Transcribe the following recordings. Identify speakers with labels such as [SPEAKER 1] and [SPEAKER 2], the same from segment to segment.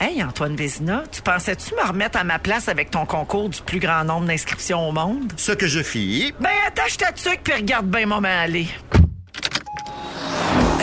[SPEAKER 1] Hey, Antoine Vézina, tu pensais-tu me remettre à ma place avec ton concours du plus grand nombre d'inscriptions au monde?
[SPEAKER 2] Ce que je fis,
[SPEAKER 1] Ben, attache ta tuque puis regarde bien moment aller.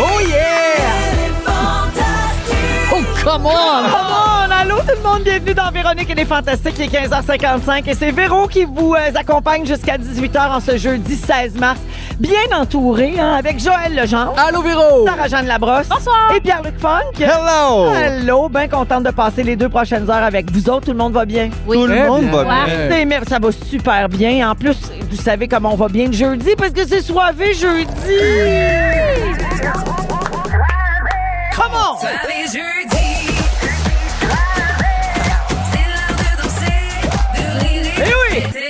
[SPEAKER 3] Oh yeah! Oh
[SPEAKER 4] Come
[SPEAKER 3] come on!
[SPEAKER 4] on! Allô tout le monde, bienvenue dans Véronique et les Fantastiques, il est 15h55 et c'est Véro qui vous euh, accompagne jusqu'à 18h en ce jeudi 16 mars. Bien entouré, hein, avec Joël Legendre,
[SPEAKER 3] Allô Véro!
[SPEAKER 4] Sarah-Jeanne Labrosse et Pierre-Luc Funk.
[SPEAKER 5] Hello!
[SPEAKER 4] Allô, bien contente de passer les deux prochaines heures avec vous autres. Tout le monde va bien?
[SPEAKER 5] Tout le monde va
[SPEAKER 6] Ouais.
[SPEAKER 5] bien.
[SPEAKER 4] C'est mer- Ça va super bien. En plus, vous savez comment on va bien le jeudi parce que c'est soivé jeudi. Comment?
[SPEAKER 6] Allez, jeudi. C'est l'heure de danser, de rire et
[SPEAKER 4] Eh oui!
[SPEAKER 6] de fêter.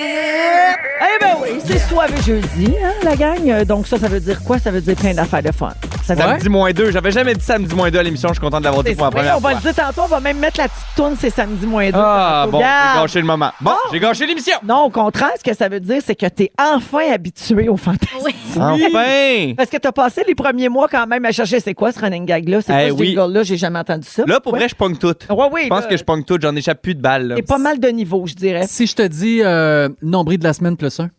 [SPEAKER 4] Eh ben oui, c'est soivé jeudi, hein, la gang. Euh, Donc ça, ça veut dire quoi? Ça veut dire plein d'affaires de fun. Ça veut dire-
[SPEAKER 5] Samedi moins 2. J'avais jamais dit samedi moins 2 à l'émission. Je suis content de l'avoir dit
[SPEAKER 4] C'est
[SPEAKER 5] pour la
[SPEAKER 4] vrai,
[SPEAKER 5] première
[SPEAKER 4] on va
[SPEAKER 5] fois.
[SPEAKER 4] le dire tantôt, on va même mettre la petite tourne, c'est samedi moins deux.
[SPEAKER 5] Ah, bon, j'ai
[SPEAKER 4] Regarde.
[SPEAKER 5] gâché le moment. Bon, j'ai gâché l'émission.
[SPEAKER 4] Non, au contraire, ce que ça veut dire, c'est que t'es enfin habitué au fantasme.
[SPEAKER 5] Enfin!
[SPEAKER 4] Parce que t'as passé les premiers mois quand même à chercher c'est quoi ce running gag là, c'est
[SPEAKER 5] Eh
[SPEAKER 4] quoi ce
[SPEAKER 5] oui.
[SPEAKER 4] jingle là, j'ai jamais entendu ça.
[SPEAKER 5] Là, pour
[SPEAKER 4] Ouais.
[SPEAKER 5] vrai, je pogne tout.
[SPEAKER 4] Ouais, oui,
[SPEAKER 5] Je pense
[SPEAKER 4] là,
[SPEAKER 5] que je pogne tout. J'en échappe plus de balles. là.
[SPEAKER 4] t'es pas mal de niveau, je dirais.
[SPEAKER 3] Si je te dis euh, nombril de la semaine plus un.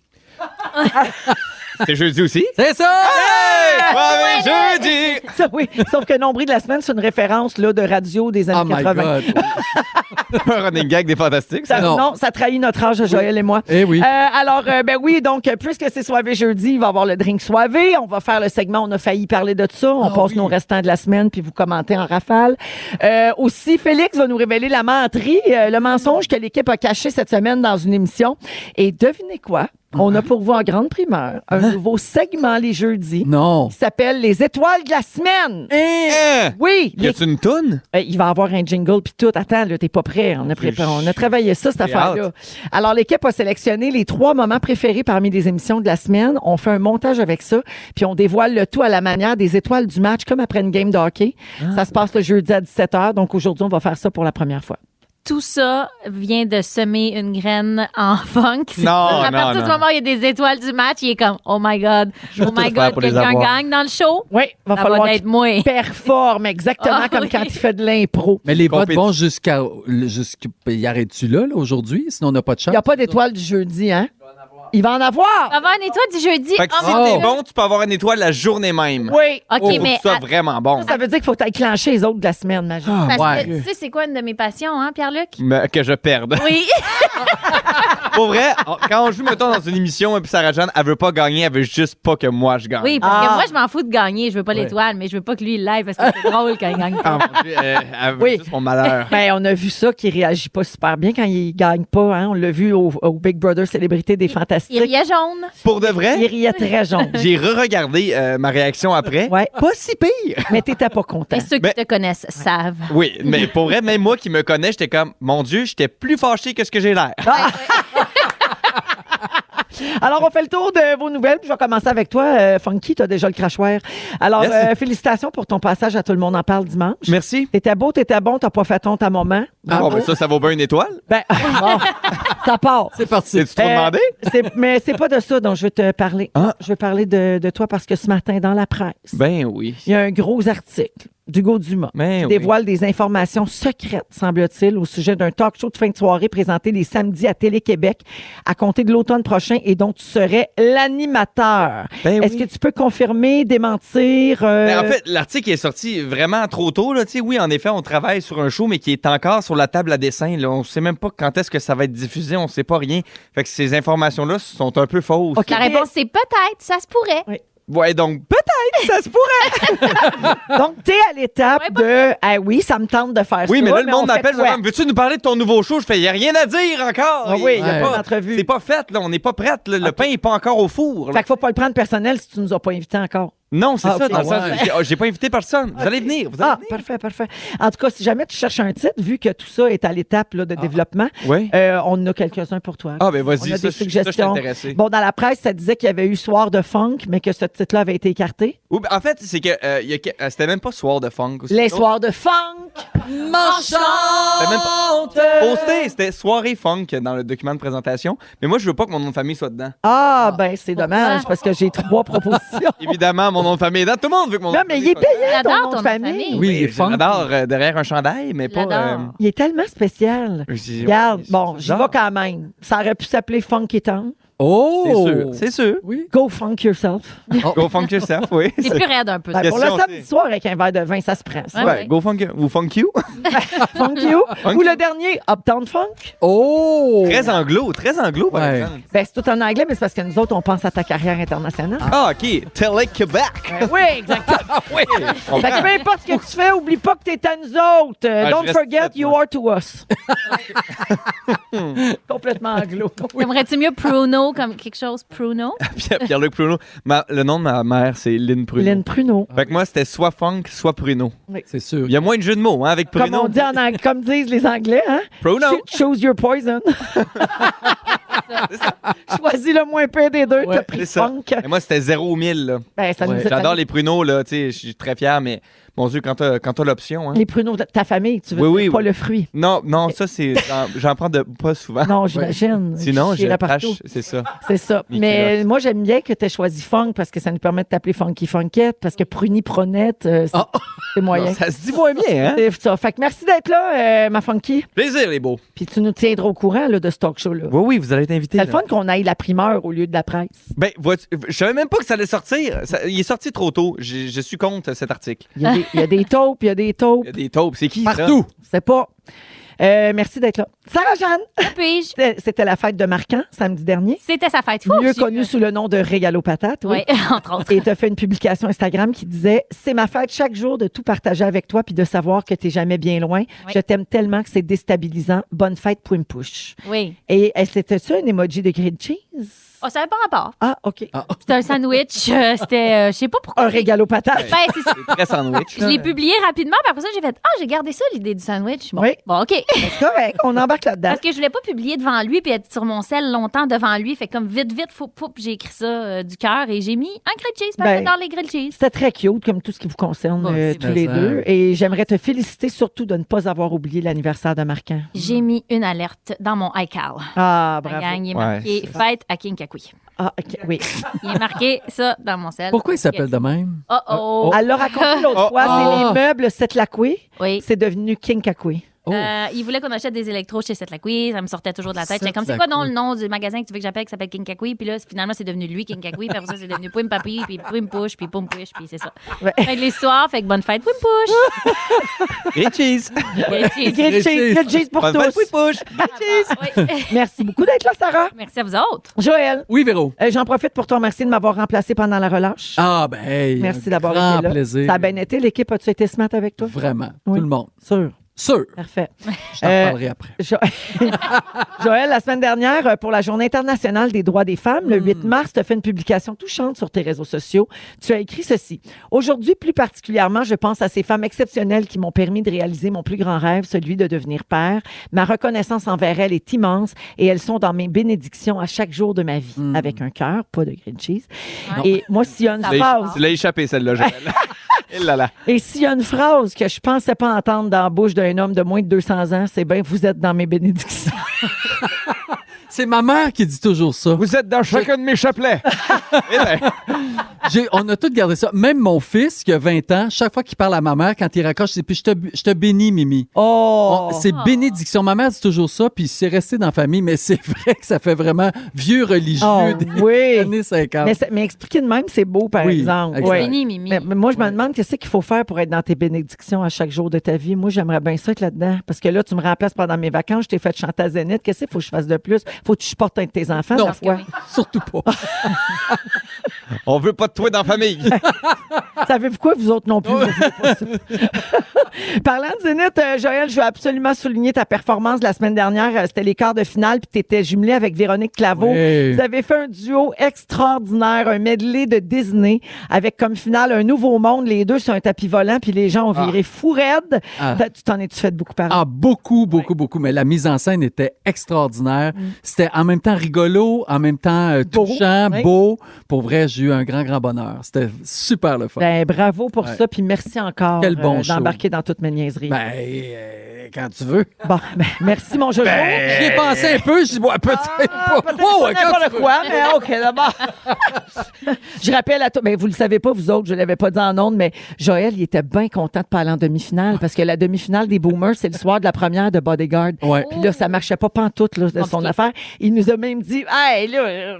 [SPEAKER 5] C'est jeudi aussi?
[SPEAKER 3] C'est ça!
[SPEAKER 5] Ouais, jeudi!
[SPEAKER 4] Ça, oui. Sauf que nombril de la semaine, c'est une référence là, de radio des
[SPEAKER 3] Oh
[SPEAKER 4] années
[SPEAKER 3] my
[SPEAKER 4] 80.
[SPEAKER 3] God!
[SPEAKER 5] Un running gag des fantastiques, ça.
[SPEAKER 4] Ça- non.
[SPEAKER 3] Non.
[SPEAKER 4] ça trahit notre âge, Joël et moi.
[SPEAKER 3] Eh oui.
[SPEAKER 4] Euh, alors, euh, ben oui, donc, euh, puisque c'est soivé jeudi, il va y avoir le drink soivé. On va faire le segment On a failli parler de ça.
[SPEAKER 3] Ah
[SPEAKER 4] On passe nos restants de la semaine, puis vous commentez en rafale. Euh, aussi, Félix va nous révéler la menterie, euh, le mensonge que l'équipe a caché cette semaine dans une émission. Et devinez quoi? On a pour vous en grande primeur un nouveau segment les jeudis
[SPEAKER 3] Hein? Non!
[SPEAKER 4] qui s'appelle Les étoiles de la semaine.
[SPEAKER 5] Hein?
[SPEAKER 4] Oui,
[SPEAKER 5] Y a-tu une toune?
[SPEAKER 4] euh, il va avoir un jingle puis tout. Attends, là, t'es pas prêt. On a, préparé, on a travaillé ça, cette
[SPEAKER 5] J'ai
[SPEAKER 4] affaire-là.
[SPEAKER 5] hâte.
[SPEAKER 4] Alors, l'équipe a sélectionné les trois moments préférés parmi les émissions de la semaine. On fait un montage avec ça, puis on dévoile le tout à la manière des étoiles du match, comme après une game de hockey. Ça se passe le jeudi à 17h. Donc, aujourd'hui, on va faire ça pour la première fois.
[SPEAKER 7] Tout ça vient de semer une graine en funk. C'est
[SPEAKER 5] Non,
[SPEAKER 7] ça. À
[SPEAKER 5] non,
[SPEAKER 7] partir
[SPEAKER 5] non.
[SPEAKER 7] du moment où il y a des étoiles du match, il est comme Oh my God,
[SPEAKER 5] vais
[SPEAKER 7] oh
[SPEAKER 5] tout
[SPEAKER 7] my
[SPEAKER 5] faire
[SPEAKER 7] God,
[SPEAKER 5] pour les
[SPEAKER 7] quelqu'un
[SPEAKER 5] avoir.
[SPEAKER 7] gagne dans le show.
[SPEAKER 4] Oui, va
[SPEAKER 7] Ça
[SPEAKER 4] falloir
[SPEAKER 7] va
[SPEAKER 4] qu'il
[SPEAKER 7] être moi.
[SPEAKER 4] performe exactement
[SPEAKER 7] Ah,
[SPEAKER 4] comme
[SPEAKER 7] oui.
[SPEAKER 4] quand il fait de l'impro.
[SPEAKER 3] Mais les votes
[SPEAKER 5] Compétit-
[SPEAKER 3] vont jusqu'à. Jusqu y arrêtes-tu là, là, aujourd'hui? Sinon, on n'a pas de
[SPEAKER 4] Il
[SPEAKER 3] chance.
[SPEAKER 4] n'y a pas d'étoile du jeudi, hein? Il va en avoir.
[SPEAKER 7] Ça va un étoile du jeudi.
[SPEAKER 5] Fait que
[SPEAKER 7] Oh
[SPEAKER 5] si
[SPEAKER 7] mon
[SPEAKER 5] t'es
[SPEAKER 7] Dieu.
[SPEAKER 5] bon, tu peux avoir une étoile la journée même.
[SPEAKER 4] Oui.
[SPEAKER 7] OK,
[SPEAKER 5] Faut que
[SPEAKER 7] mais.
[SPEAKER 5] tu sois
[SPEAKER 7] à-
[SPEAKER 5] vraiment bon.
[SPEAKER 4] Ça veut dire qu'il faut déclencher les autres de la semaine, Magie.
[SPEAKER 3] Ah,
[SPEAKER 7] parce que
[SPEAKER 3] ouais.
[SPEAKER 7] tu sais, c'est quoi une de mes passions, hein, Pierre-Luc?
[SPEAKER 5] Mais Que je perde.
[SPEAKER 7] Oui.
[SPEAKER 5] Pour vrai, on- quand on joue, mettons, dans une émission, et puis Sarah Jeanne, elle veut pas gagner, elle veut juste pas que moi je gagne.
[SPEAKER 7] Oui, parce que
[SPEAKER 4] Ah.
[SPEAKER 7] moi, je m'en fous de gagner. Je veux pas l'étoile, mais je veux pas que lui, il l'aille parce que c'est drôle quand il gagne.
[SPEAKER 5] Ah, mon Dieu, euh, elle veut
[SPEAKER 4] Oui.
[SPEAKER 5] juste mon malheur.
[SPEAKER 4] Ben, on a vu ça qui réagit pas super bien quand il gagne pas. Hein. On l'a vu au, au Big Brother Célébrité des
[SPEAKER 7] Il
[SPEAKER 4] Fantastiques.
[SPEAKER 7] riait jaune.
[SPEAKER 5] Pour de
[SPEAKER 4] Il
[SPEAKER 5] vrai,
[SPEAKER 4] riait très jaune.
[SPEAKER 5] j'ai re-regardé euh, ma réaction après.
[SPEAKER 4] Ouais.
[SPEAKER 5] Pas si pire.
[SPEAKER 4] Mais t'étais pas content.
[SPEAKER 7] Et ceux qui
[SPEAKER 5] Mais-
[SPEAKER 7] te connaissent savent.
[SPEAKER 5] Oui, mais pour vrai, même moi qui me connais, j'étais comme, mon Dieu, j'étais plus fâché que ce que j'ai l'air.
[SPEAKER 4] Ah, Alors, on fait le tour de vos nouvelles. puis Je vais commencer avec toi, euh, Funky. T'as déjà le crachoir. Alors,
[SPEAKER 5] Yes.
[SPEAKER 4] euh, félicitations pour ton passage à Tout le monde en parle dimanche.
[SPEAKER 5] Merci.
[SPEAKER 4] T'étais beau, t'étais bon, t'as pas fait honte à moment.
[SPEAKER 5] Ah, bon, ben ça, ça vaut bien une étoile.
[SPEAKER 4] Ben, bon, ça part.
[SPEAKER 3] C'est parti.
[SPEAKER 5] C'est-tu trop
[SPEAKER 4] Euh,
[SPEAKER 5] demandé?
[SPEAKER 4] C'est- mais c'est pas de ça dont je veux te parler.
[SPEAKER 5] Ah.
[SPEAKER 4] Je veux parler de, de toi parce que ce matin, dans la presse,
[SPEAKER 5] Ben oui.
[SPEAKER 4] il y a un gros article d'Hugo Dumas.
[SPEAKER 5] Ben
[SPEAKER 4] qui
[SPEAKER 5] oui.
[SPEAKER 4] dévoile des informations secrètes, semble-t-il, au sujet d'un talk show de fin de soirée présenté les samedis à Télé-Québec à compter de l'automne prochain et dont tu serais l'animateur.
[SPEAKER 5] Ben
[SPEAKER 4] Est-ce
[SPEAKER 5] oui.
[SPEAKER 4] que tu peux confirmer, démentir? euh,
[SPEAKER 5] Ben, en fait, l'article est sorti vraiment trop tôt. Là. Tu sais, Oui, en effet, on travaille sur un show, mais qui est encore sur la table à dessin. Là. On ne sait même pas quand est-ce que ça va être diffusé. On ne sait pas rien. Fait que ces informations-là sont un peu fausses.
[SPEAKER 4] OK.
[SPEAKER 7] La réponse, c'est peut-être, ça se pourrait.
[SPEAKER 5] Ouais, donc peut-être ça se pourrait.
[SPEAKER 4] Donc, t'es à l'étape
[SPEAKER 7] Ouais,
[SPEAKER 4] de « Ah oui, ça me tente de faire ça,
[SPEAKER 5] Oui, mais là, le
[SPEAKER 4] on
[SPEAKER 5] monde
[SPEAKER 4] fait
[SPEAKER 5] m'appelle.
[SPEAKER 4] quoi?
[SPEAKER 5] genre, Veux-tu nous parler de ton nouveau show? Je fais, il n'y a rien à dire encore.
[SPEAKER 4] Ah oui, il y a
[SPEAKER 3] Ouais.
[SPEAKER 4] pas
[SPEAKER 5] C'est
[SPEAKER 4] d'entrevue.
[SPEAKER 5] pas fait, là. On n'est pas prête. là. Le pain n'est pas encore au four. là.
[SPEAKER 4] Fait qu'il faut pas le prendre personnel si tu nous as pas invités encore.
[SPEAKER 5] Non, c'est
[SPEAKER 4] Ah,
[SPEAKER 5] ça,
[SPEAKER 4] ok.
[SPEAKER 5] dans le sens.
[SPEAKER 3] Ah ouais.
[SPEAKER 5] j'ai- J'ai pas invité personne. Vous allez venir. Vous allez
[SPEAKER 4] Ah, parfait, parfait. En tout cas, si jamais tu cherches un titre, vu que tout ça est à l'étape là, de développement,
[SPEAKER 5] venir. Oui.
[SPEAKER 4] euh, on en a quelques-uns pour toi.
[SPEAKER 5] Ah, ben vas-y,
[SPEAKER 4] on a des
[SPEAKER 5] ça, je suis- ça, je suis
[SPEAKER 4] suggestions.
[SPEAKER 5] intéressé.
[SPEAKER 4] Bon, dans la presse, ça disait qu'il y avait eu Soir de funk, mais que ce titre-là avait été écarté.
[SPEAKER 5] Ou- en fait, c'est que euh, il y a que- euh, c'était même pas soir de funk. ou-
[SPEAKER 4] Les
[SPEAKER 5] non,
[SPEAKER 4] Soirs de funk!
[SPEAKER 5] c'était Oh. Ben, même pas- Posté, oh, c'était soirée funk dans le document de présentation. Mais moi, je veux pas que mon nom de famille soit dedans.
[SPEAKER 4] Ah, ben c'est
[SPEAKER 7] Pourquoi?
[SPEAKER 4] dommage, parce que j'ai trois propositions.
[SPEAKER 5] Évidemment, mon nom de famille est dedans. Tout le monde veut que mon nom
[SPEAKER 4] Non,
[SPEAKER 5] de
[SPEAKER 4] mais
[SPEAKER 5] famille
[SPEAKER 4] il est
[SPEAKER 5] soit dedans.
[SPEAKER 4] payé,
[SPEAKER 7] J'adore
[SPEAKER 4] ton nom de
[SPEAKER 7] ton
[SPEAKER 4] famille.
[SPEAKER 5] Ben,
[SPEAKER 7] famille.
[SPEAKER 3] Oui, il est funk.
[SPEAKER 5] J'adore euh, derrière un chandail, mais pas.
[SPEAKER 7] J'adore.
[SPEAKER 4] Il est tellement spécial.
[SPEAKER 5] euh, j'ai-
[SPEAKER 4] Regarde,
[SPEAKER 5] c'est-
[SPEAKER 4] bon,
[SPEAKER 5] c'est
[SPEAKER 4] j'y vais
[SPEAKER 5] bizarre.
[SPEAKER 4] quand même. Ça aurait pu s'appeler Funky Town.
[SPEAKER 3] Oh!
[SPEAKER 5] C'est sûr. C'est sûr.
[SPEAKER 3] Oui.
[SPEAKER 4] Go funk yourself.
[SPEAKER 5] Go funk yourself, oui.
[SPEAKER 7] C'est plus raide un peu.
[SPEAKER 4] Ben,
[SPEAKER 7] ça.
[SPEAKER 4] pour le
[SPEAKER 5] Question,
[SPEAKER 4] samedi
[SPEAKER 5] c'est-
[SPEAKER 4] soir avec un verre de vin, ça se prend. ça.
[SPEAKER 7] Ouais,
[SPEAKER 5] Ouais, go funk ou funk you.
[SPEAKER 4] Funk you.
[SPEAKER 5] Funk
[SPEAKER 4] Ou
[SPEAKER 5] you.
[SPEAKER 4] le dernier, Uptown Funk.
[SPEAKER 3] Oh!
[SPEAKER 5] Très anglo, très anglo, par
[SPEAKER 3] Ouais.
[SPEAKER 5] exemple.
[SPEAKER 4] Ben, c'est tout en anglais, mais c'est parce que nous autres, on pense à ta carrière internationale.
[SPEAKER 5] Ah, OK. Télé Québec.
[SPEAKER 4] Ben oui, exactement.
[SPEAKER 5] Oui. On
[SPEAKER 4] Fait que peu importe ce que tu fais, oublie pas que t'es à nous autres. Euh,
[SPEAKER 5] Ah, je
[SPEAKER 4] Don't
[SPEAKER 5] reste
[SPEAKER 4] forget,
[SPEAKER 5] complètement.
[SPEAKER 4] you are to us. Complètement anglo.
[SPEAKER 7] Aimerais-tu mieux Pruno comme quelque chose Pruno?
[SPEAKER 5] Pierre- Pierre-Luc Pruneau. Ma- le nom de ma mère, c'est Lynn Pruneau.
[SPEAKER 4] Lynn Pruneau.
[SPEAKER 5] Fait que moi, c'était soit funk, soit Pruneau.
[SPEAKER 3] C'est sûr.
[SPEAKER 5] Il y a moins de jeux de mots hein, avec Pruneau.
[SPEAKER 4] Comme on dit en anglais, comme disent les Anglais, hein?
[SPEAKER 5] Pruneau.
[SPEAKER 4] Cho- Choose your poison. Choisis le moins pire des deux,
[SPEAKER 3] Ouais,
[SPEAKER 4] t'as pris
[SPEAKER 5] c'est ça.
[SPEAKER 4] funk.
[SPEAKER 5] Et moi, c'était zéro au mille. là.
[SPEAKER 4] Ben, ça nous
[SPEAKER 3] Ouais.
[SPEAKER 4] ça nous-
[SPEAKER 5] J'adore les pruneaux, là, tu sais, je suis très fier, mais mon Dieu, quand t'as quand t'as l'option, hein.
[SPEAKER 4] les pruneaux de ta famille, tu veux
[SPEAKER 5] Oui,
[SPEAKER 4] dire,
[SPEAKER 5] oui,
[SPEAKER 4] pas
[SPEAKER 5] oui.
[SPEAKER 4] le fruit.
[SPEAKER 5] Non, non, ça, c'est. j'en- J'en prends de, pas souvent.
[SPEAKER 4] Non, j'imagine.
[SPEAKER 5] Sinon,
[SPEAKER 4] Chier
[SPEAKER 5] j'ai
[SPEAKER 4] là
[SPEAKER 5] la
[SPEAKER 4] partout.
[SPEAKER 5] c'est ça.
[SPEAKER 4] C'est ça.
[SPEAKER 5] Les
[SPEAKER 4] Mais
[SPEAKER 5] culottes.
[SPEAKER 4] moi, j'aime bien que tu aies choisi funk parce que ça nous permet de t'appeler Funky Funkette, parce que Pruny Pronette, euh, c'est
[SPEAKER 3] Ah.
[SPEAKER 4] c'est moyen.
[SPEAKER 5] Non, ça se dit moins bien, hein?
[SPEAKER 4] C'est ça. Fait que merci d'être là, euh, ma Funky.
[SPEAKER 5] Plaisir, les beaux.
[SPEAKER 4] Puis tu nous tiendras au courant là, de ce talk show-là.
[SPEAKER 5] Oui, oui, vous allez être invités.
[SPEAKER 4] C'est le
[SPEAKER 5] là.
[SPEAKER 4] fun qu'on aille la primeur au lieu de la presse.
[SPEAKER 5] Ben, vois-tu, je savais même pas que ça allait sortir. Ça- il est sorti trop tôt. J'ai- Je suis contre cet article.
[SPEAKER 4] Il y a des- il y a des taupes, il y a des taupes.
[SPEAKER 5] Il y a des taupes. C'est qui? ça?
[SPEAKER 3] Partout!
[SPEAKER 4] C'est pas. Euh, merci d'être là. Sarah-Jeanne,
[SPEAKER 7] Puis, je-
[SPEAKER 4] c'était- c'était la fête de Marquand samedi dernier,
[SPEAKER 7] C'était sa fête. Fou,
[SPEAKER 4] mieux
[SPEAKER 7] j'ai-
[SPEAKER 4] connue sous le nom de Régalo Patate. oui.
[SPEAKER 7] Oui, entre autres.
[SPEAKER 4] Et t'as fait une publication Instagram qui disait C'est ma fête chaque jour de tout partager avec toi puis de savoir que t'es jamais bien loin.
[SPEAKER 7] Oui.
[SPEAKER 4] Je t'aime tellement que c'est déstabilisant. Bonne fête, point push.
[SPEAKER 7] Oui.
[SPEAKER 4] Et est-ce que c'était ça un emoji de grilled cheese?
[SPEAKER 7] Oh, ça avait pas rapport.
[SPEAKER 4] Ah, OK.
[SPEAKER 7] C'était un sandwich. euh, C'était, euh, je sais pas pourquoi.
[SPEAKER 4] Un régalo patate.
[SPEAKER 7] Ben, c'est ça.
[SPEAKER 5] C'est très sandwich.
[SPEAKER 7] Je l'ai publié rapidement, puis après ça, j'ai fait Ah, j'ai gardé ça, l'idée du sandwich. Bon,
[SPEAKER 4] Oui.
[SPEAKER 7] bon OK.
[SPEAKER 4] C'est correct. On embarque là-dedans.
[SPEAKER 7] Parce que je voulais pas publier devant lui puis être sur mon sel longtemps devant lui. Fait comme vite, vite, foup, foup, j'ai écrit ça euh, du cœur et j'ai mis un grilled cheese parce
[SPEAKER 4] Ben.
[SPEAKER 7] que j'adore les grilled cheese.
[SPEAKER 4] C'était très cute, comme tout ce qui vous concerne,
[SPEAKER 7] Bon,
[SPEAKER 4] euh,
[SPEAKER 7] c'est
[SPEAKER 4] tous
[SPEAKER 3] bien
[SPEAKER 4] les
[SPEAKER 3] ça.
[SPEAKER 4] deux. Et j'aimerais te féliciter surtout de ne pas avoir oublié l'anniversaire de Marquand.
[SPEAKER 7] J'ai mis une alerte dans mon iCal.
[SPEAKER 4] Ah,
[SPEAKER 7] La
[SPEAKER 4] bravo.
[SPEAKER 7] gang, il est
[SPEAKER 5] Ouais,
[SPEAKER 7] marqué
[SPEAKER 5] c'est
[SPEAKER 7] Fête à Kinkakui.
[SPEAKER 4] Ah, ok, oui.
[SPEAKER 7] Il est marqué ça dans mon sel.
[SPEAKER 3] Pourquoi il s'appelle de même?
[SPEAKER 7] Oh oh.
[SPEAKER 4] Elle l'a raconté l'autre
[SPEAKER 5] Oh,
[SPEAKER 4] fois. C'est
[SPEAKER 3] ah.
[SPEAKER 4] les meubles Setlakwe.
[SPEAKER 7] Oui.
[SPEAKER 4] C'est devenu Kinkakwe.
[SPEAKER 3] Oh.
[SPEAKER 7] Euh, il voulait qu'on achète des électros chez Seth Lacouille. Ça me sortait toujours de la tête. J'étais comme, c'est quoi non, le nom du magasin que tu veux que j'appelle qui s'appelle King Kakui? Puis là, finalement, c'est devenu lui, King Kakui. Puis après ça, c'est devenu Poum Papi, puis Poum Push, puis Poum Push, puis c'est ça.
[SPEAKER 4] Ouais.
[SPEAKER 7] Fait que l'histoire, fait que bonne fête, Poum Push!
[SPEAKER 5] Et cheese.
[SPEAKER 7] Grilled cheese.
[SPEAKER 4] Grilled cheese,
[SPEAKER 3] cheese.
[SPEAKER 4] grilled cheese pour
[SPEAKER 5] Bonne fête,
[SPEAKER 4] tous.
[SPEAKER 5] oui, push.
[SPEAKER 7] Oui.
[SPEAKER 4] Merci beaucoup d'être là, Sarah.
[SPEAKER 7] Merci à vous autres.
[SPEAKER 4] Joël,
[SPEAKER 3] Oui, Véro.
[SPEAKER 4] euh, j'en profite pour te remercier de m'avoir remplacé pendant la relâche.
[SPEAKER 3] Ah, ben, hey,
[SPEAKER 4] Merci
[SPEAKER 3] un
[SPEAKER 4] d'avoir
[SPEAKER 3] grand
[SPEAKER 4] été là.
[SPEAKER 3] plaisir.
[SPEAKER 4] Ça a bien été. L'équipe, as-tu été smart avec toi?
[SPEAKER 3] Vraiment.
[SPEAKER 4] Oui.
[SPEAKER 3] Tout le monde.
[SPEAKER 4] Sûr.
[SPEAKER 3] Sûr.
[SPEAKER 4] Parfait.
[SPEAKER 3] Je t'en
[SPEAKER 4] Euh,
[SPEAKER 3] parlerai après.
[SPEAKER 4] Jo- Joël, la semaine dernière, euh, pour la Journée internationale des droits des femmes, le 8 mars, tu as fait une publication touchante sur tes réseaux sociaux. Tu as écrit ceci. Aujourd'hui, plus particulièrement, je pense à ces femmes exceptionnelles qui m'ont permis de réaliser mon plus grand rêve, celui de devenir père. Ma reconnaissance envers elles est immense et elles sont dans mes bénédictions à chaque jour de ma vie. Avec un cœur, pas de green cheese.
[SPEAKER 7] Non.
[SPEAKER 4] Et moi, s'il y a une
[SPEAKER 7] Ça
[SPEAKER 5] Tu l'as-
[SPEAKER 4] phrase,
[SPEAKER 7] passe.
[SPEAKER 5] Tu l'as échappé, celle-là, Joël. Et là là.
[SPEAKER 4] et s'il y a une phrase que je pensais pas entendre dans la bouche d'un homme de moins de 200 ans, c'est bien, vous êtes dans mes bénédictions.
[SPEAKER 3] C'est ma mère qui dit toujours ça.
[SPEAKER 5] Vous êtes dans chacun de mes chapelets. Eh ben,
[SPEAKER 3] J'ai- on a tous gardé ça. Même mon fils, qui a 20 ans, chaque fois qu'il parle à ma mère, quand il raccroche, c'est puis je te, bu- je te bénis, Mimi.
[SPEAKER 4] Oh!
[SPEAKER 3] On- C'est
[SPEAKER 7] Oh.
[SPEAKER 3] bénédiction. Ma mère dit toujours ça, puis c'est resté dans la famille, mais c'est vrai que ça fait vraiment vieux religieux
[SPEAKER 4] Oh,
[SPEAKER 3] des
[SPEAKER 4] oui.
[SPEAKER 3] années 50.
[SPEAKER 4] Mais, ça- mais expliquer de même, c'est beau, par
[SPEAKER 3] Oui,
[SPEAKER 4] exemple.
[SPEAKER 3] exact.
[SPEAKER 4] Ouais.
[SPEAKER 7] Fini, Mimi.
[SPEAKER 4] Mais, mais moi, je me
[SPEAKER 3] Ouais.
[SPEAKER 4] demande qu'est-ce qu'il faut faire pour être dans tes bénédictions à chaque jour de ta vie. Moi, j'aimerais bien ça être là-dedans. Parce que là, tu me remplaces pendant mes vacances, je t'ai fait chanter à Zénith. Qu'est-ce qu'il faut que je fasse de plus? Faut que tu supportes un de tes enfants.
[SPEAKER 3] non,
[SPEAKER 4] parfois.
[SPEAKER 3] surtout pas.
[SPEAKER 5] On veut pas de toi dans la famille.
[SPEAKER 4] Savez-vous quoi, vous autres non plus? vous voulez pas ça. Parlant de Zénith, euh, Joël, je veux absolument souligner ta performance la semaine dernière. Euh, C'était les quarts de finale, puis tu étais jumelé avec Véronique Claveau.
[SPEAKER 3] Oui.
[SPEAKER 4] Vous avez fait un duo extraordinaire, un medley de Disney, avec comme finale un nouveau monde, les deux sur un tapis volant, puis les gens ont viré fou raide.
[SPEAKER 3] Ah.
[SPEAKER 4] T'as- Tu t'en es-tu fait beaucoup parler?
[SPEAKER 3] Ah, beaucoup, beaucoup, beaucoup. Mais la mise en scène était extraordinaire. C'était en même temps rigolo, en même temps euh,
[SPEAKER 4] Beau,
[SPEAKER 3] touchant,
[SPEAKER 4] oui.
[SPEAKER 3] beau. Pour vrai, j'ai eu un grand, grand bonheur. C'était super le fun. Ben,
[SPEAKER 4] Ben, bravo pour
[SPEAKER 3] Ouais.
[SPEAKER 4] ça, puis merci encore euh,
[SPEAKER 3] Quel bon show.
[SPEAKER 4] d'embarquer dans toutes mes niaiseries.
[SPEAKER 3] Ben, euh, quand tu veux.
[SPEAKER 4] Bon, ben, merci mon Jojo.
[SPEAKER 3] J'y ai pensé un peu, je dis, ouais, peut-être
[SPEAKER 4] Euh, Ah,
[SPEAKER 3] pas.
[SPEAKER 4] peut-être
[SPEAKER 3] Ouais,
[SPEAKER 4] pas
[SPEAKER 3] ouais, quand
[SPEAKER 4] n'importe
[SPEAKER 3] tu veux.
[SPEAKER 4] quoi, mais OK, d'abord. je rappelle à tout. Mais vous le savez pas, vous autres, je l'avais pas dit en ondes, mais Joël, il était bien content de pas aller en demi-finale parce que la demi-finale des Boomers, c'est le soir de la première de Bodyguard.
[SPEAKER 3] Ouais.
[SPEAKER 4] Puis là, ça marchait pas pantoute, là, de son
[SPEAKER 7] Compliqué.
[SPEAKER 4] affaire. Il nous a même dit, hey, là, euh,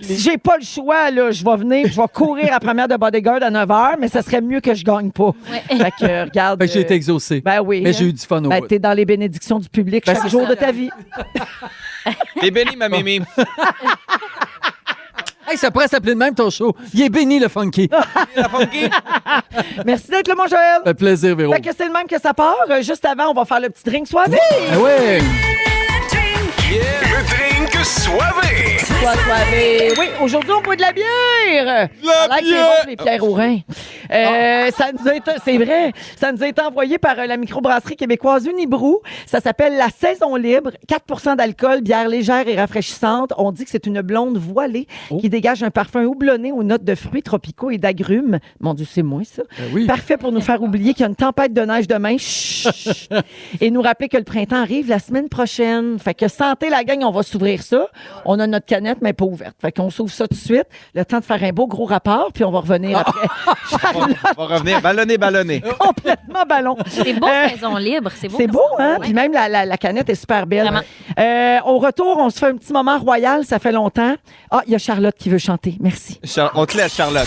[SPEAKER 4] si j'ai pas le choix, là, je vais venir, je vais courir à la première de Bodyguard à 9 h, mais ça serait mieux que je gagne pas.
[SPEAKER 7] Ouais.
[SPEAKER 4] Fait que, euh, regarde.
[SPEAKER 3] Fait que j'ai été
[SPEAKER 4] euh,
[SPEAKER 3] exaucé.
[SPEAKER 4] Ben oui.
[SPEAKER 3] Mais j'ai eu du fun au
[SPEAKER 4] Ben,
[SPEAKER 3] bout. Ben,
[SPEAKER 4] t'es dans les bénédictions du public chaque jour de ta vie.
[SPEAKER 5] T'es béni, ma mémé.
[SPEAKER 3] Hey, ça pourrait s'appeler de même ton show. Il est béni, le funky.
[SPEAKER 4] Ah.
[SPEAKER 3] Ça
[SPEAKER 4] Merci d'être là, mon Joël.
[SPEAKER 3] fait Euh, plaisir, Véro.
[SPEAKER 4] Fait que c'est le même que ça part. Euh, Juste avant, on va faire le petit drink soirée.
[SPEAKER 3] Ah ouais.
[SPEAKER 4] Soir- soirée. Oui, aujourd'hui, on boit de la bière. La bière. les pierres au rein. Euh, ça nous a été, c'est vrai, ça nous a été envoyé par euh, la microbrasserie québécoise Unibrou. Ça s'appelle la saison libre. 4 d'alcool, bière légère et rafraîchissante. On dit que c'est une blonde voilée qui dégage un parfum houblonné aux notes de fruits tropicaux et d'agrumes. Mon Dieu, c'est moins ça.
[SPEAKER 3] Ben oui.
[SPEAKER 4] Parfait pour nous faire oublier qu'il y a une tempête de neige demain. Chut! Et nous rappeler que le printemps arrive la semaine prochaine. Fait que santé la gang, on va s'ouvrir ça. On a notre canette, mais pas ouverte. Fait qu'on s'ouvre ça tout de suite. Le temps de faire un beau gros rapport, puis on va revenir
[SPEAKER 7] Ah.
[SPEAKER 4] après. Charlotte,
[SPEAKER 5] On va revenir ballonné, ballonné.
[SPEAKER 4] complètement ballon.
[SPEAKER 7] C'est beau,
[SPEAKER 4] Euh,
[SPEAKER 7] Maison Libre. C'est beau.
[SPEAKER 4] c'est beau, hein?
[SPEAKER 7] Ouais.
[SPEAKER 4] Puis même la, la- la canette est super belle.
[SPEAKER 7] Vraiment.
[SPEAKER 4] Euh, au retour, on se fait un petit moment royal, ça fait longtemps. Ah, il y a Charlotte qui veut chanter. Merci.
[SPEAKER 5] Char- on te laisse, Charlotte.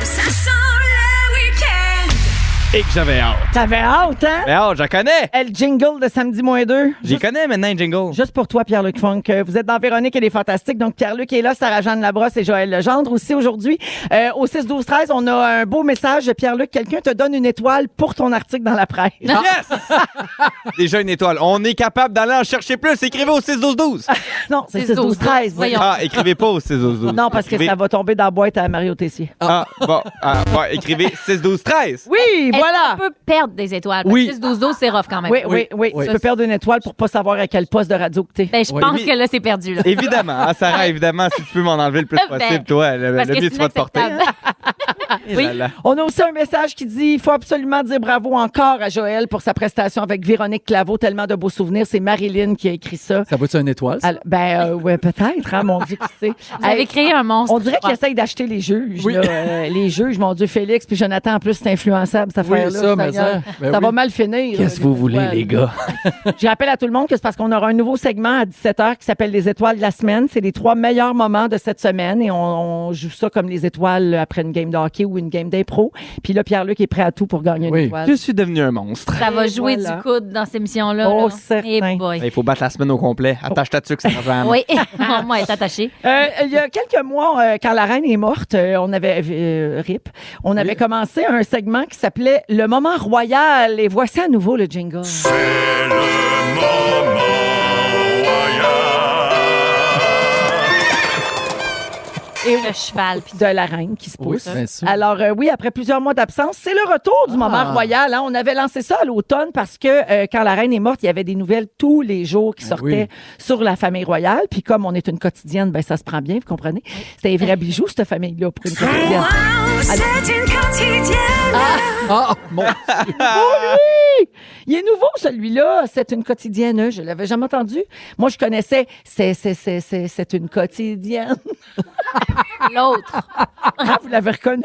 [SPEAKER 6] de- Ça sent le week-end.
[SPEAKER 5] Et que j'avais hâte.
[SPEAKER 4] T'avais hâte, hein?
[SPEAKER 5] Mais Ben, hâte, je la connais.
[SPEAKER 4] Elle jingle de samedi moins deux.
[SPEAKER 5] J'y connais maintenant, Jingle.
[SPEAKER 4] Juste pour toi, Pierre-Luc Funk. Euh, Vous êtes dans Véronique, elle est fantastique. Donc, Pierre-Luc est là, Sarah-Jeanne Labrosse et Joël Legendre aussi aujourd'hui. Euh, au 6-12-13, on a un beau message. Pierre-Luc, quelqu'un te donne une étoile pour ton article dans la presse.
[SPEAKER 5] Yes! Ah! Déjà une étoile. On est capable d'aller en chercher plus. Écrivez au 6-12-12.
[SPEAKER 4] Non, c'est
[SPEAKER 7] 6-12-13.
[SPEAKER 4] 6-12-13.
[SPEAKER 7] Voyons.
[SPEAKER 5] Ah, écrivez pas au 6-12-12.
[SPEAKER 4] Non, parce que
[SPEAKER 5] Écrivez-
[SPEAKER 4] ça va tomber dans la boîte à Mario Tessier.
[SPEAKER 5] Ah, bon, ah, bon, écrivez 6-12-13.
[SPEAKER 4] Oui,
[SPEAKER 7] Est-ce
[SPEAKER 4] voilà.
[SPEAKER 7] qu'on peut perdre des étoiles. Parce
[SPEAKER 3] Oui.
[SPEAKER 7] que 6-12-12, c'est rough quand même.
[SPEAKER 4] Oui, oui, oui,
[SPEAKER 3] Oui.
[SPEAKER 4] Tu peux perdre une étoile pour pas savoir à quel poste de radio que t'es.
[SPEAKER 7] Ben, je
[SPEAKER 3] Oui.
[SPEAKER 7] pense
[SPEAKER 5] Oui.
[SPEAKER 7] que là, c'est perdu. Là.
[SPEAKER 5] Évidemment, hein, Sarah, évidemment, si tu peux m'en enlever le plus
[SPEAKER 7] Ben,
[SPEAKER 5] possible, toi, le,
[SPEAKER 7] Parce
[SPEAKER 5] le
[SPEAKER 7] que
[SPEAKER 5] mieux
[SPEAKER 7] c'est
[SPEAKER 5] tu vas te porter.
[SPEAKER 7] inacceptable.
[SPEAKER 5] Eh
[SPEAKER 7] oui.
[SPEAKER 5] là là.
[SPEAKER 4] On a aussi un message qui dit il faut absolument dire bravo encore à Joël pour sa prestation avec Véronique Claveau. Tellement de beaux souvenirs. C'est Marilyn qui a écrit ça.
[SPEAKER 3] Ça vaut-tu une étoile? ça?
[SPEAKER 4] Alors, ben, euh, ouais, peut-être, hein, mon Dieu, qui sait.
[SPEAKER 7] Vous avez
[SPEAKER 4] Hey,
[SPEAKER 7] créé un monstre.
[SPEAKER 4] on dirait qu'il
[SPEAKER 7] Ouais.
[SPEAKER 4] essaye d'acheter les juges.
[SPEAKER 3] Oui.
[SPEAKER 4] là, euh, les juges, mon Dieu, Félix, puis Jonathan, en plus, c'est influençable, cette
[SPEAKER 3] Oui,
[SPEAKER 4] affaire-là.
[SPEAKER 3] ça, mais
[SPEAKER 4] Seigneur.
[SPEAKER 3] ça. ben
[SPEAKER 4] Ça
[SPEAKER 3] oui.
[SPEAKER 4] va mal finir.
[SPEAKER 3] Qu'est-ce que
[SPEAKER 4] euh,
[SPEAKER 3] vous
[SPEAKER 4] les
[SPEAKER 3] voulez,
[SPEAKER 4] étoiles.
[SPEAKER 3] les gars?
[SPEAKER 4] Je rappelle à tout le monde que c'est parce qu'on aura un nouveau segment à 17h qui s'appelle Les étoiles de la semaine. C'est les trois meilleurs moments de cette semaine et on, on joue ça comme les étoiles après une game de hockey ou une game d'impro. Puis là, Pierre-Luc est prêt à tout pour gagner une
[SPEAKER 3] Oui.
[SPEAKER 4] étoile.
[SPEAKER 5] Je suis devenu un monstre.
[SPEAKER 7] Ça va jouer
[SPEAKER 4] voilà.
[SPEAKER 7] du coude dans cette émission-là.
[SPEAKER 4] Oh,
[SPEAKER 7] là.
[SPEAKER 4] certain.
[SPEAKER 7] Eh boy.
[SPEAKER 5] Il faut battre la semaine au complet. Attache ta tuque, ça va
[SPEAKER 7] Oui, mon moi est attaché.
[SPEAKER 4] Euh, il y a quelques mois, euh, quand la reine est morte, euh, on avait euh, RIP, on avait commencé un segment qui s'appelait Le moment royal. Et voici à nouveau le jingle.
[SPEAKER 7] Et le cheval. Puis
[SPEAKER 4] de la reine qui se
[SPEAKER 3] Oui,
[SPEAKER 4] pousse.
[SPEAKER 3] bien sûr. Ah.
[SPEAKER 4] Alors euh, oui, après plusieurs mois d'absence, c'est le retour du moment royal. hein. On avait lancé ça à l'automne parce que euh, quand la reine est morte, il y avait des nouvelles tous les jours qui
[SPEAKER 3] Ah
[SPEAKER 4] sortaient
[SPEAKER 3] oui.
[SPEAKER 4] sur la famille royale. Puis comme on est une quotidienne, ben ça se prend bien, vous comprenez. C'était un vrai bijou cette famille-là pour une
[SPEAKER 8] Ah!
[SPEAKER 4] quotidienne.
[SPEAKER 6] Wow, c'est une quotidienne.
[SPEAKER 3] Ah, mon
[SPEAKER 4] Ah Il est nouveau celui-là. C'est une quotidienne. Je l'avais jamais entendu. Moi, je connaissais. C'est c'est c'est c'est c'est une quotidienne.
[SPEAKER 7] l'autre.
[SPEAKER 4] Ah, vous l'avez reconnu.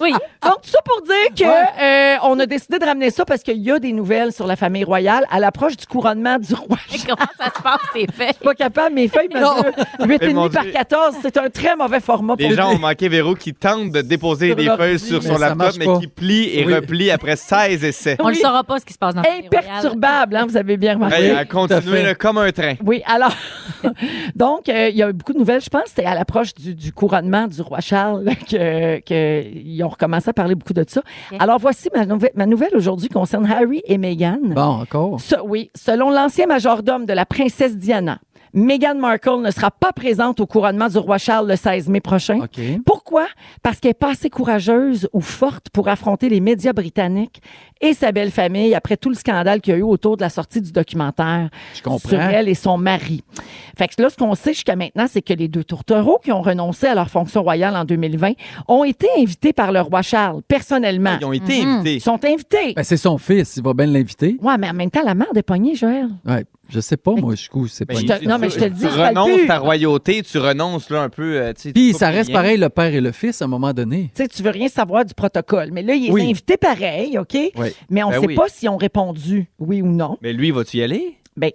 [SPEAKER 7] Oui.
[SPEAKER 4] Donc, tout ça pour dire que euh, on a décidé de ramener ça parce qu'il y a des nouvelles sur la famille royale à l'approche du couronnement du roi. Je suis
[SPEAKER 7] Comment ça se passe, ces faits?
[SPEAKER 4] pas capable, mes feuilles mesurent 8,5
[SPEAKER 5] mon
[SPEAKER 4] par
[SPEAKER 5] Dieu.
[SPEAKER 4] 14. C'est un très mauvais format pour
[SPEAKER 5] Les gens ont manqué Véro qui tente de déposer
[SPEAKER 4] Sur
[SPEAKER 5] des
[SPEAKER 4] leur
[SPEAKER 5] feuilles
[SPEAKER 4] lit,
[SPEAKER 5] sur son
[SPEAKER 3] mais ça
[SPEAKER 5] laptop,
[SPEAKER 3] marche
[SPEAKER 5] mais
[SPEAKER 3] pas.
[SPEAKER 5] qui plie et
[SPEAKER 3] Oui.
[SPEAKER 5] replie après 16 essais.
[SPEAKER 7] On ne
[SPEAKER 4] Oui.
[SPEAKER 7] saura pas ce qui se passe dans le famille royale.
[SPEAKER 4] imperturbable, hein, vous avez bien remarqué.
[SPEAKER 5] Elle a continué
[SPEAKER 3] fait.
[SPEAKER 5] là, comme un train.
[SPEAKER 4] Oui, alors, donc, euh, il y a eu beaucoup de nouvelles. Je pense que c'était à l'approche du, du couronnement du roi Charles qu'ils que ils ont recommencé à parler beaucoup de ça.
[SPEAKER 7] Ok.
[SPEAKER 4] Alors, voici ma, nouvel- ma nouvelle aujourd'hui concerne Harry et Meghan.
[SPEAKER 3] Bon, encore.
[SPEAKER 4] Ce- oui, selon l'ancien majordome de la princesse Diana, Meghan Markle ne sera pas présente au couronnement du roi Charles le 16 mai prochain.
[SPEAKER 3] OK. Ben,
[SPEAKER 4] Pourquoi? Parce qu'elle est pas assez courageuse ou forte pour affronter les médias britanniques et sa belle famille après tout le scandale qu'il y a eu autour de la sortie du documentaire
[SPEAKER 3] Je comprends.
[SPEAKER 4] sur elle et son mari. Fait que là, ce qu'on sait jusqu'à maintenant, c'est que les deux tourtereaux qui ont renoncé à leur fonction royale en 2020 ont été invités par le roi Charles personnellement.
[SPEAKER 5] Ils ont été
[SPEAKER 4] Ils
[SPEAKER 5] invités.
[SPEAKER 4] sont invités.
[SPEAKER 3] Ben, c'est son fils, il va bien l'inviter.
[SPEAKER 4] Ouais, mais en même temps, la mère de poignée, Joël.
[SPEAKER 3] Ouais, je sais pas, moi, jusqu'où c'est
[SPEAKER 5] Ben,
[SPEAKER 3] pas.
[SPEAKER 4] je te- non, mais je te le dis,
[SPEAKER 5] Tu
[SPEAKER 4] je parle
[SPEAKER 5] renonces
[SPEAKER 4] plus.
[SPEAKER 5] ta royauté, tu renonces là un peu. euh, tu sais,
[SPEAKER 3] Puis
[SPEAKER 5] tout
[SPEAKER 3] ça
[SPEAKER 5] pour
[SPEAKER 3] reste
[SPEAKER 5] rien.
[SPEAKER 3] pareil, le père et le fils, à un moment donné.
[SPEAKER 4] Tu sais, tu veux rien savoir du protocole. Mais là, il est
[SPEAKER 3] Oui.
[SPEAKER 4] invité pareil, OK?
[SPEAKER 3] Oui.
[SPEAKER 4] Mais on ne
[SPEAKER 5] Ben
[SPEAKER 4] sait
[SPEAKER 5] oui.
[SPEAKER 4] pas s'ils ont répondu oui ou non.
[SPEAKER 5] Mais lui, vas-tu y aller?
[SPEAKER 4] Ben,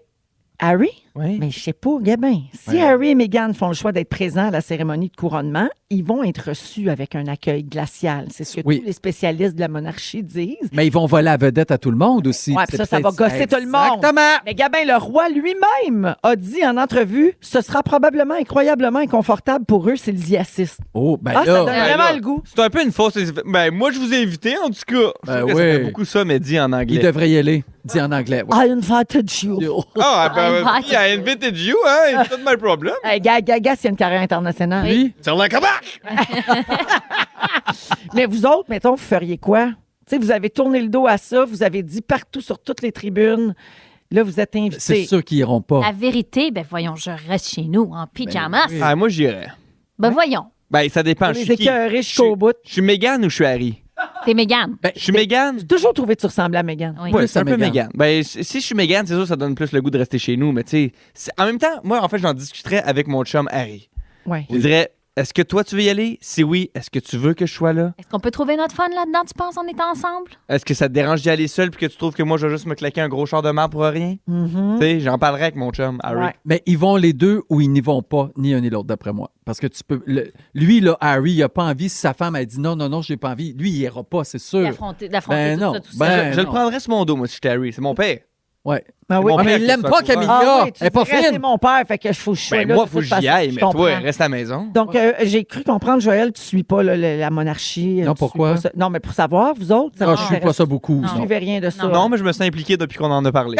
[SPEAKER 4] Harry?
[SPEAKER 5] Oui.
[SPEAKER 4] Mais je sais pas, Gabin. Si Harry et Meghan font le choix d'être présents à la cérémonie de couronnement, ils vont être reçus avec un accueil glacial. C'est ce que
[SPEAKER 3] Oui.
[SPEAKER 4] tous les spécialistes de la monarchie disent.
[SPEAKER 3] Mais ils vont voler la vedette à tout le monde aussi.
[SPEAKER 4] Ouais, puis ça,
[SPEAKER 3] C'est
[SPEAKER 4] ça va
[SPEAKER 3] peut-être-
[SPEAKER 4] gosser tout le monde.
[SPEAKER 3] Exactement.
[SPEAKER 4] Mais Gabin, le roi lui-même a dit en entrevue, ce sera probablement incroyablement inconfortable pour eux s'ils y assistent.
[SPEAKER 3] Oh, ben
[SPEAKER 4] ah, ça
[SPEAKER 3] là.
[SPEAKER 4] donne
[SPEAKER 5] Ben
[SPEAKER 4] vraiment
[SPEAKER 5] là.
[SPEAKER 4] le goût.
[SPEAKER 5] C'est un peu une fausse. Ben, moi, je vous ai invité, en tout cas. Je
[SPEAKER 3] Ben
[SPEAKER 5] trouve que Ça
[SPEAKER 3] oui.
[SPEAKER 5] fait beaucoup ça, mais dit en
[SPEAKER 3] Il
[SPEAKER 5] anglais.
[SPEAKER 3] devrait y aller, dit en anglais. ouais.
[SPEAKER 4] I invited you.
[SPEAKER 5] Ah, ben,
[SPEAKER 7] Ah,
[SPEAKER 5] I invited you, hein? It's not my problem.
[SPEAKER 4] Hey, gars, gars, gars, s'il y a une carrière internationale.
[SPEAKER 3] Lui,
[SPEAKER 5] Sur le Québec!
[SPEAKER 4] Mais vous autres, mettons, vous feriez quoi? Tu sais, vous avez tourné le dos à ça, vous avez dit partout sur toutes les tribunes, là, vous êtes invités.
[SPEAKER 3] c'est sûr qu'ils iront pas.
[SPEAKER 7] La vérité, ben voyons, je reste chez nous en pyjamas. Ben,
[SPEAKER 5] Ah, moi, j'irais.
[SPEAKER 7] voyons,
[SPEAKER 5] Ben, ça dépend.
[SPEAKER 4] Pour
[SPEAKER 5] Je
[SPEAKER 4] les
[SPEAKER 5] suis qui?
[SPEAKER 4] écœurer
[SPEAKER 5] Je suis-
[SPEAKER 4] jusqu'au bout.
[SPEAKER 5] Je suis Mégane ou je suis Harry?
[SPEAKER 7] t'es Mégane.
[SPEAKER 3] Ben,
[SPEAKER 5] Je suis Mégane?
[SPEAKER 4] Toujours trouvé que tu ressembles à Megan.
[SPEAKER 7] Oui.
[SPEAKER 3] Ouais.
[SPEAKER 5] c'est un
[SPEAKER 3] Plus à
[SPEAKER 5] peu
[SPEAKER 3] Mégane.
[SPEAKER 5] Mégane. Ben, si si je suis Mégane, c'est sûr, ça donne plus le goût de rester chez nous. Mais tu sais, c'est- en même temps, moi, en fait, j'en discuterais avec mon chum Harry.
[SPEAKER 4] Ouais.
[SPEAKER 5] Je dirais, est-ce que toi, tu veux y aller? Si oui, est-ce que tu veux que je sois là?
[SPEAKER 7] Est-ce qu'on peut trouver notre fun là-dedans, tu penses, en étant ensemble?
[SPEAKER 5] Est-ce que ça te dérange d'y aller seul puis que tu trouves que moi, je vais juste me claquer un gros char de marbre pour rien?
[SPEAKER 4] Mhm.
[SPEAKER 5] Tu sais, j'en parlerai avec mon chum Harry.
[SPEAKER 4] Ouais.
[SPEAKER 3] Mais ils vont les deux ou ils n'y vont pas, ni un ni l'autre, d'après moi. Parce que tu peux. le- lui, là, Harry, il a pas envie. Si sa femme a dit non, non, non, j'ai pas envie, lui, il ira pas, c'est
[SPEAKER 5] Euh.
[SPEAKER 3] sûr.
[SPEAKER 7] D'affronter d'affronter
[SPEAKER 3] Ben
[SPEAKER 7] tout
[SPEAKER 3] non,
[SPEAKER 7] ça, tout
[SPEAKER 3] ben-
[SPEAKER 7] ça.
[SPEAKER 5] Je le
[SPEAKER 3] non.
[SPEAKER 5] prendrais sur mon dos, moi, si j'étais Harry. C'est mon père.
[SPEAKER 3] Ouais.
[SPEAKER 4] Ah
[SPEAKER 5] Mon
[SPEAKER 3] Ouais,
[SPEAKER 5] père
[SPEAKER 3] mais il
[SPEAKER 5] qui
[SPEAKER 3] l'aime
[SPEAKER 5] soit
[SPEAKER 3] pas,
[SPEAKER 5] courant.
[SPEAKER 3] Camilla.
[SPEAKER 4] Ah oui, tu
[SPEAKER 3] elle est pas
[SPEAKER 4] dirais, C'est
[SPEAKER 3] fine.
[SPEAKER 4] mon père, fait que je faut que je sois
[SPEAKER 5] Ben,
[SPEAKER 4] là,
[SPEAKER 5] moi,
[SPEAKER 4] de
[SPEAKER 5] faut que
[SPEAKER 4] toute
[SPEAKER 5] j'y
[SPEAKER 4] façon,
[SPEAKER 5] aille,
[SPEAKER 4] je
[SPEAKER 5] mais toi,
[SPEAKER 4] comprends.
[SPEAKER 5] reste à la maison.
[SPEAKER 4] Donc, euh, j'ai cru comprendre, Joël, tu suis pas là, le- la monarchie.
[SPEAKER 3] Non,
[SPEAKER 4] tu suis
[SPEAKER 3] pourquoi?
[SPEAKER 4] pas ça. Non, mais pour savoir, vous autres, ça
[SPEAKER 3] Ah,
[SPEAKER 4] vous
[SPEAKER 3] je suis
[SPEAKER 4] intéresse.
[SPEAKER 3] pas ça beaucoup.
[SPEAKER 4] Vous
[SPEAKER 7] Non.
[SPEAKER 3] non.
[SPEAKER 4] suivez rien de ça.
[SPEAKER 5] Non, mais je me sens impliqué depuis qu'on en a parlé.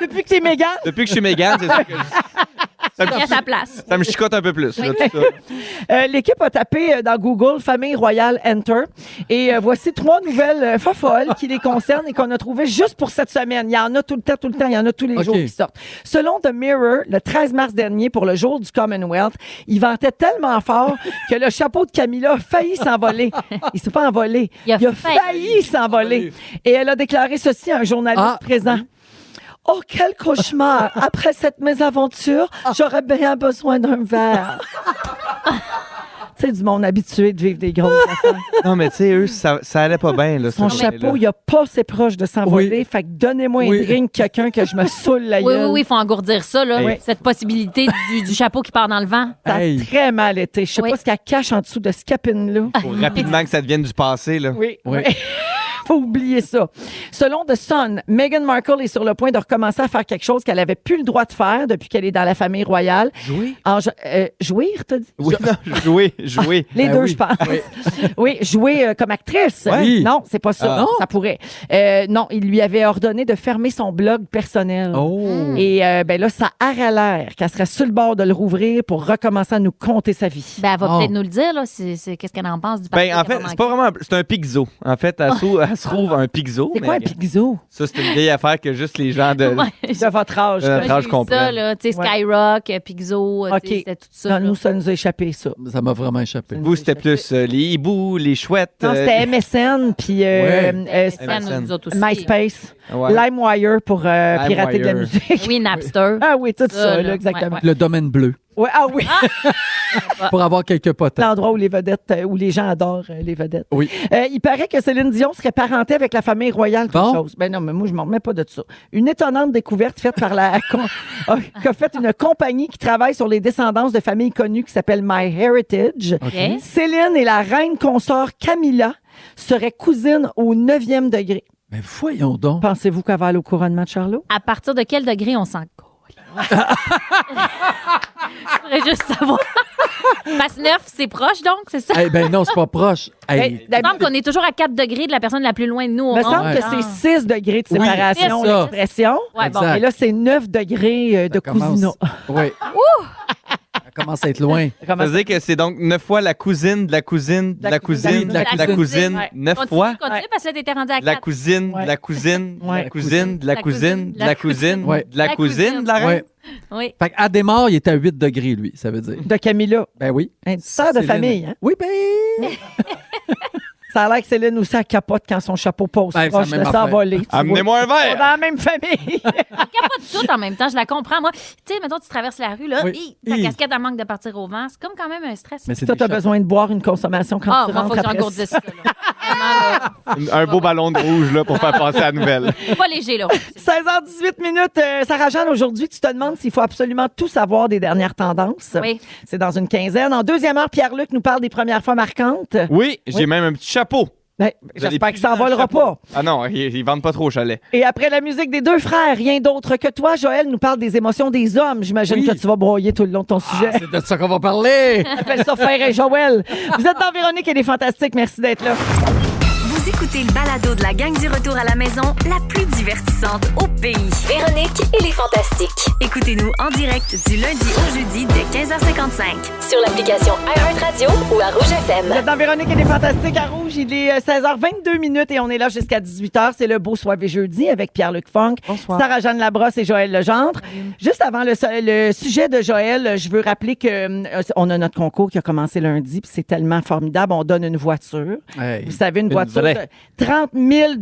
[SPEAKER 4] Depuis que t'es Megan,
[SPEAKER 5] depuis que je suis Mégane, c'est sûr que je- ça,
[SPEAKER 7] Il y a
[SPEAKER 5] me...
[SPEAKER 7] sa place.
[SPEAKER 5] ça me chicote un peu plus. là, tout ça.
[SPEAKER 4] euh, l'équipe a tapé euh, dans Google Famille Royale Enter. Et euh, voici trois nouvelles euh, fofolles qui les concernent et qu'on a trouvées juste pour cette semaine. Il y en a tout le temps, tout le temps. Il y en a tous les
[SPEAKER 3] OK.
[SPEAKER 4] jours qui sortent. Selon The Mirror, le 13 mars dernier, pour le jour du Commonwealth, il ventait tellement fort que le chapeau de Camilla a failli s'envoler. Il s'est pas envolé.
[SPEAKER 7] Il a
[SPEAKER 4] failli, s'envoler. Et elle a déclaré ceci à un journaliste
[SPEAKER 3] Ah,
[SPEAKER 4] présent. Oh, quel cauchemar! Après cette mésaventure,
[SPEAKER 7] Ah.
[SPEAKER 4] j'aurais bien besoin d'un verre. C'est du monde habitué de vivre des grosses affaires.
[SPEAKER 5] Non, mais tu sais, eux, ça, ça allait pas bien.
[SPEAKER 3] Ah,
[SPEAKER 5] là,
[SPEAKER 4] Son
[SPEAKER 5] ce
[SPEAKER 4] chapeau,
[SPEAKER 5] journée-là.
[SPEAKER 4] il a pas ses proches de s'envoler. Fait que donnez-moi un
[SPEAKER 3] Oui.
[SPEAKER 4] drink, quelqu'un que je me saoule la
[SPEAKER 7] Oui, oui,
[SPEAKER 4] gueule.
[SPEAKER 7] oui, il faut engourdir ça, là,
[SPEAKER 5] Oui.
[SPEAKER 7] cette possibilité du, du chapeau qui part dans le vent.
[SPEAKER 4] Ça a
[SPEAKER 3] Hey.
[SPEAKER 4] très mal été. Je sais
[SPEAKER 7] Oui.
[SPEAKER 4] pas ce qu'elle cache en dessous de ce capine-là.
[SPEAKER 5] Faut rapidement que ça devienne du passé. Là.
[SPEAKER 4] Oui.
[SPEAKER 3] Oui.
[SPEAKER 4] oui. Faut oublier ça. Selon The Sun, Meghan Markle est sur le point de recommencer à faire quelque chose qu'elle avait plus le droit de faire depuis qu'elle est dans la famille royale.
[SPEAKER 3] Jouer?
[SPEAKER 4] En jo- euh, jouir, t'as dit?
[SPEAKER 5] Oui, non, jouer, jouer.
[SPEAKER 4] Les
[SPEAKER 3] Ben
[SPEAKER 4] deux,
[SPEAKER 3] oui.
[SPEAKER 4] je pense. Oui, jouer euh, comme actrice.
[SPEAKER 3] Oui.
[SPEAKER 4] Non, c'est pas ça.
[SPEAKER 3] Ah. Non?
[SPEAKER 4] Ça pourrait. Euh, non, il lui avait ordonné de fermer son blog personnel.
[SPEAKER 3] Oh.
[SPEAKER 4] Et euh, ben là, ça a l'air qu'elle serait sur le bord de le rouvrir pour recommencer à nous compter sa vie.
[SPEAKER 7] Ben, elle va
[SPEAKER 3] Oh.
[SPEAKER 7] peut-être nous le dire, là, c'est- c'est- qu'est-ce qu'elle en pense du parti
[SPEAKER 5] Ben, en fait, c'est pas vraiment. un- C'est un pixo. En fait, elle, se- elle se trouve un pixo.
[SPEAKER 3] Oh
[SPEAKER 4] C'est quoi un pixo
[SPEAKER 5] Ça, c'est une vieille affaire que juste les gens de.
[SPEAKER 4] de votre âge?
[SPEAKER 5] Euh,
[SPEAKER 4] quoi?
[SPEAKER 5] Notre âge
[SPEAKER 7] comprends.
[SPEAKER 5] comprend.
[SPEAKER 7] ça, là, tu sais,
[SPEAKER 4] Ouais.
[SPEAKER 7] Skyrock, euh, Pixo, euh, tu sais,
[SPEAKER 4] OK.
[SPEAKER 7] c'était tout
[SPEAKER 4] Non,
[SPEAKER 7] ça. là.
[SPEAKER 4] nous, ça nous a échappé, ça.
[SPEAKER 3] Ça m'a vraiment échappé.
[SPEAKER 5] Vous, c'était plus euh, les hiboux, les chouettes.
[SPEAKER 4] Non,
[SPEAKER 5] euh,
[SPEAKER 4] c'était MSN, puis euh,
[SPEAKER 3] Ouais.
[SPEAKER 4] euh,
[SPEAKER 7] C'est ça, nous, nous autres aussi.
[SPEAKER 4] MySpace,
[SPEAKER 5] ouais.
[SPEAKER 4] LimeWire pour euh, pirater de la
[SPEAKER 5] LimeWire.
[SPEAKER 4] musique.
[SPEAKER 7] Oui, Napster.
[SPEAKER 4] Ah oui, tout ça,
[SPEAKER 7] Ça,
[SPEAKER 4] là,
[SPEAKER 7] là,
[SPEAKER 4] exactement.
[SPEAKER 7] ouais,
[SPEAKER 3] Le domaine bleu.
[SPEAKER 4] Ouais, ah oui,
[SPEAKER 3] pour avoir quelques potins.
[SPEAKER 4] l'endroit où les vedettes, euh, où les gens adorent euh, les vedettes.
[SPEAKER 3] Oui.
[SPEAKER 4] Euh, il paraît que Céline Dion serait parentée avec la famille royale, quelque
[SPEAKER 3] Bon.
[SPEAKER 4] chose. Ben non, mais moi, je m'en remets pas de ça. Une étonnante découverte faite par la. con- euh, qu'a faite une compagnie qui travaille sur les descendances de familles connues qui s'appelle My Heritage.
[SPEAKER 7] Ok.
[SPEAKER 4] Céline et la reine consort Camilla seraient cousines au 9e degré.
[SPEAKER 3] Mais voyons donc.
[SPEAKER 4] Pensez-vous qu'elle va aller au couronnement de Charlot?
[SPEAKER 7] À partir de quel degré on s'en colle? Je voudrais juste savoir. Passe 9, c'est proche donc, c'est ça?
[SPEAKER 3] Eh ben non, c'est pas proche. Hey,
[SPEAKER 4] Ben,
[SPEAKER 7] Il me semble qu'on est toujours à 4 degrés de la personne la plus loin de nous. au
[SPEAKER 4] Il me
[SPEAKER 7] monde.
[SPEAKER 4] semble que
[SPEAKER 7] Ah.
[SPEAKER 4] c'est 6 degrés de
[SPEAKER 3] Oui,
[SPEAKER 4] séparation,
[SPEAKER 3] c'est ça.
[SPEAKER 4] l'expression.
[SPEAKER 7] Ouais, bon.
[SPEAKER 3] Exact.
[SPEAKER 4] Et là, c'est 9 degrés euh, de
[SPEAKER 3] ça commence-
[SPEAKER 4] cousinat.
[SPEAKER 3] Oui. Ça commence à être loin.
[SPEAKER 4] Comment
[SPEAKER 5] Ça veut dire que c'est donc neuf fois la cousine de la cousine de la cousine de la cousine,
[SPEAKER 7] ouais.
[SPEAKER 5] neuf
[SPEAKER 7] Continue,
[SPEAKER 5] fois
[SPEAKER 7] Continue,
[SPEAKER 4] Ouais.
[SPEAKER 7] parce que là, t'étais rendu à
[SPEAKER 5] de la
[SPEAKER 7] 4.
[SPEAKER 5] cousine de la cousine de la
[SPEAKER 4] Ouais.
[SPEAKER 5] cousine de la cousine de la cousine
[SPEAKER 3] Ouais.
[SPEAKER 5] de la
[SPEAKER 7] La
[SPEAKER 5] cousine de la
[SPEAKER 3] Oui.
[SPEAKER 5] reine.
[SPEAKER 7] Oui.
[SPEAKER 3] Fait qu'à démarre, il est à 8 degrés, lui, ça veut dire.
[SPEAKER 4] de Camilla.
[SPEAKER 3] Ben oui.
[SPEAKER 4] Une sœur de
[SPEAKER 3] Céline-
[SPEAKER 4] famille, hein?
[SPEAKER 3] Oui, ben.
[SPEAKER 4] Ça a l'air que Céline aussi, elle capote quand son chapeau pose
[SPEAKER 3] Ben,
[SPEAKER 4] proche
[SPEAKER 3] c'est la
[SPEAKER 4] de
[SPEAKER 3] même
[SPEAKER 4] s'envoler. tu vois.
[SPEAKER 5] Amenez-moi un
[SPEAKER 4] On est dans
[SPEAKER 5] verre.
[SPEAKER 4] la même famille.
[SPEAKER 7] Tout en même temps, je la comprends. Moi, tu sais, mettons, tu traverses la rue, là,
[SPEAKER 3] Oui.
[SPEAKER 7] hi, ta
[SPEAKER 3] Hi.
[SPEAKER 7] casquette, elle manque de partir au vent. C'est comme quand même un stress.
[SPEAKER 3] Mais c'est
[SPEAKER 4] Toi,
[SPEAKER 3] des
[SPEAKER 4] t'as
[SPEAKER 3] chats.
[SPEAKER 4] besoin de boire une consommation quand
[SPEAKER 7] Ah,
[SPEAKER 4] tu
[SPEAKER 7] moi, faut
[SPEAKER 4] rentres
[SPEAKER 7] que
[SPEAKER 4] après
[SPEAKER 7] j'engourdisse ça, là. Vraiment, là.
[SPEAKER 5] Un beau ballon de rouge là pour faire passer la nouvelle.
[SPEAKER 7] Pas léger, là.
[SPEAKER 4] 16h18 minutes. Euh, Sarah Jeanne, aujourd'hui, tu te demandes s'il faut absolument tout savoir des dernières tendances.
[SPEAKER 7] Oui.
[SPEAKER 4] C'est dans une quinzaine. En deuxième heure, Pierre-Luc nous parle des premières fois marquantes.
[SPEAKER 5] Oui, j'ai même un petit chapeau.
[SPEAKER 4] Ben,
[SPEAKER 5] Vous allez
[SPEAKER 4] J'espère que
[SPEAKER 5] plus
[SPEAKER 4] ça
[SPEAKER 5] dans le
[SPEAKER 4] envolera
[SPEAKER 5] chapeau.
[SPEAKER 4] pas.
[SPEAKER 5] Ah non, ils, ils vendent pas trop au chalet.
[SPEAKER 4] Et après la musique des deux frères, rien d'autre que toi, Joël, nous parle des émotions des hommes. J'imagine
[SPEAKER 3] Oui.
[SPEAKER 4] que tu vas broyer tout le long de ton
[SPEAKER 5] Ah,
[SPEAKER 4] sujet.
[SPEAKER 3] C'est de ça qu'on va parler.
[SPEAKER 4] Appelle ça Frère et Joël. Vous êtes dans Véronique, elle est fantastique. Merci d'être là.
[SPEAKER 8] Vous écoutez le balado de la gang du retour à la maison, la plus divertissante au pays. Véronique et les Fantastiques. Écoutez-nous en direct du lundi au jeudi dès 15h55. Sur l'application iHeartRadio ou à Rouge
[SPEAKER 4] Vous
[SPEAKER 8] FM.
[SPEAKER 4] êtes dans Véronique, elle est fantastique à Rouge. Il est euh, 16h22 minutes et on est là jusqu'à 18h. C'est le beau soir et jeudi avec Pierre-Luc Funk, Sarah-Jeanne Labrosse et Joël Legendre. Juste avant le, so- le sujet de Joël, euh, je veux rappeler que euh, on a notre concours qui a commencé lundi puis c'est tellement formidable. On donne une voiture.
[SPEAKER 3] Hey.
[SPEAKER 4] Vous savez, une,
[SPEAKER 5] Une
[SPEAKER 4] voiture
[SPEAKER 5] vraie.
[SPEAKER 4] de 30 000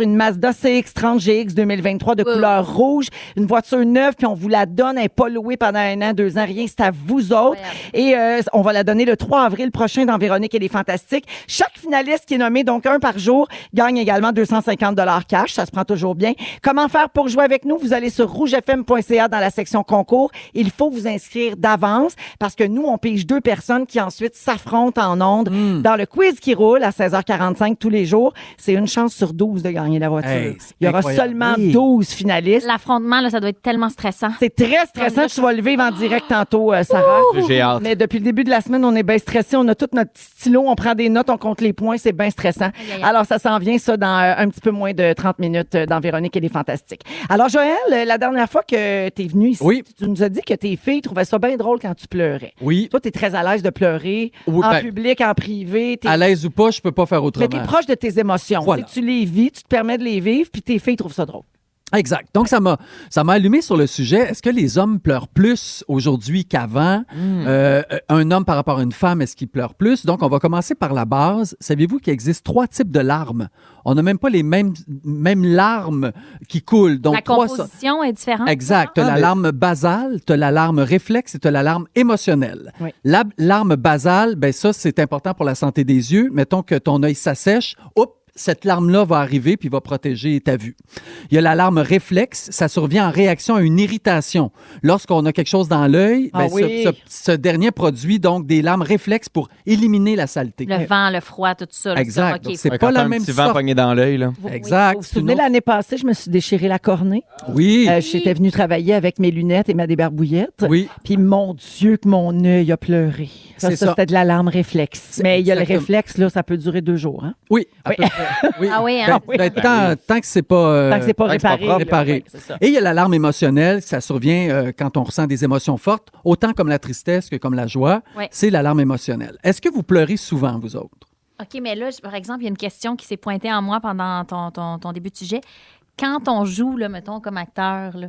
[SPEAKER 4] une Mazda CX-30 GX 2023 de
[SPEAKER 7] Wow.
[SPEAKER 4] couleur rouge, une voiture neuve, puis on vous la donne, elle n'est pas louée pendant un an, deux ans, rien, c'est à vous autres. Et euh, on va la donner le 3 avril prochain dans Véronique et les Fantastiques. Chaque finaliste qui est nommé, donc un par jour, gagne également 250 cash, ça se prend toujours bien. Comment faire pour jouer avec nous? Vous allez sur rougefm.ca dans la section concours. Il faut vous inscrire d'avance parce que nous, on pige deux personnes qui ensuite s'affrontent en ondes
[SPEAKER 3] Hmm.
[SPEAKER 4] dans le quiz qui roule à 16h45 tous les jours. C'est une chance sur 12 de gagner la voiture.
[SPEAKER 3] Hey, c'est
[SPEAKER 4] Il y aura
[SPEAKER 3] incroyable.
[SPEAKER 4] seulement
[SPEAKER 3] Oui.
[SPEAKER 4] 12 finalistes.
[SPEAKER 7] L'affrontement, là, ça doit être tellement stressant.
[SPEAKER 4] C'est très stressant. Tu vas le vivre en direct tantôt, euh, Sarah.
[SPEAKER 5] J'ai hâte.
[SPEAKER 4] Mais depuis le début de la semaine, on est bien stressé. On a tout notre petit stylo, on prend des notes, on compte les points. C'est bien stressant.
[SPEAKER 7] aïe.
[SPEAKER 4] Alors, ça s'en vient, ça, dans euh, un petit peu moins de 30 minutes euh, dans Véronique et les Fantastiques. Alors, Joël, euh, la dernière fois que tu es venu ici,
[SPEAKER 3] Oui.
[SPEAKER 4] tu nous as dit que tes filles trouvaient ça bien drôle quand tu pleurais.
[SPEAKER 3] Oui.
[SPEAKER 4] Toi, tu es très à l'aise de pleurer
[SPEAKER 3] Oui,
[SPEAKER 4] en
[SPEAKER 3] ben,
[SPEAKER 4] public, en privé. t'es-
[SPEAKER 3] À l'aise ou pas, je peux pas faire
[SPEAKER 4] Mais t'es
[SPEAKER 3] autrement.
[SPEAKER 4] proche de tes émotions.
[SPEAKER 3] Voilà.
[SPEAKER 4] Tu sais, Tu les vis, tu te permets de les vivre, puis tes filles trouvent ça drôle.
[SPEAKER 3] Exact. Donc, ça m'a, ça m'a allumé sur le sujet. Est-ce que les hommes pleurent plus aujourd'hui qu'avant?
[SPEAKER 4] Hmm.
[SPEAKER 3] Euh, un homme par rapport à une femme, est-ce qu'il pleure plus? Donc, on va commencer par la base. Savez-vous qu'il existe trois types de larmes? On n'a même pas les mêmes, mêmes larmes qui coulent. Donc,
[SPEAKER 7] La
[SPEAKER 3] trois,
[SPEAKER 7] composition est différente.
[SPEAKER 3] Exact. Tu
[SPEAKER 5] Ah,
[SPEAKER 3] la
[SPEAKER 5] mais-
[SPEAKER 3] larme basale, tu la larme réflexe et tu la larme émotionnelle.
[SPEAKER 4] Oui.
[SPEAKER 3] La larme basale, ben ça, c'est important pour la santé des yeux. Mettons que ton œil s'assèche, oups, cette larme-là va arriver puis va protéger ta vue. Il y a la larme réflexe, ça survient en réaction à une irritation. Lorsqu'on a quelque chose dans l'œil,
[SPEAKER 4] Ah
[SPEAKER 3] ben,
[SPEAKER 4] oui.
[SPEAKER 3] ce, ce- ce dernier produit donc des larmes réflexes pour éliminer la saleté.
[SPEAKER 7] Le vent, le froid, tout ça. là,
[SPEAKER 3] Exact.
[SPEAKER 7] c'est comme, OK,
[SPEAKER 3] Donc, c'est
[SPEAKER 5] Ouais,
[SPEAKER 3] pas
[SPEAKER 5] quand
[SPEAKER 3] la
[SPEAKER 5] t'as un
[SPEAKER 3] même
[SPEAKER 5] petit vent
[SPEAKER 3] sorte.
[SPEAKER 5] pogné dans l'œil là.
[SPEAKER 3] Exact.
[SPEAKER 4] Vous vous souvenez,
[SPEAKER 3] Sinon-
[SPEAKER 4] l'année passée, je me suis déchiré la cornée.
[SPEAKER 3] Oui.
[SPEAKER 4] Euh, J'étais venue travailler avec mes lunettes et ma débarbouillette.
[SPEAKER 3] oui.
[SPEAKER 4] Puis mon Dieu, que mon œil a pleuré. Ça,
[SPEAKER 3] C'est
[SPEAKER 4] ça,
[SPEAKER 3] ça.
[SPEAKER 4] c'était de l'alarme réflexe. Mais il y a le
[SPEAKER 3] exactement.
[SPEAKER 4] réflexe, là, ça peut durer deux jours. Hein?
[SPEAKER 3] Oui. à peu près. Oui.
[SPEAKER 7] Ah oui, hein?
[SPEAKER 3] Ben,
[SPEAKER 7] Oui.
[SPEAKER 3] ben, tant, tant que c'est pas. euh,
[SPEAKER 4] Tant que c'est pas
[SPEAKER 5] tant que c'est pas
[SPEAKER 4] réparé.
[SPEAKER 5] propre.
[SPEAKER 4] là,
[SPEAKER 3] Réparé.
[SPEAKER 4] ouais, c'est ça.
[SPEAKER 3] Et il y a l'alarme émotionnelle, ça survient euh, quand on ressent des émotions fortes, autant comme la tristesse que comme la joie.
[SPEAKER 7] Ouais.
[SPEAKER 3] C'est l'alarme émotionnelle. Est-ce que vous pleurez souvent, vous autres?
[SPEAKER 7] OK, mais là, je- par exemple, il y a une question qui s'est pointée en moi pendant ton, ton- ton début de sujet. Quand on joue, là, mettons, comme acteur, là,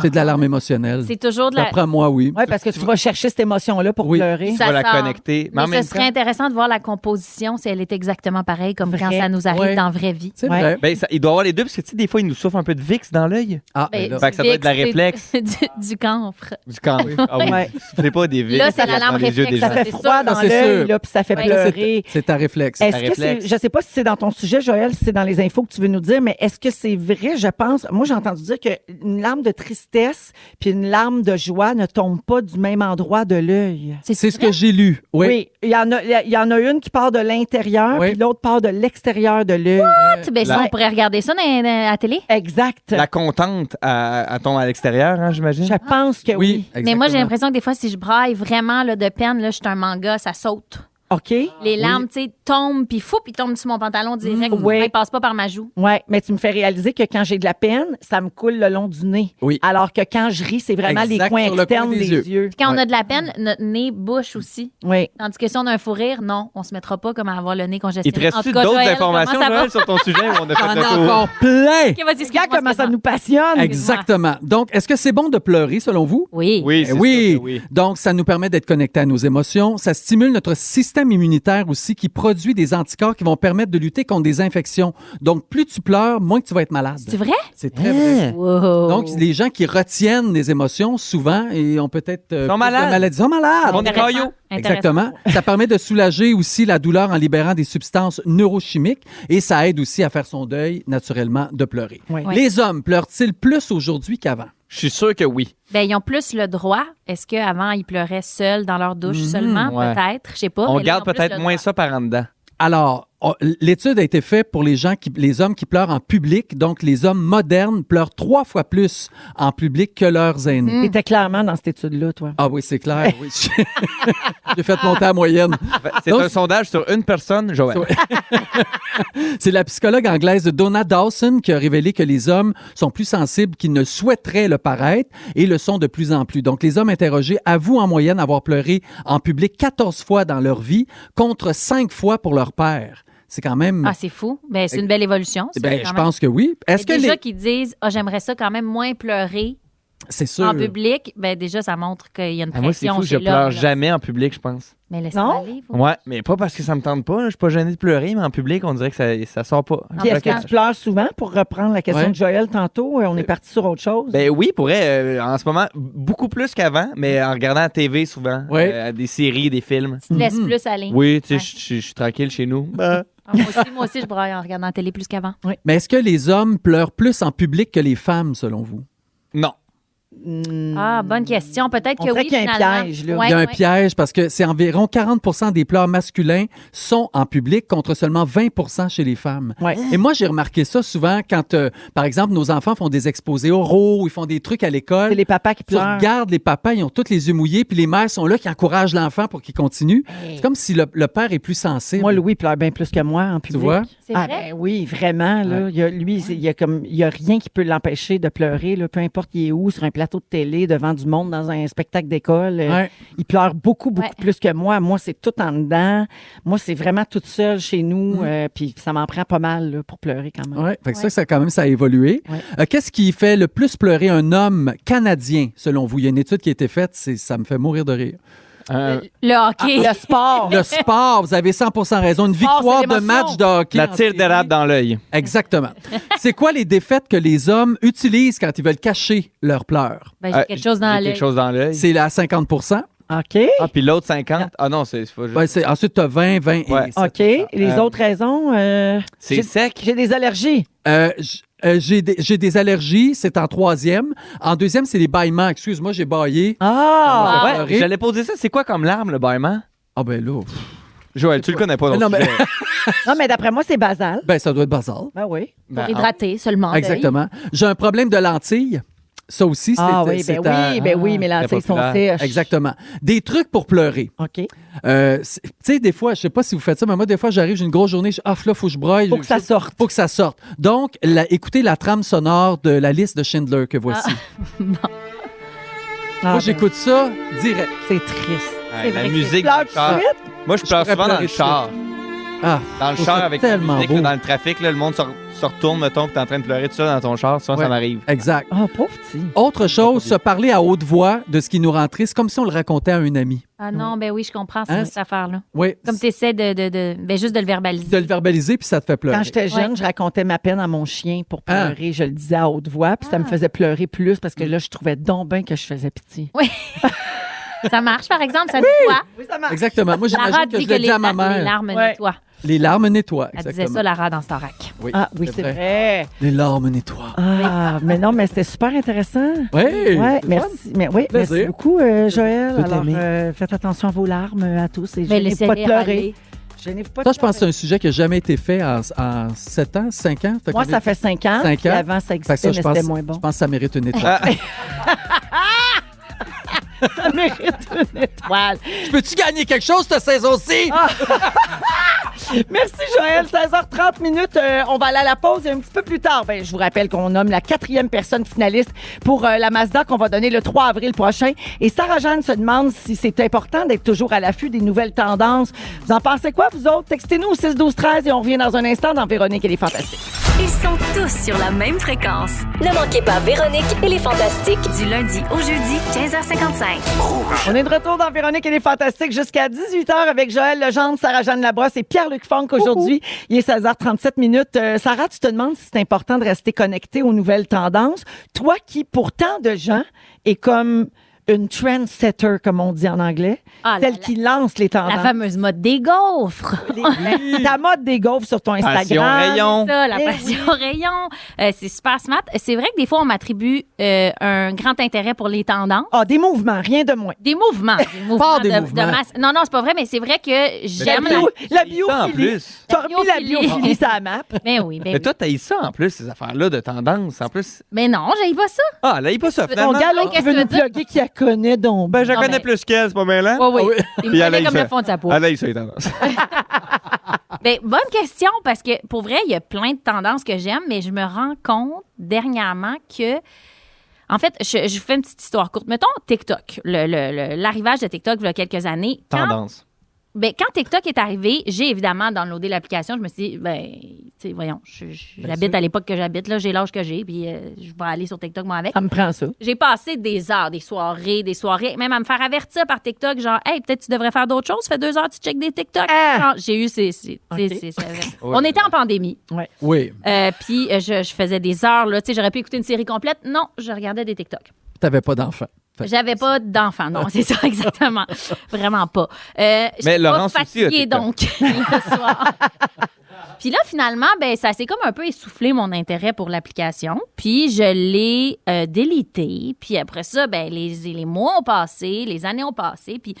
[SPEAKER 3] C'est de l'alarme émotionnelle.
[SPEAKER 7] C'est toujours de la.
[SPEAKER 3] D'après moi, oui.
[SPEAKER 4] Oui, parce que tu vas chercher cette émotion-là pour
[SPEAKER 3] Oui.
[SPEAKER 4] pleurer.
[SPEAKER 7] Ça
[SPEAKER 5] vas la
[SPEAKER 7] sort.
[SPEAKER 5] connecter. Mais en
[SPEAKER 7] Mais,
[SPEAKER 5] même
[SPEAKER 7] ce serait
[SPEAKER 5] temps-
[SPEAKER 7] intéressant de voir la composition si elle est exactement pareille comme quand
[SPEAKER 4] Vrai.
[SPEAKER 7] ça nous arrive
[SPEAKER 3] Ouais.
[SPEAKER 7] dans la vraie vie.
[SPEAKER 3] C'est
[SPEAKER 4] Ouais.
[SPEAKER 3] vrai.
[SPEAKER 5] Ben, ça- il doit avoir les deux, parce que tu sais, des fois, il nous souffle un peu de VIX dans l'œil.
[SPEAKER 3] Ah,
[SPEAKER 7] Ben,
[SPEAKER 3] ben là.
[SPEAKER 5] Fait que ça doit être de la
[SPEAKER 7] c'est-
[SPEAKER 5] réflexe.
[SPEAKER 7] Du, du camphre.
[SPEAKER 5] Du camp. Ah oui.
[SPEAKER 4] Ouais.
[SPEAKER 5] Soufflez pas des VIX.
[SPEAKER 7] Là, c'est
[SPEAKER 5] dans
[SPEAKER 7] l'alarme
[SPEAKER 5] les yeux des
[SPEAKER 7] réflexe.
[SPEAKER 4] Ça
[SPEAKER 5] gens.
[SPEAKER 4] fait
[SPEAKER 7] c'est
[SPEAKER 4] froid
[SPEAKER 7] sûr.
[SPEAKER 4] dans
[SPEAKER 3] Ça, c'est
[SPEAKER 4] l'œil,
[SPEAKER 3] sûr.
[SPEAKER 4] là, puis ça fait
[SPEAKER 7] Ouais.
[SPEAKER 3] Ça, ben c'est-
[SPEAKER 4] pleurer.
[SPEAKER 3] C'est ta réflexe.
[SPEAKER 5] Un
[SPEAKER 4] Est-ce que c'est,
[SPEAKER 5] réflexe.
[SPEAKER 4] je sais pas si c'est dans ton sujet, Joël, si c'est dans les infos que tu veux nous dire, mais est-ce que c'est vrai, je pense, moi j'ai entendu dire qu'une larme de tristesse puis une larme de joie ne tombe pas du même endroit de l'œil.
[SPEAKER 3] C'est ce que j'ai lu. Oui.
[SPEAKER 4] Oui, il y, en a, il y en a une qui part de l'intérieur,
[SPEAKER 3] Oui.
[SPEAKER 4] puis l'autre part de l'extérieur de l'œil.
[SPEAKER 7] Ben, ça,
[SPEAKER 5] La-
[SPEAKER 7] on pourrait regarder ça dans- dans- à la télé.
[SPEAKER 4] Exact.
[SPEAKER 5] La contente, à, à ton à l'extérieur, hein, j'imagine.
[SPEAKER 4] Je pense que oui.
[SPEAKER 3] Ah! Oui,
[SPEAKER 7] Mais moi, j'ai
[SPEAKER 3] exactement.
[SPEAKER 7] l'impression que des fois, si je braille vraiment là, de peine, là, je suis un manga, ça saute.
[SPEAKER 4] OK?
[SPEAKER 7] Les larmes, tu sais, tombent, puis fou, puis tombent sur mon pantalon direct.
[SPEAKER 4] Mm. Ouais.
[SPEAKER 7] Elles passent pas par ma joue.
[SPEAKER 4] Ouais, mais tu me fais réaliser que quand j'ai de la peine, ça me coule le long du nez.
[SPEAKER 3] Oui.
[SPEAKER 4] Alors que quand je ris, c'est vraiment les
[SPEAKER 3] Exact,
[SPEAKER 4] coins
[SPEAKER 3] sur le
[SPEAKER 4] externes
[SPEAKER 3] coin
[SPEAKER 4] des,
[SPEAKER 3] des
[SPEAKER 4] yeux.
[SPEAKER 3] yeux.
[SPEAKER 7] Puis quand on
[SPEAKER 3] Ouais.
[SPEAKER 7] a de la peine, notre nez bouche aussi.
[SPEAKER 4] Oui.
[SPEAKER 7] Tandis que si on a un fou rire, non, on se mettra pas comme à avoir le nez congestionné.
[SPEAKER 5] Il te reste-tu
[SPEAKER 7] En tout cas,
[SPEAKER 5] d'autres
[SPEAKER 7] Joël,
[SPEAKER 5] informations,
[SPEAKER 7] comment ça va?
[SPEAKER 5] Joël, sur ton sujet où on a fait
[SPEAKER 3] J'en ai
[SPEAKER 5] le tour?
[SPEAKER 3] encore plein.
[SPEAKER 7] Ok, vas-y,
[SPEAKER 4] Regarde
[SPEAKER 7] excuse-moi,
[SPEAKER 4] comment ça
[SPEAKER 7] excuse-moi.
[SPEAKER 4] nous passionne.
[SPEAKER 3] Exactement. Donc, est-ce que c'est bon de pleurer selon vous?
[SPEAKER 7] Oui.
[SPEAKER 5] Oui,
[SPEAKER 3] Eh
[SPEAKER 5] c'est
[SPEAKER 3] oui.
[SPEAKER 5] sûr que oui.
[SPEAKER 3] Donc, ça nous permet d'être connectés à nos émotions. Ça stimule notre système immunitaire aussi qui produit des anticorps qui vont permettre de lutter contre des infections. Donc, plus tu pleures, moins que tu vas être malade.
[SPEAKER 7] C'est vrai? Eh!
[SPEAKER 3] C'est très vrai.
[SPEAKER 7] Wow.
[SPEAKER 5] Oh.
[SPEAKER 3] Donc, les gens qui retiennent les émotions, souvent, et ont peut-être euh,
[SPEAKER 5] Sont
[SPEAKER 3] plus de
[SPEAKER 5] malades.
[SPEAKER 3] maladies, sont malades.
[SPEAKER 5] On est
[SPEAKER 7] Intéressant.
[SPEAKER 5] caillou.
[SPEAKER 7] Intéressant.
[SPEAKER 3] Exactement. Ça permet de soulager aussi la douleur en libérant des substances neurochimiques et ça aide aussi à faire son deuil naturellement de pleurer.
[SPEAKER 4] Oui.
[SPEAKER 7] Oui.
[SPEAKER 3] Les hommes pleurent-ils plus aujourd'hui qu'avant?
[SPEAKER 5] Je suis sûr que oui.
[SPEAKER 7] Ben, ils ont plus le droit. Est-ce qu'avant, ils pleuraient seuls dans leur douche seulement?
[SPEAKER 5] Mm, ouais.
[SPEAKER 7] Peut-être. Je sais pas.
[SPEAKER 5] on
[SPEAKER 7] mais là, ils
[SPEAKER 5] garde
[SPEAKER 7] ont plus
[SPEAKER 5] peut-être
[SPEAKER 7] le
[SPEAKER 5] moins
[SPEAKER 7] droit.
[SPEAKER 5] ça par en dedans.
[SPEAKER 3] Alors, on- l'étude a été faite pour les gens qui, les hommes qui pleurent en public. Donc, les hommes modernes pleurent trois fois plus en public que leurs aînés.
[SPEAKER 7] Mm.
[SPEAKER 4] T'étais clairement dans cette étude-là, toi.
[SPEAKER 3] Ah oui, c'est clair. Oui. J'ai fait monter à moyenne.
[SPEAKER 5] C'est
[SPEAKER 3] Donc,
[SPEAKER 5] un sondage sur une personne, Joël.
[SPEAKER 3] C'est la psychologue anglaise Donna Dawson qui a révélé que les hommes sont plus sensibles qu'ils ne souhaiteraient le paraître et le sont de plus en plus. Donc, les hommes interrogés avouent en moyenne avoir pleuré en public 14 fois dans leur vie contre 5 fois pour leur père. C'est quand même...
[SPEAKER 7] Ah, c'est fou. Ben, c'est une belle évolution. ça,
[SPEAKER 3] Mm. ben,
[SPEAKER 7] quand
[SPEAKER 3] je
[SPEAKER 7] même.
[SPEAKER 3] pense que oui. Est-ce
[SPEAKER 7] Mais
[SPEAKER 3] que
[SPEAKER 7] déjà
[SPEAKER 3] les...
[SPEAKER 7] qui disent Ah, j'aimerais ça quand même moins pleurer
[SPEAKER 3] C'est sûr.
[SPEAKER 7] en public, ben déjà, ça montre qu'il y a une
[SPEAKER 5] Ah,
[SPEAKER 7] pression
[SPEAKER 5] moi, c'est fou,
[SPEAKER 7] chez
[SPEAKER 5] je
[SPEAKER 7] l'homme, là.
[SPEAKER 5] pleure jamais en public, je pense.
[SPEAKER 7] Mais laisse
[SPEAKER 4] Non?
[SPEAKER 7] aller. vous.
[SPEAKER 5] Ouais, mais pas parce que ça me tente pas. là. Je suis pas gêné de pleurer, mais en public, on dirait que ça, ça sort pas.
[SPEAKER 4] Puis est-ce que
[SPEAKER 7] Blocage.
[SPEAKER 4] tu pleures souvent pour reprendre la question
[SPEAKER 3] Ouais.
[SPEAKER 4] de Joël tantôt? euh, On est parti sur autre chose.
[SPEAKER 5] Ben oui, pour vrai, euh, en ce moment, beaucoup plus qu'avant, mais en regardant la TV souvent,
[SPEAKER 3] Ouais.
[SPEAKER 5] euh, des séries, des films.
[SPEAKER 7] Tu te laisses plus aller.
[SPEAKER 5] Oui, tu sais, je- je je suis tranquille chez nous.
[SPEAKER 7] Ah, moi, aussi, moi aussi, je braille en regardant la télé plus qu'avant.
[SPEAKER 3] Mais est-ce que les hommes pleurent plus en public que les femmes, selon vous?
[SPEAKER 5] Non.
[SPEAKER 7] Ah, bonne question. Peut-être
[SPEAKER 4] On
[SPEAKER 7] que
[SPEAKER 4] dirait
[SPEAKER 7] oui.
[SPEAKER 4] qu'il y a un
[SPEAKER 7] finalement.
[SPEAKER 4] piège, là.
[SPEAKER 7] Ouais,
[SPEAKER 3] Mm. Il y a un
[SPEAKER 7] ouais.
[SPEAKER 3] piège parce que c'est environ 40 des pleurs masculins sont en public contre seulement 20 chez les femmes.
[SPEAKER 4] Ouais.
[SPEAKER 3] Et moi, j'ai remarqué ça souvent quand, euh, par exemple, nos enfants font des exposés oraux, ils font des trucs à
[SPEAKER 4] C'est
[SPEAKER 3] l'école.
[SPEAKER 4] les papas qui
[SPEAKER 3] Tu
[SPEAKER 4] pleurent.
[SPEAKER 3] regardes les papas, ils ont tous les yeux mouillés, puis les mères sont là qui encouragent l'enfant pour qu'il continue. C'est comme si le, le père est plus sensible.
[SPEAKER 4] Moi, Louis pleure bien plus que moi en public.
[SPEAKER 3] vois?
[SPEAKER 7] C'est
[SPEAKER 4] Ah
[SPEAKER 7] vrai?
[SPEAKER 4] ben oui, vraiment. Là, il y a, lui, c'est- il y a comme il y a rien qui peut l'empêcher de pleurer. Là, peu importe il est où, sur un plateau de télé, devant du monde, dans un spectacle d'école. euh,
[SPEAKER 3] Ouais.
[SPEAKER 4] Il pleure beaucoup, beaucoup
[SPEAKER 7] Ouais.
[SPEAKER 4] plus que moi. Moi, c'est tout en dedans. Moi, c'est vraiment toute seule chez nous. euh, puis ça m'en prend pas mal là, pour pleurer quand même.
[SPEAKER 3] Ouais, fait que ça, ça, quand même, ça a évolué.
[SPEAKER 4] Ouais.
[SPEAKER 3] Euh, Qu'est-ce qui fait le plus pleurer un homme canadien, selon vous? Il y a une étude qui a été faite, c'est- ça me fait mourir de rire.
[SPEAKER 5] Euh,
[SPEAKER 7] Le hockey.
[SPEAKER 3] Ah.
[SPEAKER 4] Le sport.
[SPEAKER 3] Le sport, vous avez 100 raison. Une
[SPEAKER 4] Oh. Sport,
[SPEAKER 3] victoire
[SPEAKER 4] c'est
[SPEAKER 3] de
[SPEAKER 4] l'émotion.
[SPEAKER 3] match de hockey.
[SPEAKER 5] la
[SPEAKER 3] en
[SPEAKER 5] tire
[SPEAKER 3] série.
[SPEAKER 5] d'érable dans l'œil.
[SPEAKER 3] Exactement. C'est quoi les défaites que les hommes utilisent quand ils veulent cacher leurs pleurs?
[SPEAKER 7] Ben, j'ai
[SPEAKER 5] Euh,
[SPEAKER 7] quelque chose dans
[SPEAKER 5] j'ai
[SPEAKER 7] l'œil.
[SPEAKER 5] Quelque chose dans l'œil.
[SPEAKER 3] C'est la 50
[SPEAKER 4] OK.
[SPEAKER 5] Ah, puis l'autre 50. Ah non, c'est c'est pas juste.
[SPEAKER 3] Ouais, c'est- Ensuite, tu as 20, 20 et
[SPEAKER 5] Ouais.
[SPEAKER 3] sept.
[SPEAKER 4] OK. Les
[SPEAKER 5] Euh,
[SPEAKER 4] autres raisons, euh,
[SPEAKER 5] c'est
[SPEAKER 4] j'ai-
[SPEAKER 5] sec.
[SPEAKER 4] j'ai des allergies.
[SPEAKER 3] Euh, j- euh, j'ai des, j'ai des allergies, c'est en troisième. En deuxième, c'est les bâillements. Excuse-moi, j'ai bâillé.
[SPEAKER 4] Ah!
[SPEAKER 3] Ah,
[SPEAKER 5] Ouais,
[SPEAKER 3] pleurer.
[SPEAKER 5] j'allais poser ça. C'est quoi comme larme, le bâillement?
[SPEAKER 3] Ah ben là, pff,
[SPEAKER 5] Joël, tu le connais pas. donc
[SPEAKER 3] Non, mais-
[SPEAKER 5] tu-
[SPEAKER 4] Non, mais d'après moi, c'est basal.
[SPEAKER 3] ben ça doit être basal.
[SPEAKER 4] Ben oui.
[SPEAKER 7] Pour
[SPEAKER 5] Ben,
[SPEAKER 7] hydrater seulement. l'œil.
[SPEAKER 3] Exactement. J'ai un problème de lentilles. Ça aussi, c'est...
[SPEAKER 4] Ah oui,
[SPEAKER 3] c'est
[SPEAKER 4] ben
[SPEAKER 3] à-
[SPEAKER 4] oui, ben oui, mais là, tu
[SPEAKER 5] très
[SPEAKER 4] sais, ils sont
[SPEAKER 5] populaire.
[SPEAKER 4] sèches.
[SPEAKER 3] Exactement. Des trucs pour pleurer.
[SPEAKER 4] OK.
[SPEAKER 3] Euh, c'est- tu sais, des fois, je sais pas si vous faites ça, mais moi, des fois, j'arrive, j'ai une grosse journée, je ah, là, faut que je broille.
[SPEAKER 4] Pour que ça sorte.
[SPEAKER 3] Faut que ça sorte. Donc, la- écoutez la trame sonore de la liste de Schindler que voici.
[SPEAKER 4] Ah,
[SPEAKER 3] Moi,
[SPEAKER 4] ben,
[SPEAKER 3] j'écoute ça direct.
[SPEAKER 4] C'est triste.
[SPEAKER 5] Ah,
[SPEAKER 7] C'est
[SPEAKER 5] la
[SPEAKER 7] vrai que
[SPEAKER 5] musique.
[SPEAKER 4] Pleure
[SPEAKER 5] du
[SPEAKER 4] tout de
[SPEAKER 5] char.
[SPEAKER 4] suite.
[SPEAKER 5] Moi, je pleure
[SPEAKER 3] pourrais
[SPEAKER 5] souvent dans
[SPEAKER 3] pleurer
[SPEAKER 5] le
[SPEAKER 3] tout de
[SPEAKER 5] char.
[SPEAKER 3] Ah,
[SPEAKER 5] Dans le
[SPEAKER 3] je trouve
[SPEAKER 5] char
[SPEAKER 3] ça
[SPEAKER 5] avec la
[SPEAKER 3] tellement
[SPEAKER 5] musique,
[SPEAKER 3] beau.
[SPEAKER 5] là, dans le trafic, là, le monde se, re- se retourne, mettons, puis t'es en train de pleurer tout ça dans ton char. Souvent,
[SPEAKER 3] Ouais.
[SPEAKER 5] ça m'arrive.
[SPEAKER 3] Exact.
[SPEAKER 4] Ah, pauvre petit.
[SPEAKER 3] Autre chose, se parler à haute voix de ce qui nous rend triste, comme si on le racontait à un ami.
[SPEAKER 7] Ah non, ben oui, je comprends
[SPEAKER 3] Hein?
[SPEAKER 7] c'est cette affaire-là.
[SPEAKER 3] Oui.
[SPEAKER 7] Comme tu essaies de, de, de- ben juste de le
[SPEAKER 3] de
[SPEAKER 7] verbaliser.
[SPEAKER 3] le verbaliser, puis ça te fait pleurer.
[SPEAKER 4] Quand j'étais jeune, je racontais ma peine à mon chien pour
[SPEAKER 3] Ah.
[SPEAKER 4] pleurer. Je le disais à haute voix, puis
[SPEAKER 5] Ah.
[SPEAKER 4] ça me faisait pleurer plus parce que là, je trouvais donc bien que je faisais pitié.
[SPEAKER 7] Ça marche, par exemple, ça dit toi.
[SPEAKER 4] Oui, ça marche.
[SPEAKER 3] Exactement. Moi,
[SPEAKER 7] Lara
[SPEAKER 3] j'imagine que
[SPEAKER 7] dit
[SPEAKER 3] je
[SPEAKER 7] que
[SPEAKER 3] le
[SPEAKER 7] les,
[SPEAKER 3] dis à ma
[SPEAKER 7] la- les
[SPEAKER 3] mère.
[SPEAKER 7] larmes
[SPEAKER 4] Ouais.
[SPEAKER 7] nettoient.
[SPEAKER 3] Les larmes nettoient.
[SPEAKER 7] Elle
[SPEAKER 3] Exactement.
[SPEAKER 7] disait ça, Lara, dans Starac.
[SPEAKER 3] Oui,
[SPEAKER 4] Ah oui, c'est vrai.
[SPEAKER 3] Les larmes nettoient.
[SPEAKER 4] Ah, mais non, mais c'était super intéressant.
[SPEAKER 3] Oui.
[SPEAKER 4] Ouais, merci. Mais oui,
[SPEAKER 3] Plaisir.
[SPEAKER 4] merci beaucoup, euh, Joël.
[SPEAKER 3] Tout
[SPEAKER 4] Alors,
[SPEAKER 3] aimé.
[SPEAKER 4] euh, faites attention à vos larmes euh, à tous et
[SPEAKER 7] Mais
[SPEAKER 4] gênez-vous pas de
[SPEAKER 7] laissez-les
[SPEAKER 4] pleurer.
[SPEAKER 7] aller.
[SPEAKER 4] Gênez-vous pas de
[SPEAKER 3] Ça, je pense que c'est
[SPEAKER 4] pleurer.
[SPEAKER 3] un sujet qui n'a jamais été fait en, 7 ans, 5 ans.
[SPEAKER 4] Moi, ça fait cinq ans.
[SPEAKER 3] Cinq
[SPEAKER 4] puis
[SPEAKER 3] ans.
[SPEAKER 4] avant, ça
[SPEAKER 3] Fait que ça,
[SPEAKER 4] existait,
[SPEAKER 3] je
[SPEAKER 4] mais
[SPEAKER 3] pense,
[SPEAKER 4] c'était moins
[SPEAKER 3] je
[SPEAKER 4] bon.
[SPEAKER 3] pense que ça mérite une étoile.
[SPEAKER 5] Ah,
[SPEAKER 4] Ça mérite une étoile.
[SPEAKER 3] Peux-tu gagner quelque chose cette saison-ci?
[SPEAKER 4] Ah! Merci Joël, 16h30 minutes. euh, on va aller à la pause et un petit peu plus tard. Ben, je vous rappelle qu'on nomme la quatrième personne finaliste pour euh, la Mazda qu'on va donner le 3 avril prochain. Et Sarah-Jeanne se demande si c'est important d'être toujours à l'affût des nouvelles tendances. Vous en pensez quoi, vous autres? Textez-nous au 6-12-13 et on revient dans un instant dans Véronique et les Fantastiques.
[SPEAKER 8] Ils sont tous sur la même fréquence. Ne manquez pas Véronique et les Fantastiques du lundi au jeudi 15h55.
[SPEAKER 4] On est de retour dans Véronique et les Fantastiques jusqu'à 18h avec Joël Legendre, Sarah-Jeanne Labrosse et Pierre-Luc Funk aujourd'hui. Il est 16h37 minutes. Euh, Sarah, tu te demandes si c'est important de rester connecté aux nouvelles tendances. Toi qui, pour tant de gens, est comme une trendsetter, comme on dit en anglais,
[SPEAKER 7] Ah là
[SPEAKER 4] celle
[SPEAKER 7] là.
[SPEAKER 4] qui lance les
[SPEAKER 7] La
[SPEAKER 4] tendances.
[SPEAKER 7] fameuse mode des gaufres.
[SPEAKER 4] Les- Ta mode des gaufres sur ton
[SPEAKER 5] Passion
[SPEAKER 4] Instagram.
[SPEAKER 5] rayon.
[SPEAKER 7] ça, la
[SPEAKER 4] Eh
[SPEAKER 7] passion au rayon. Euh, c'est super smart. C'est vrai que des fois, on m'attribue euh, un grand intérêt pour les tendances.
[SPEAKER 4] Ah, des mouvements, rien de moins.
[SPEAKER 7] Des mouvements. Des mouvements,
[SPEAKER 3] des
[SPEAKER 7] de, de
[SPEAKER 3] mouvements.
[SPEAKER 7] masse. Non, non, c'est pas vrai, mais c'est vrai que
[SPEAKER 4] La,
[SPEAKER 7] j'aime. la-
[SPEAKER 4] bio, la
[SPEAKER 5] Ça, en
[SPEAKER 4] biophilie.
[SPEAKER 5] plus.
[SPEAKER 4] T'as remis la
[SPEAKER 7] biophilie.
[SPEAKER 4] biophilie sur la map.
[SPEAKER 7] Mais oui, ben
[SPEAKER 5] Mais
[SPEAKER 7] oui.
[SPEAKER 5] toi, t'as eu ça en plus, ces affaires-là de tendance. En plus.
[SPEAKER 7] Mais non, j'aille pas ça.
[SPEAKER 5] Ah, là, il pas ça
[SPEAKER 4] Mon
[SPEAKER 5] finalement.
[SPEAKER 4] gars, là,
[SPEAKER 7] mais
[SPEAKER 4] qui
[SPEAKER 7] qu'est-ce
[SPEAKER 4] veut
[SPEAKER 7] que
[SPEAKER 4] nous
[SPEAKER 7] tu veux dire?
[SPEAKER 4] plugger, qui la connaît donc.
[SPEAKER 5] Ben, je
[SPEAKER 7] Non,
[SPEAKER 5] connais
[SPEAKER 7] mais-
[SPEAKER 5] plus qu'elle, c'est pas mal, là.
[SPEAKER 7] Oui, oui. Il me
[SPEAKER 5] Ah Puis elle
[SPEAKER 7] connaît
[SPEAKER 5] a eu
[SPEAKER 7] comme
[SPEAKER 5] ça.
[SPEAKER 7] le fond de sa peau.
[SPEAKER 5] Allez, ça, les tendances.
[SPEAKER 7] Ben, bonne question, parce que pour vrai, il y a plein de tendances que j'aime, mais je me rends compte dernièrement que. En fait, je, je vous fais une petite histoire courte. Mettons TikTok, le- le- le- l'arrivage de TikTok il y a quelques années. Quand
[SPEAKER 5] Tendance.
[SPEAKER 7] Ben, quand TikTok est arrivé, j'ai évidemment downloadé l'application. Je me suis dit, ben, tu sais, voyons, je- je- j'habite à l'époque que j'habite, là, j'ai l'âge que j'ai, puis euh, je vais aller sur TikTok moi avec.
[SPEAKER 4] Ça me prend ça.
[SPEAKER 7] J'ai passé des heures, des soirées, des soirées, même à me faire avertir par TikTok, genre, hey, peut-être tu devrais faire d'autres choses, ça fait deux heures, tu checkes des TikTok.
[SPEAKER 4] Ah!
[SPEAKER 7] Genre, J'ai eu ces. ces-
[SPEAKER 4] Ok.
[SPEAKER 7] ces- ces- ces- On était en pandémie,
[SPEAKER 3] Oui.
[SPEAKER 7] euh, puis euh, je, je faisais des heures, là, tu sais, j'aurais pu écouter une série complète. Non, je regardais des TikTok.
[SPEAKER 3] T'avais pas d'enfant. Fait-
[SPEAKER 7] J'avais pas d'enfant, non, c'est ça exactement. Vraiment pas. Euh, j'étais pas
[SPEAKER 5] Laurence aussi a
[SPEAKER 7] fatiguée,
[SPEAKER 5] TikTok.
[SPEAKER 7] donc le soir. Puis là, finalement, ben, ça s'est comme un peu essoufflé mon intérêt pour l'application. Puis je l'ai euh, délété. Puis après ça, ben, les, les mois ont passé, les années ont passé. Puis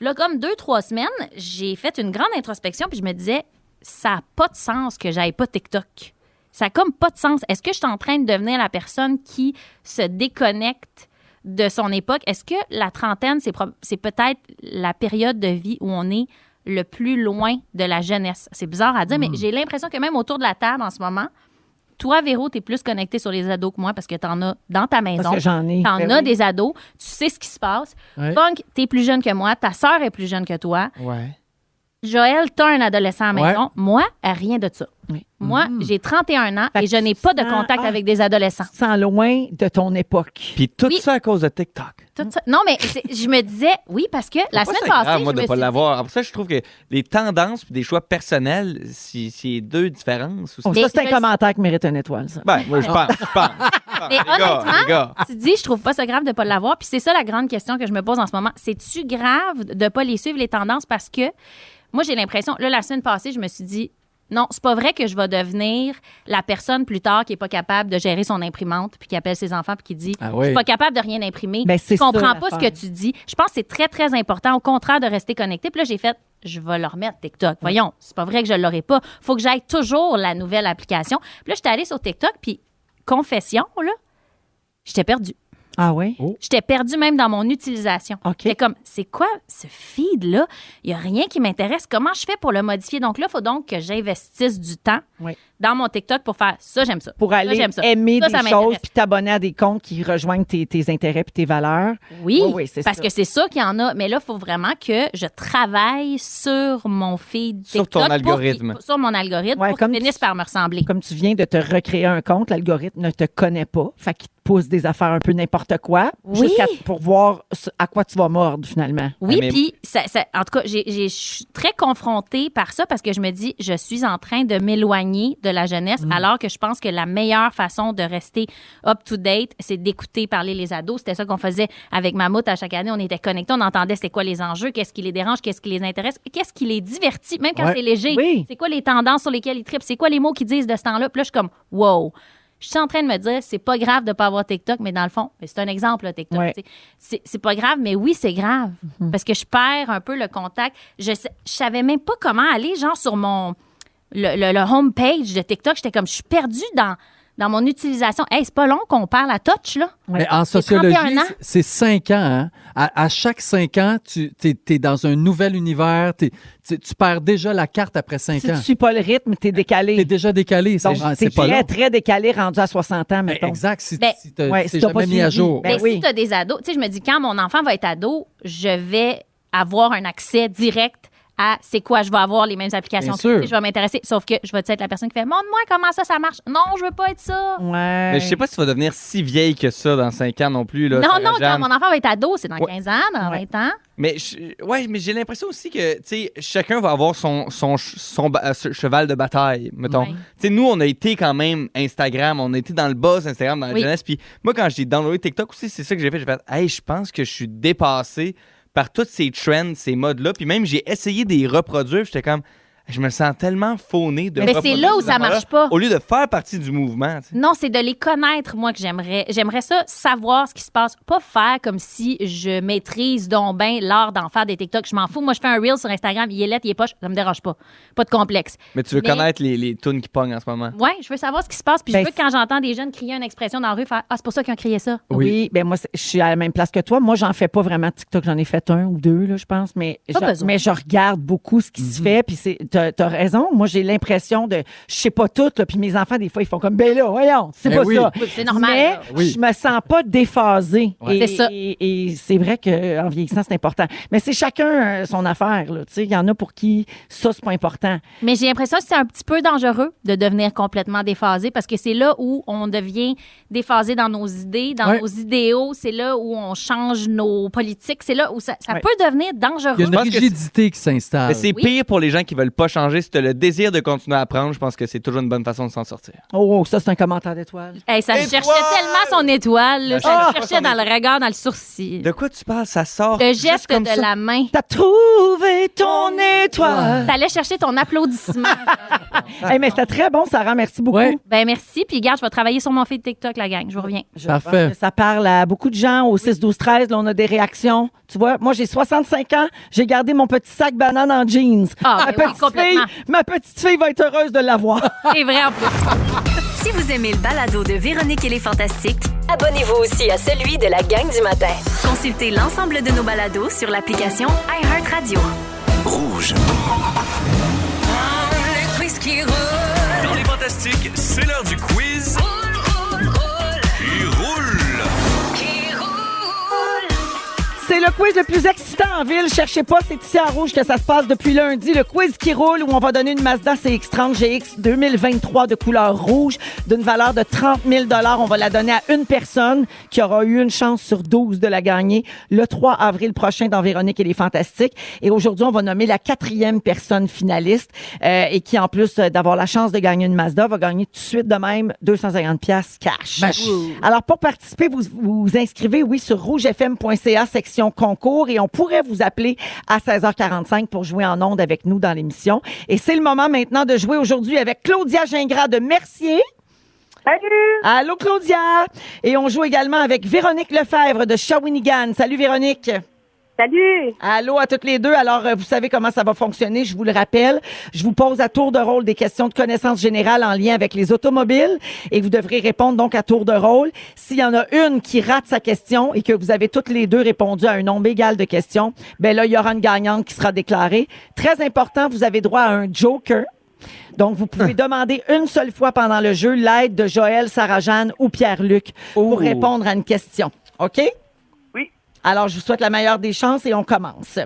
[SPEAKER 7] là, comme deux, trois semaines, j'ai fait une grande introspection. Puis je me disais, ça n'a pas de sens que j'aille pas TikTok. Ça n'a comme pas de sens. Est-ce que je suis en train de devenir la personne qui se déconnecte de son époque? Est-ce que la trentaine, c'est, prob- c'est peut-être la période de vie où on est le plus loin de la jeunesse? C'est bizarre à dire,
[SPEAKER 4] Hmm.
[SPEAKER 7] mais j'ai l'impression que même autour de la table en ce moment, toi, Véro, t'es plus connecté sur les ados que moi parce que t'en as dans ta maison.
[SPEAKER 4] Parce que j'en ai.
[SPEAKER 7] T'en
[SPEAKER 4] Ben
[SPEAKER 7] as
[SPEAKER 4] oui.
[SPEAKER 7] des ados, tu sais ce qui se passe.
[SPEAKER 3] Ouais.
[SPEAKER 7] Funk, t'es plus jeune que moi, ta sœur est plus jeune que toi.
[SPEAKER 5] Ouais.
[SPEAKER 7] Joël, t'as un adolescent à la
[SPEAKER 3] Ouais.
[SPEAKER 7] maison. Moi, rien de ça.
[SPEAKER 4] Oui. Mm.
[SPEAKER 7] Moi, j'ai 31 ans
[SPEAKER 4] Fait
[SPEAKER 7] et
[SPEAKER 4] que
[SPEAKER 7] je n'ai
[SPEAKER 4] tu
[SPEAKER 7] pas de
[SPEAKER 4] sens-
[SPEAKER 7] contact
[SPEAKER 4] ah.
[SPEAKER 7] avec des adolescents.
[SPEAKER 4] te sens loin de ton époque.
[SPEAKER 5] Puis tout
[SPEAKER 7] Oui.
[SPEAKER 5] ça à cause de TikTok.
[SPEAKER 4] Ah.
[SPEAKER 7] Tout ça- Non, mais c'est- je me disais, oui, parce que la
[SPEAKER 5] Pas
[SPEAKER 7] semaine
[SPEAKER 5] ça
[SPEAKER 7] passée,
[SPEAKER 5] grave, moi,
[SPEAKER 7] je
[SPEAKER 5] de
[SPEAKER 7] me
[SPEAKER 5] pas
[SPEAKER 7] suis
[SPEAKER 5] l'avoir. Pour ça, je trouve que les tendances puis des choix personnels, si- c'est deux différences. Aussi.
[SPEAKER 4] Oh,
[SPEAKER 7] Mais
[SPEAKER 4] ça, c'est un
[SPEAKER 7] je-
[SPEAKER 4] commentaire qui mérite une étoile, ça.
[SPEAKER 5] Ben, moi, je pense, je pense. je pense.
[SPEAKER 7] Mais
[SPEAKER 5] Les gars,
[SPEAKER 7] honnêtement,
[SPEAKER 5] les gars.
[SPEAKER 7] tu dis, je trouve pas ça grave de pas l'avoir. Puis c'est ça la grande question que je me pose en ce moment. C'est-tu grave de pas les suivre, les tendances? Parce que moi, j'ai l'impression, là, la semaine passée, je me suis dit, non, c'est pas vrai que je vais devenir la personne plus tard qui est pas capable de gérer son imprimante, puis qui appelle ses enfants, puis qui dit,
[SPEAKER 3] Ah
[SPEAKER 7] je
[SPEAKER 3] oui.
[SPEAKER 7] suis pas capable de rien imprimer.
[SPEAKER 4] Ben, c'est
[SPEAKER 7] je comprends
[SPEAKER 4] ça,
[SPEAKER 7] pas ce que
[SPEAKER 4] l'affaire.
[SPEAKER 7] tu dis. Je pense que c'est très, très important, au contraire, de rester connecté. Puis là, j'ai fait, je vais le remettre, TikTok. Voyons, c'est pas vrai que je l'aurai pas. Faut que j'aille toujours la nouvelle application. Puis là, j'étais allée sur TikTok, puis confession, là, j'étais perdue.
[SPEAKER 4] Ah oui?
[SPEAKER 7] J'étais perdue même dans mon utilisation.
[SPEAKER 4] OK.
[SPEAKER 7] J'étais comme, c'est quoi ce feed-là? Il n'y a rien qui m'intéresse. Comment je fais pour le modifier? Donc là, il faut donc que j'investisse du temps
[SPEAKER 4] Oui.
[SPEAKER 7] dans mon TikTok pour faire ça, j'aime ça.
[SPEAKER 4] pour
[SPEAKER 7] Ça,
[SPEAKER 4] aller
[SPEAKER 7] j'aime ça.
[SPEAKER 4] aimer
[SPEAKER 7] Ça,
[SPEAKER 4] des
[SPEAKER 7] ça
[SPEAKER 4] choses
[SPEAKER 7] m'intéresse.
[SPEAKER 4] puis t'abonner à des comptes qui rejoignent tes, tes intérêts puis tes valeurs.
[SPEAKER 7] Oui,
[SPEAKER 4] Oui, oui, c'est
[SPEAKER 7] parce
[SPEAKER 4] ça.
[SPEAKER 7] que c'est ça qu'il y en a. Mais là, il faut vraiment que je travaille sur mon feed
[SPEAKER 5] Sur
[SPEAKER 7] TikTok
[SPEAKER 5] ton
[SPEAKER 7] pour qu'il-
[SPEAKER 5] algorithme.
[SPEAKER 7] sur mon algorithme
[SPEAKER 4] Ouais,
[SPEAKER 7] pour
[SPEAKER 4] comme
[SPEAKER 7] qu'il finisse
[SPEAKER 4] tu-
[SPEAKER 7] par me ressembler.
[SPEAKER 4] Comme tu viens de te recréer un compte, l'algorithme ne te connaît pas, fait qu'il te pousse des affaires un peu n'importe quoi
[SPEAKER 7] Oui.
[SPEAKER 4] jusqu'à pour voir ce- à quoi tu vas mordre finalement.
[SPEAKER 7] Oui,
[SPEAKER 5] Mais-
[SPEAKER 7] puis ça, ça- en tout cas, j'ai- j'ai- je suis très confrontée par ça parce que je me dis, je suis en train de m'éloigner de la jeunesse,
[SPEAKER 4] Mm.
[SPEAKER 7] alors que je pense que la meilleure façon de rester up to date, c'est d'écouter parler les ados. C'était ça qu'on faisait avec Mammouth à chaque année. On était connectés, on entendait c'était quoi les enjeux, qu'est-ce qui les dérange, qu'est-ce qui les intéresse, qu'est-ce qui les divertit, même quand
[SPEAKER 3] Ouais.
[SPEAKER 7] c'est léger.
[SPEAKER 4] Oui.
[SPEAKER 7] C'est quoi les tendances sur lesquelles ils trippent, c'est quoi les mots qu'ils disent de ce temps-là. Puis là, je suis comme, wow. Je suis en train de me dire, c'est pas grave de pas avoir TikTok, mais dans le fond, mais c'est un exemple, là, TikTok.
[SPEAKER 4] Ouais. Mm-hmm.
[SPEAKER 7] tu sais. C'est c'est pas grave, mais oui, c'est grave. Parce que je perds un peu le contact. Je, sais- je savais même pas comment aller, genre, sur mon. Le, le, le homepage de TikTok, j'étais comme, je suis perdue dans, dans mon utilisation. Hey, c'est pas long qu'on parle à touch, là.
[SPEAKER 3] Mais en
[SPEAKER 7] J'ai
[SPEAKER 3] sociologie,
[SPEAKER 7] 31 ans.
[SPEAKER 3] c'est- c'est 5 ans. hein. À, à chaque 5 ans, tu es, dans un nouvel univers. t'es- tu- tu perds déjà la carte après 5
[SPEAKER 4] Si tu
[SPEAKER 3] ans.
[SPEAKER 4] suis pas le rythme, t'es décalé.
[SPEAKER 3] Tu es déjà décalé. ça,
[SPEAKER 4] Donc, t'es
[SPEAKER 3] c'est pas
[SPEAKER 4] très,
[SPEAKER 3] long.
[SPEAKER 4] très décalé rendu à 60 ans,
[SPEAKER 3] Ben,
[SPEAKER 4] mettons.
[SPEAKER 3] exact, si,
[SPEAKER 7] Ben,
[SPEAKER 3] si t'as-
[SPEAKER 4] ouais,
[SPEAKER 3] c'est
[SPEAKER 4] si t'as pas
[SPEAKER 3] jamais mis à
[SPEAKER 4] suivi.
[SPEAKER 3] jour.
[SPEAKER 4] Ben
[SPEAKER 7] Mais
[SPEAKER 4] oui.
[SPEAKER 7] si tu as des ados, tu sais, je me dis, quand mon enfant va être ado, je vais avoir un accès direct à c'est quoi, je vais avoir les mêmes applications.
[SPEAKER 3] Bien
[SPEAKER 7] que-
[SPEAKER 3] sûr.
[SPEAKER 7] tu sais, Je vais m'intéresser. Sauf que je vais être la personne qui fait Montre-moi comment ça, ça marche. Non, je veux pas être ça.
[SPEAKER 4] Ouais.
[SPEAKER 5] Mais je sais pas si tu vas devenir si vieille que ça dans 5 ans non plus. Là,
[SPEAKER 7] euh, non,
[SPEAKER 5] Sarah
[SPEAKER 7] non, quand
[SPEAKER 5] Jeanne.
[SPEAKER 7] mon enfant va être ado, c'est dans
[SPEAKER 5] Ouais.
[SPEAKER 7] 15 ans, dans
[SPEAKER 4] Ouais.
[SPEAKER 7] 20 ans.
[SPEAKER 5] Mais je- ouais, mais j'ai l'impression aussi que tu sais, chacun va avoir son son ch- son ba- euh, ce- cheval de bataille, mettons.
[SPEAKER 7] Ouais.
[SPEAKER 5] Tu sais, nous on a été quand même Instagram, on a été dans le buzz Instagram dans la
[SPEAKER 7] Oui.
[SPEAKER 5] jeunesse. Puis moi quand j'ai downloadé TikTok aussi, c'est ça que j'ai fait, j'ai fait "Hey, je pense que je suis dépassé par tous ces trends, ces modes là." Puis même j'ai essayé de les reproduire, j'étais comme je me sens tellement fauné de
[SPEAKER 7] Mais
[SPEAKER 5] reproduire
[SPEAKER 7] c'est là où
[SPEAKER 5] ces
[SPEAKER 7] ça
[SPEAKER 5] affaires-là,
[SPEAKER 7] marche pas.
[SPEAKER 5] Au lieu de faire partie du mouvement, tu sais.
[SPEAKER 7] Non, c'est de les connaître, moi, que j'aimerais. J'aimerais ça, savoir ce qui se passe. Pas faire comme si je maîtrise donc ben l'art d'en faire des TikTok. Je m'en fous. Moi, je fais un reel sur Instagram. Il est lettre, il est poche. Ça me dérange pas. Pas de complexe.
[SPEAKER 5] Mais tu veux
[SPEAKER 7] Mais-
[SPEAKER 5] connaître les les tunes qui pognent en ce moment.
[SPEAKER 7] Ouais, je veux savoir ce qui se passe. Puis
[SPEAKER 4] Ben,
[SPEAKER 7] je veux que quand j'entends des jeunes crier une expression dans la rue, faire Ah, c'est pour ça qu'ils ont crié ça.
[SPEAKER 4] Oui. ben moi, c'est- je suis à la même place que toi. Moi, j'en fais pas vraiment de TikTok. J'en ai fait un ou deux, là, je pense. Mais,
[SPEAKER 7] Pas
[SPEAKER 4] je,
[SPEAKER 7] besoin.
[SPEAKER 4] mais je regarde beaucoup ce qui
[SPEAKER 3] Mhm.
[SPEAKER 4] se fait. Puis c'est, t'as, t'as raison. Moi, j'ai l'impression de, je sais pas tout. Là, puis mes enfants, des fois, ils font comme, ben là, voyons, c'est
[SPEAKER 3] Ben
[SPEAKER 4] pas
[SPEAKER 3] oui.
[SPEAKER 4] ça.
[SPEAKER 7] Oui, c'est normal,
[SPEAKER 4] Mais
[SPEAKER 7] là.
[SPEAKER 3] Oui.
[SPEAKER 4] je me sens pas déphasée.
[SPEAKER 3] Ouais.
[SPEAKER 4] Et,
[SPEAKER 7] C'est ça.
[SPEAKER 4] Et, et c'est vrai qu'en vieillissant, c'est important. Mais c'est chacun euh, son affaire. Là, tu sais. il y en a pour qui ça, c'est pas important.
[SPEAKER 7] Mais j'ai l'impression que c'est un petit peu dangereux de devenir complètement déphasé parce que c'est là où on devient déphasé dans nos idées, dans
[SPEAKER 3] Ouais.
[SPEAKER 7] nos idéaux. C'est là où on change nos politiques. C'est là où ça, ça
[SPEAKER 4] Ouais.
[SPEAKER 7] peut devenir
[SPEAKER 3] Il y a
[SPEAKER 7] dangereux.
[SPEAKER 3] une
[SPEAKER 5] pense que
[SPEAKER 3] rigidité qui s'installe.
[SPEAKER 5] Mais c'est
[SPEAKER 7] Oui.
[SPEAKER 5] pire pour les gens qui veulent pas changer. Si tu le désir de continuer à apprendre, je pense que c'est toujours une bonne façon de s'en sortir.
[SPEAKER 4] Oh, oh, ça, c'est un commentaire d'étoile.
[SPEAKER 7] Hey, ça me
[SPEAKER 5] Étoile!
[SPEAKER 7] cherchait tellement son étoile. là. Ça
[SPEAKER 5] Ah!
[SPEAKER 7] me cherchait dans le regard, dans le sourcil.
[SPEAKER 5] De quoi tu parles? Ça sort.
[SPEAKER 4] Euh,
[SPEAKER 7] Le
[SPEAKER 5] juste
[SPEAKER 7] geste
[SPEAKER 5] comme
[SPEAKER 7] de
[SPEAKER 5] ça.
[SPEAKER 7] la main.
[SPEAKER 4] T'as trouvé ton étoile.
[SPEAKER 7] T'allais chercher ton applaudissement.
[SPEAKER 4] Hey, mais c'était très bon, Sarah. Merci beaucoup.
[SPEAKER 3] Ouais.
[SPEAKER 7] ben merci. Puis garde, je vais travailler sur mon feed TikTok, la gang. Je vous reviens.
[SPEAKER 4] Je
[SPEAKER 3] Parfait.
[SPEAKER 4] pense que ça parle à beaucoup de gens au 6, 12, 13. Là, on a des réactions. Tu vois, moi, j'ai 65 ans. J'ai gardé mon petit sac banane en jeans.
[SPEAKER 7] Ah,
[SPEAKER 4] ma,
[SPEAKER 7] ben oui,
[SPEAKER 4] petite
[SPEAKER 7] complètement.
[SPEAKER 4] fille, ma petite fille va être heureuse de l'avoir.
[SPEAKER 7] C'est vrai en plus.
[SPEAKER 8] Si vous aimez le balado de Véronique et les Fantastiques,
[SPEAKER 9] Abonnez-vous aussi à celui de la gang du matin.
[SPEAKER 8] consultez l'ensemble de nos balados sur l'application iHeartRadio.
[SPEAKER 6] Le quiz qui roule.
[SPEAKER 10] Dans les fantastiques, c'est l'heure du quiz.
[SPEAKER 6] Roule, roule, roule.
[SPEAKER 10] Il roule.
[SPEAKER 6] Qui roule.
[SPEAKER 4] C'est le quiz le plus excitant en ville. Cherchez pas, c'est ici à Rouge que ça se passe depuis lundi. Le quiz qui roule où on va donner une Mazda CX-30 GX 2023 de couleur rouge d'une valeur de 30 000 On va la donner à une personne qui aura eu une chance sur 12 de la gagner le 3 avril prochain dans Véronique et les Fantastiques. Et aujourd'hui, on va nommer la quatrième personne finaliste euh, et qui, en plus euh, d'avoir la chance de gagner une Mazda, va gagner tout de suite de même 250 pièces cash. Alors, pour participer, vous vous inscrivez, oui, sur rougefm.ca, section concours, et on pourrait vous appeler à 16h45 pour jouer en ondes avec nous dans l'émission. Et c'est le moment maintenant de jouer aujourd'hui avec Claudia Gingras de Mercier. Salut! Allô, Claudia! Et on joue également avec Véronique Lefebvre de Shawinigan. Salut, Véronique!
[SPEAKER 11] Salut!
[SPEAKER 4] Allô à toutes les deux. Alors, euh, vous savez comment ça va fonctionner, je vous le rappelle. Je vous pose à tour de rôle des questions de connaissance générale en lien avec les automobiles et vous devrez répondre donc à tour de rôle. S'il y en a une qui rate sa question et que vous avez toutes les deux répondu à un nombre égal de questions, ben là, il y aura une gagnante qui sera déclarée. Très important, vous avez droit à un joker. Donc, vous pouvez demander une seule fois pendant le jeu l'aide de Joël, Sarah-Jeanne ou Pierre-Luc
[SPEAKER 3] Oh.
[SPEAKER 4] pour répondre à une question. OK?
[SPEAKER 11] Oui.
[SPEAKER 4] Alors, je vous souhaite la meilleure des chances et on commence.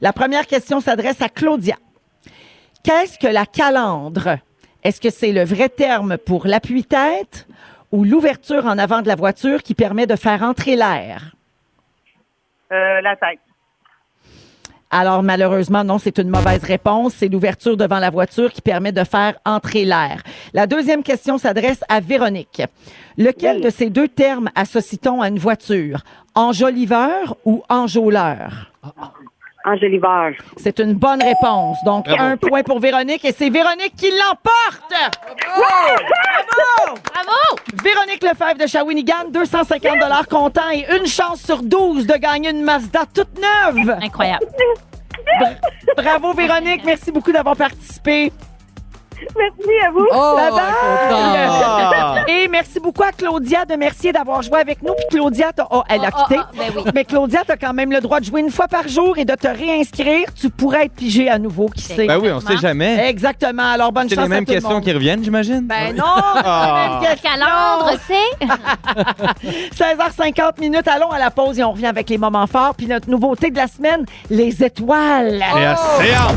[SPEAKER 4] La première question s'adresse à Claudia. Qu'est-ce que la calandre? Est-ce que c'est le vrai terme pour l'appui-tête ou l'ouverture en avant de la voiture qui permet de faire entrer l'air?
[SPEAKER 11] Euh, la tête.
[SPEAKER 4] Alors, malheureusement, non, c'est une mauvaise réponse. C'est l'ouverture devant la voiture qui permet de faire entrer l'air. La deuxième question s'adresse à Véronique. Lequel de ces deux termes associe-t-on à une voiture? Enjoliveur ou enjôleur?
[SPEAKER 11] Angéliveur.
[SPEAKER 4] C'est une bonne réponse. Donc,
[SPEAKER 5] Bravo.
[SPEAKER 4] un point pour Véronique et c'est Véronique qui l'emporte! Bravo!
[SPEAKER 7] Bravo!
[SPEAKER 4] Véronique Lefebvre de Shawinigan, 250 comptant et une chance sur 12 de gagner une Mazda toute neuve!
[SPEAKER 7] Incroyable.
[SPEAKER 4] Bravo Véronique, merci beaucoup d'avoir participé.
[SPEAKER 11] Merci à vous.
[SPEAKER 3] Oh,
[SPEAKER 4] Bye bye.
[SPEAKER 5] Ah!
[SPEAKER 4] Et merci beaucoup à Claudia de Mercier d'avoir joué avec nous. Puis Claudia, t'as- oh, elle a
[SPEAKER 7] Oh, oh,
[SPEAKER 4] quitté.
[SPEAKER 7] oh, ben oui.
[SPEAKER 4] Mais Claudia, t'as quand même le droit de jouer une fois par jour et de te réinscrire. Tu pourrais être pigée à nouveau, qui sait.
[SPEAKER 5] Ben oui, on sait jamais.
[SPEAKER 4] Exactement. Alors, bonne
[SPEAKER 5] C'est
[SPEAKER 4] chance
[SPEAKER 5] les mêmes
[SPEAKER 4] à tout le
[SPEAKER 5] questions
[SPEAKER 4] monde.
[SPEAKER 5] qui reviennent, j'imagine?
[SPEAKER 4] Ben non,
[SPEAKER 5] Ah.
[SPEAKER 4] c'est la même
[SPEAKER 7] Calandre,
[SPEAKER 4] Ah,
[SPEAKER 7] c'est.
[SPEAKER 4] 16h50 minutes, allons à la pause et on revient avec les moments forts. Puis notre nouveauté de la semaine, les étoiles.
[SPEAKER 5] Et
[SPEAKER 4] oh!
[SPEAKER 5] assez hâte.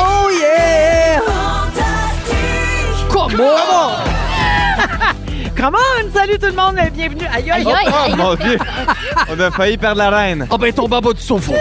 [SPEAKER 4] Oh yeah! Come on! Come on! Salut tout le monde, bienvenue. Aïe, aïe,
[SPEAKER 7] Aïe, aïe.
[SPEAKER 5] Oh mon Dieu! On a failli perdre la
[SPEAKER 4] Oh,
[SPEAKER 5] reine.
[SPEAKER 3] Ah ben, tombe en bas du sofa.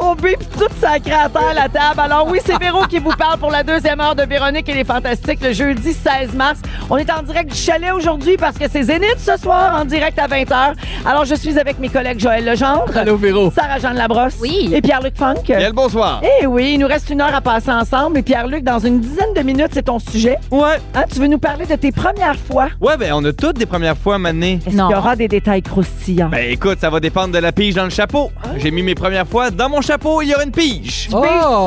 [SPEAKER 4] tombé puis toute sacrée à terre, la table. Alors oui, c'est Véro qui vous parle pour la deuxième heure de Véronique et les Fantastiques le jeudi 16 mars. On est en direct du chalet aujourd'hui parce que c'est Zénith ce soir en direct à 20h. Alors je suis avec mes collègues Joël Legendre,
[SPEAKER 3] Allô, Véro.
[SPEAKER 4] Sarah-Jeanne Labrosse
[SPEAKER 7] Oui.
[SPEAKER 4] et Pierre-Luc Funk.
[SPEAKER 5] Bien le bonsoir.
[SPEAKER 4] Eh oui, il nous reste une heure à passer ensemble. Et Pierre-Luc, dans une dizaine de minutes, c'est ton sujet.
[SPEAKER 5] Ouais.
[SPEAKER 4] Hein, tu veux nous parler de tes premières fois?
[SPEAKER 5] Ouais, ben on a toutes des premières fois à m'amener.
[SPEAKER 4] Est-ce qu'il
[SPEAKER 7] Non.
[SPEAKER 4] y aura des détails croustillants?
[SPEAKER 5] Ben écoute, ça va dépendre de la pige dans le chapeau.
[SPEAKER 4] Oh!
[SPEAKER 5] J'ai mis mes premières fois dans mon chapeau, il y aura une
[SPEAKER 4] Tu piges,
[SPEAKER 5] pige.
[SPEAKER 4] tu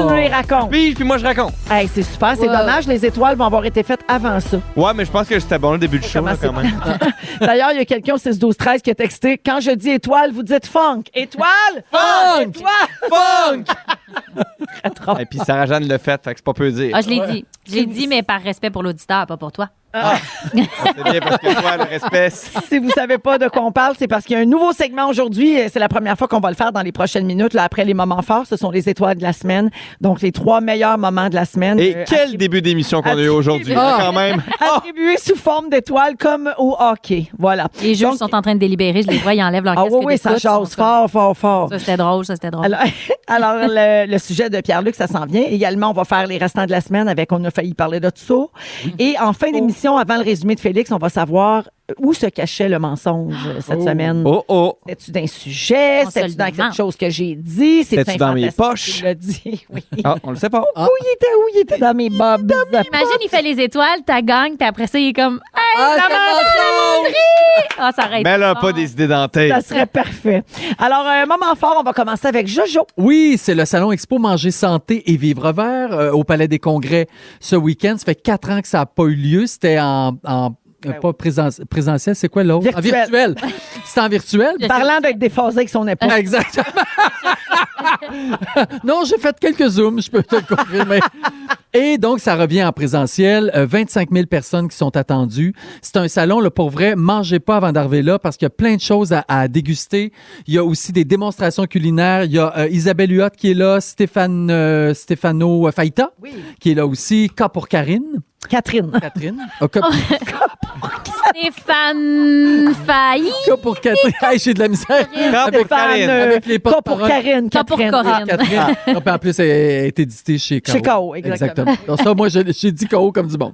[SPEAKER 4] nous les racontes.
[SPEAKER 5] Pige, puis moi je raconte.
[SPEAKER 4] Hey, c'est super, c'est
[SPEAKER 7] Ouais.
[SPEAKER 4] dommage, les étoiles vont avoir été faites avant ça.
[SPEAKER 5] Ouais, mais je pense que c'était bon le début du show, là,
[SPEAKER 4] Comment
[SPEAKER 5] quand même.
[SPEAKER 4] D'ailleurs, il y a quelqu'un au 6 12 13 qui a texté quand je dis étoile, vous dites funk. Étoile
[SPEAKER 5] Funk!
[SPEAKER 4] Étoile
[SPEAKER 5] Funk!
[SPEAKER 4] drôle.
[SPEAKER 5] Et puis Sarah-Jeanne l'a fait, fait que c'est pas peu dire.
[SPEAKER 7] Ah, je l'ai dit. Je l'ai dit, mais par respect pour l'auditeur, pas pour toi.
[SPEAKER 5] C'est bien parce que toi, le respect, c'est-
[SPEAKER 4] Si vous savez pas de quoi on parle, c'est parce qu'il y a un nouveau segment aujourd'hui. Euh, C'est la première fois qu'on va le faire dans les prochaines minutes. Là, après les moments forts, ce sont les étoiles de la semaine. Donc, les trois meilleurs moments de la semaine.
[SPEAKER 5] Et
[SPEAKER 4] Euh,
[SPEAKER 5] quel
[SPEAKER 4] attribu-
[SPEAKER 5] début d'émission qu'on a eu aujourd'hui, là, quand même. Oh!
[SPEAKER 4] Attribués sous forme d'étoiles comme au hockey. Voilà.
[SPEAKER 7] Les juges
[SPEAKER 4] Donc-
[SPEAKER 7] sont en train de délibérer. Je les vois, ils enlèvent leur
[SPEAKER 4] Ah
[SPEAKER 7] casque
[SPEAKER 4] oui, oui, ça
[SPEAKER 7] d'écoute, ils
[SPEAKER 4] jase
[SPEAKER 7] sont comme,
[SPEAKER 4] fort, fort, fort.
[SPEAKER 7] Ça, c'était drôle, ça, c'était drôle.
[SPEAKER 4] Alors, alors, le, le sujet de Pierre-Luc, ça s'en vient. Également, on va faire les restants de la semaine avec On a failli parler de ça. Et en fin d'émission, avant le résumé de Félix, on va savoir euh, où se cachait le mensonge euh, cette semaine.
[SPEAKER 5] Oh oh!
[SPEAKER 4] C'était-tu d'un sujet?
[SPEAKER 7] On se
[SPEAKER 4] C'était-tu
[SPEAKER 7] le
[SPEAKER 4] dans quelque
[SPEAKER 7] demande.
[SPEAKER 4] chose que j'ai dit?
[SPEAKER 5] C'était-tu dans mes poches?
[SPEAKER 4] Je dit, oui.
[SPEAKER 5] Ah, on le sait pas.
[SPEAKER 4] Où il était? Où il était? Dans mes bobs.
[SPEAKER 7] Imagine, il fait les étoiles, ta gang, puis après ça, il est comme. Hey,
[SPEAKER 3] Ah, c'est bon,
[SPEAKER 7] Ah, ça arrête.
[SPEAKER 5] Mais là,
[SPEAKER 7] pas.
[SPEAKER 5] pas des idées dentelles.
[SPEAKER 4] Ça serait parfait. Alors, un moment fort, on va commencer avec Jojo.
[SPEAKER 3] Oui, c'est le Salon Expo Manger Santé et Vivre Vert euh, au Palais des Congrès ce week-end. Ça fait quatre ans que ça n'a pas eu lieu. C'était en... en- euh,
[SPEAKER 4] Ben
[SPEAKER 3] pas présen- présentiel, c'est quoi l'autre? En
[SPEAKER 4] Virtuel.
[SPEAKER 3] virtuel. C'est en virtuel.
[SPEAKER 4] Parlant d'être déphasé avec son épouse.
[SPEAKER 3] Exactement. non, j'ai fait quelques zooms, je peux te le confirmer. Et donc, ça revient en présentiel. euh, 25 000 personnes qui sont attendues. C'est un salon, là, pour vrai, mangez pas avant d'arriver là parce qu'il y a plein de choses à, à déguster. Il y a aussi des démonstrations culinaires. Il y a euh, Isabelle Huot qui est là, Stéphane, euh, Stéphano Faita qui est là aussi, Cas pour Karine.
[SPEAKER 4] Catherine.
[SPEAKER 3] Catherine. Ah, cas,
[SPEAKER 7] Ah, Stéphane Failly.
[SPEAKER 3] cas pour Catherine. Hey, j'ai de la misère.
[SPEAKER 5] Quand pour
[SPEAKER 4] Stéphane,
[SPEAKER 5] Karine.
[SPEAKER 4] euh,
[SPEAKER 3] avec les
[SPEAKER 4] pas pour
[SPEAKER 3] porte-paroles.
[SPEAKER 4] Karine,
[SPEAKER 7] Pas pour
[SPEAKER 4] Catherine.
[SPEAKER 7] Corinne.
[SPEAKER 4] Ah,
[SPEAKER 3] Catherine. Non, puis en plus, elle est éditée chez K.O.
[SPEAKER 4] Chez K.O., exactement.
[SPEAKER 3] Donc ça, moi, je- j'ai dit K.O. comme du bon.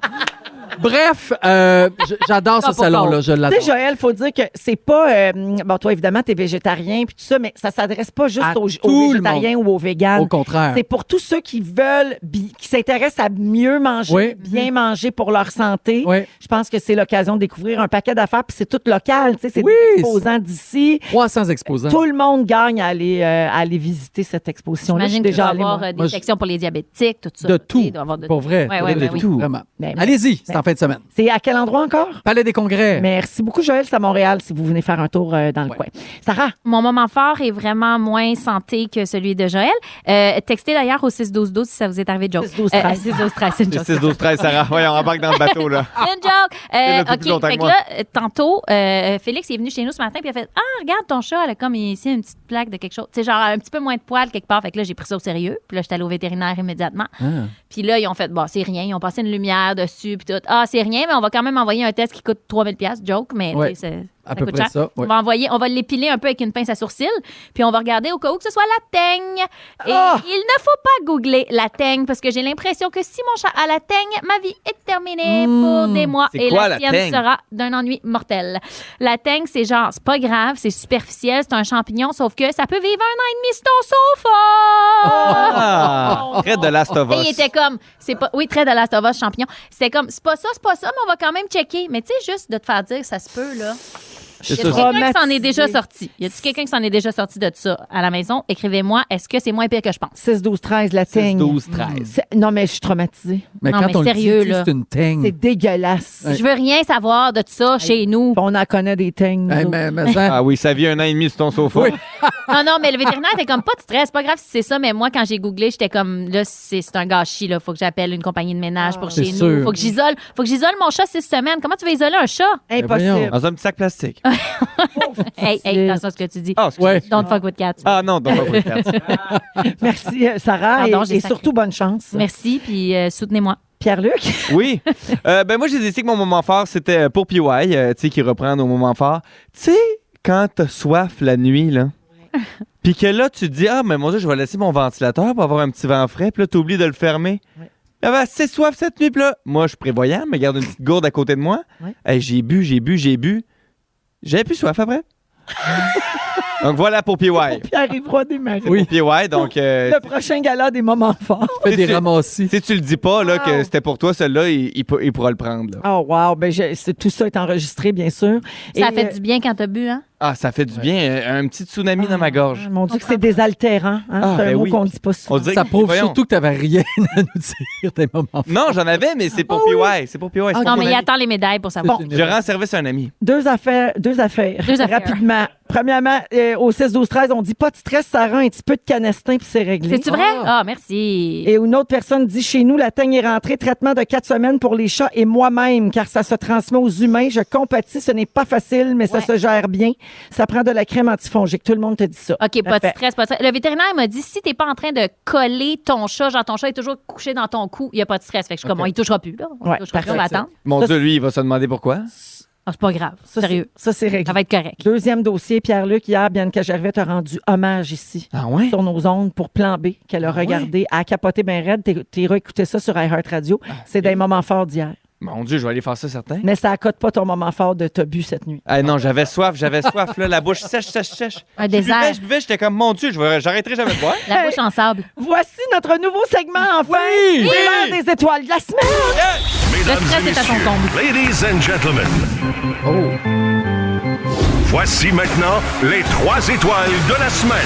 [SPEAKER 3] Bref, euh, j-
[SPEAKER 7] Ah,
[SPEAKER 3] j'adore ce
[SPEAKER 4] Pas pour
[SPEAKER 3] salon-là,
[SPEAKER 4] compte.
[SPEAKER 3] je l'adore.
[SPEAKER 4] Tu sais, Joël, faut dire que c'est pas. euh, bon, toi, évidemment, t'es végétarien puis tout ça, mais ça s'adresse pas juste
[SPEAKER 3] À
[SPEAKER 4] aux, aux
[SPEAKER 3] tout le
[SPEAKER 4] végétariens
[SPEAKER 3] monde.
[SPEAKER 4] ou aux véganes.
[SPEAKER 3] Au contraire.
[SPEAKER 4] C'est pour tous ceux qui veulent, bi- qui s'intéressent à mieux manger,
[SPEAKER 3] Oui. Mm-hmm.
[SPEAKER 4] bien manger pour leur santé.
[SPEAKER 3] Oui.
[SPEAKER 4] Je pense que c'est l'occasion de découvrir un paquet d'affaires puis c'est tout local. Tu sais, c'est
[SPEAKER 3] Oui,
[SPEAKER 4] des exposants d'ici.
[SPEAKER 3] 300 exposants.
[SPEAKER 4] Tout le monde gagne à aller, euh, à aller visiter cette exposition-là.
[SPEAKER 7] J'imagine
[SPEAKER 4] Je
[SPEAKER 7] que
[SPEAKER 4] suis déjà
[SPEAKER 7] déjà
[SPEAKER 4] allée,
[SPEAKER 7] avoir
[SPEAKER 4] moi.
[SPEAKER 7] euh, des
[SPEAKER 3] Moi, je-
[SPEAKER 7] sections pour les diabétiques, tout ça.
[SPEAKER 3] De
[SPEAKER 7] là, tu sais,
[SPEAKER 3] tout.
[SPEAKER 7] il doit avoir de
[SPEAKER 3] Pour vrai.
[SPEAKER 7] Ouais,
[SPEAKER 3] pour
[SPEAKER 7] ouais,
[SPEAKER 3] vrai,
[SPEAKER 7] ouais,
[SPEAKER 3] de
[SPEAKER 7] oui.
[SPEAKER 3] tout. Vraiment.
[SPEAKER 4] Ben,
[SPEAKER 3] Allez-y, c'est en fin de semaine.
[SPEAKER 4] C'est à quel endroit encore?
[SPEAKER 3] Palais des congrès.
[SPEAKER 4] Merci beaucoup, Joël. C'est à Montréal si vous venez faire un tour euh, dans le coin. Sarah?
[SPEAKER 7] Mon moment fort est vraiment moins santé que celui de Joël. Euh, textez d'ailleurs au 6-12-12 si ça vous est arrivé, Euh, Joe.
[SPEAKER 4] 6-12-13.
[SPEAKER 7] 6-12-13, c'est une joke.
[SPEAKER 5] 6, 12, 13, Sarah. Ouais, on embarque dans le bateau, là.
[SPEAKER 7] C'est une joke. Euh,
[SPEAKER 5] T'es là depuis plus
[SPEAKER 7] OK,
[SPEAKER 5] longtemps
[SPEAKER 7] fait
[SPEAKER 5] que
[SPEAKER 7] que
[SPEAKER 5] moi.
[SPEAKER 7] là, euh, tantôt, euh, Félix est venu chez nous ce matin puis il a fait « Ah, regarde, ton chat, elle a comme ici une petite plaque de quelque chose. » Tu sais, genre un petit peu moins de poils quelque part. Fait que là, j'ai pris ça au sérieux. Puis là, j'étais allée au vétérinaire immédiatement.
[SPEAKER 3] Ah.
[SPEAKER 7] Puis là, ils ont fait, bon, c'est rien. Ils ont passé une lumière dessus, puis tout. Ah, c'est rien, mais on va quand même envoyer un test qui coûte 3000 pièces joke, mais
[SPEAKER 3] Ouais.
[SPEAKER 7] tu sais, c'est-
[SPEAKER 3] À
[SPEAKER 7] ça
[SPEAKER 3] peu
[SPEAKER 7] coûte
[SPEAKER 3] près
[SPEAKER 7] cher.
[SPEAKER 3] ça, ouais.
[SPEAKER 7] On va envoyer, on va l'épiler un peu avec une pince à sourcils, puis on va regarder au cas où que ce soit la teigne. Et
[SPEAKER 4] Ah!
[SPEAKER 7] il ne faut pas googler la teigne, parce que j'ai l'impression que si mon chat a la teigne, ma vie est terminée
[SPEAKER 3] Hmm.
[SPEAKER 7] pour des mois.
[SPEAKER 5] C'est
[SPEAKER 7] Et
[SPEAKER 5] quoi,
[SPEAKER 7] la
[SPEAKER 5] la
[SPEAKER 7] sienne
[SPEAKER 5] teigne?
[SPEAKER 7] sera d'un ennui mortel. La teigne, c'est genre, c'est pas grave, c'est superficiel, c'est un champignon, sauf que ça peut vivre un an et demi sur ton sofa!
[SPEAKER 5] Ah! Près de Last of
[SPEAKER 7] Et il
[SPEAKER 5] Us.
[SPEAKER 7] était comme, c'est pas, oui, très de Last of Us champion. C'était comme, c'est pas ça, c'est pas ça, mais on va quand même checker. Mais tu sais, juste de te faire dire, ça se peut, là. Y a-tu
[SPEAKER 4] ça.
[SPEAKER 7] quelqu'un qui s'en est déjà
[SPEAKER 4] Traumatisé.
[SPEAKER 7] sorti? Y a-tu quelqu'un qui s'en est déjà sorti de ça à la maison? Écrivez-moi, est-ce que c'est moins pire que je pense?
[SPEAKER 4] 6, 12, 13, la teigne.
[SPEAKER 5] 12, 13.
[SPEAKER 4] C'est- Non, mais je suis traumatisée.
[SPEAKER 3] Mais
[SPEAKER 7] Non,
[SPEAKER 3] quand
[SPEAKER 7] mais
[SPEAKER 3] on
[SPEAKER 7] sérieux,
[SPEAKER 3] le dit, tu sais,
[SPEAKER 7] là.
[SPEAKER 3] c'est une teigne.
[SPEAKER 5] Hmm.
[SPEAKER 4] C'est dégueulasse.
[SPEAKER 7] Je veux rien savoir de ça chez nous.
[SPEAKER 4] Puis On en connaît des teignes. nous
[SPEAKER 3] Hey,
[SPEAKER 4] autres.
[SPEAKER 3] mais, mais hein, ça-
[SPEAKER 5] Ah oui, ça vit un an et demi sur ton sofa.
[SPEAKER 3] Oui.
[SPEAKER 7] Non, non, mais le vétérinaire était comme, pas de stress, pas grave si c'est ça, mais moi, quand j'ai googlé, j'étais comme, là, c'est c'est un gâchis, là. Faut que j'appelle une compagnie de ménage pour
[SPEAKER 3] Ah. C'est
[SPEAKER 7] chez nous.
[SPEAKER 3] sûr.
[SPEAKER 7] Faut que j'isole, faut que j'isole mon chat six semaines. Comment tu vas isoler un chat?
[SPEAKER 3] Mais
[SPEAKER 4] Impossible.
[SPEAKER 5] Dans un petit sac plastique.
[SPEAKER 7] hey, hey, attention à ce que tu dis.
[SPEAKER 5] Ah, excuse-
[SPEAKER 3] Ouais.
[SPEAKER 7] Don't fuck with cats.
[SPEAKER 5] Ah non, donc, oui, merci.
[SPEAKER 4] Merci, euh, Sarah.
[SPEAKER 7] Pardon,
[SPEAKER 4] et
[SPEAKER 7] j'ai
[SPEAKER 4] et surtout, bonne chance.
[SPEAKER 7] Merci, puis euh, soutenez-moi.
[SPEAKER 4] Pierre-Luc?
[SPEAKER 5] Oui. Euh, ben moi, j'ai décidé que mon moment fort, c'était pour PY, euh, tu sais, qui reprend nos moments forts. Tu sais, quand t'as soif la nuit, là, puis que là, tu te dis, ah, mais mon Dieu, je vais laisser mon ventilateur pour avoir un petit vent frais, puis là, t'oublies de le fermer. Ah ben, c'est soif cette nuit, puis là, moi, je suis prévoyant, mais garde une petite gourde à côté de moi.
[SPEAKER 4] Ouais.
[SPEAKER 5] Hey, j'ai bu, j'ai bu, j'ai bu. J'avais plus soif après. donc voilà pour PY.
[SPEAKER 4] Pierre-Yvroy Desmarais.
[SPEAKER 5] Pour PY, donc... euh,
[SPEAKER 4] Le prochain gala des moments forts.
[SPEAKER 3] Fais des
[SPEAKER 5] C'est-
[SPEAKER 3] ramassis.
[SPEAKER 5] si tu le dis pas, là, que c'était pour toi, celui-là, il, il peut- il pourra le prendre. là.
[SPEAKER 4] Oh, wow. Ben, je- c'est- tout ça est enregistré, bien sûr.
[SPEAKER 7] Ça
[SPEAKER 4] Et,
[SPEAKER 3] euh,
[SPEAKER 7] fait du bien quand t'as bu, hein?
[SPEAKER 5] Ah, ça fait du bien, euh, un petit tsunami dans ma gorge.
[SPEAKER 4] euh, Mon Dieu, que c'est désaltérant. hein.
[SPEAKER 5] Ah,
[SPEAKER 4] c'est un
[SPEAKER 5] ben
[SPEAKER 4] mot
[SPEAKER 5] oui.
[SPEAKER 4] qu'on dit pas souvent.
[SPEAKER 5] On dirait
[SPEAKER 3] Ça
[SPEAKER 5] que-
[SPEAKER 3] prouve
[SPEAKER 5] voyons.
[SPEAKER 3] surtout que t'avais rien à nous dire des moments.
[SPEAKER 5] Non, j'en avais, mais c'est pour PY. C'est pour PY. c'est pour
[SPEAKER 7] non,
[SPEAKER 5] mon
[SPEAKER 7] mais il
[SPEAKER 5] ami.
[SPEAKER 7] attend les médailles pour savoir.
[SPEAKER 3] C'est une-
[SPEAKER 5] Je rends service à un ami.
[SPEAKER 4] Deux affaires, deux affaires.
[SPEAKER 7] Deux affaires.
[SPEAKER 4] Rapidement. Premièrement, euh, au 6, 12, 13, on dit pas de stress, ça rend un petit peu de canestin puis c'est réglé.
[SPEAKER 7] C'est-tu vrai? Ah, merci.
[SPEAKER 4] Et une autre personne dit chez nous, la teigne est rentrée, traitement de quatre semaines pour les chats et moi-même, car ça se transmet aux humains. Je compatis, ce n'est pas facile, mais ça
[SPEAKER 7] Ouais.
[SPEAKER 4] se gère bien. Ça prend de la crème antifongique. Tout le monde te dit ça.
[SPEAKER 7] OK, pas de
[SPEAKER 4] Parfait.
[SPEAKER 7] stress, pas de stress. Le vétérinaire m'a dit si t'es pas en train de coller ton chat, genre ton chat est toujours couché dans ton cou, il n'y a pas de stress. Fait que je suis comme, on y touchera plus, là. On y
[SPEAKER 4] Ouais,
[SPEAKER 7] touchera plus, on va
[SPEAKER 4] parfait.
[SPEAKER 7] attendre.
[SPEAKER 5] Mon
[SPEAKER 4] Ça,
[SPEAKER 5] Dieu, lui, il va se demander pourquoi.
[SPEAKER 7] Ah, c'est pas grave.
[SPEAKER 4] Ça, c'est-
[SPEAKER 7] Sérieux.
[SPEAKER 4] Ça, c'est
[SPEAKER 7] Ça
[SPEAKER 4] réglé.
[SPEAKER 7] va être correct.
[SPEAKER 4] Deuxième dossier, Pierre-Luc, hier, Bianca Gervais t'a rendu hommage ici.
[SPEAKER 5] Ah ouais?
[SPEAKER 4] sur nos ondes pour Plan B qu'elle a
[SPEAKER 7] Ah
[SPEAKER 4] regardé à capoter ben raide. T'es- T'es réécouté ça sur iHeartRadio.
[SPEAKER 7] Ah,
[SPEAKER 4] Radio. C'est des moments forts d'hier.
[SPEAKER 5] Mon Dieu, je vais aller faire ça certain.
[SPEAKER 4] Mais ça accote pas ton moment fort de t'as bu cette nuit.
[SPEAKER 5] Ah non, j'avais soif, j'avais soif, là, la bouche sèche, sèche, sèche.
[SPEAKER 7] Un
[SPEAKER 5] Je buvais,
[SPEAKER 7] désert.
[SPEAKER 5] je buvais, j'étais comme, mon Dieu, je vais- j'arrêterai jamais de boire.
[SPEAKER 7] La bouche en sable.
[SPEAKER 4] Voici notre nouveau segment, enfin!
[SPEAKER 5] Oui!
[SPEAKER 4] C'est l'heure des étoiles de la semaine!
[SPEAKER 12] Mesdames
[SPEAKER 7] stress
[SPEAKER 12] et
[SPEAKER 7] est à son
[SPEAKER 12] messieurs,
[SPEAKER 7] comble.
[SPEAKER 12] ladies and gentlemen. Voici maintenant les trois étoiles de la semaine.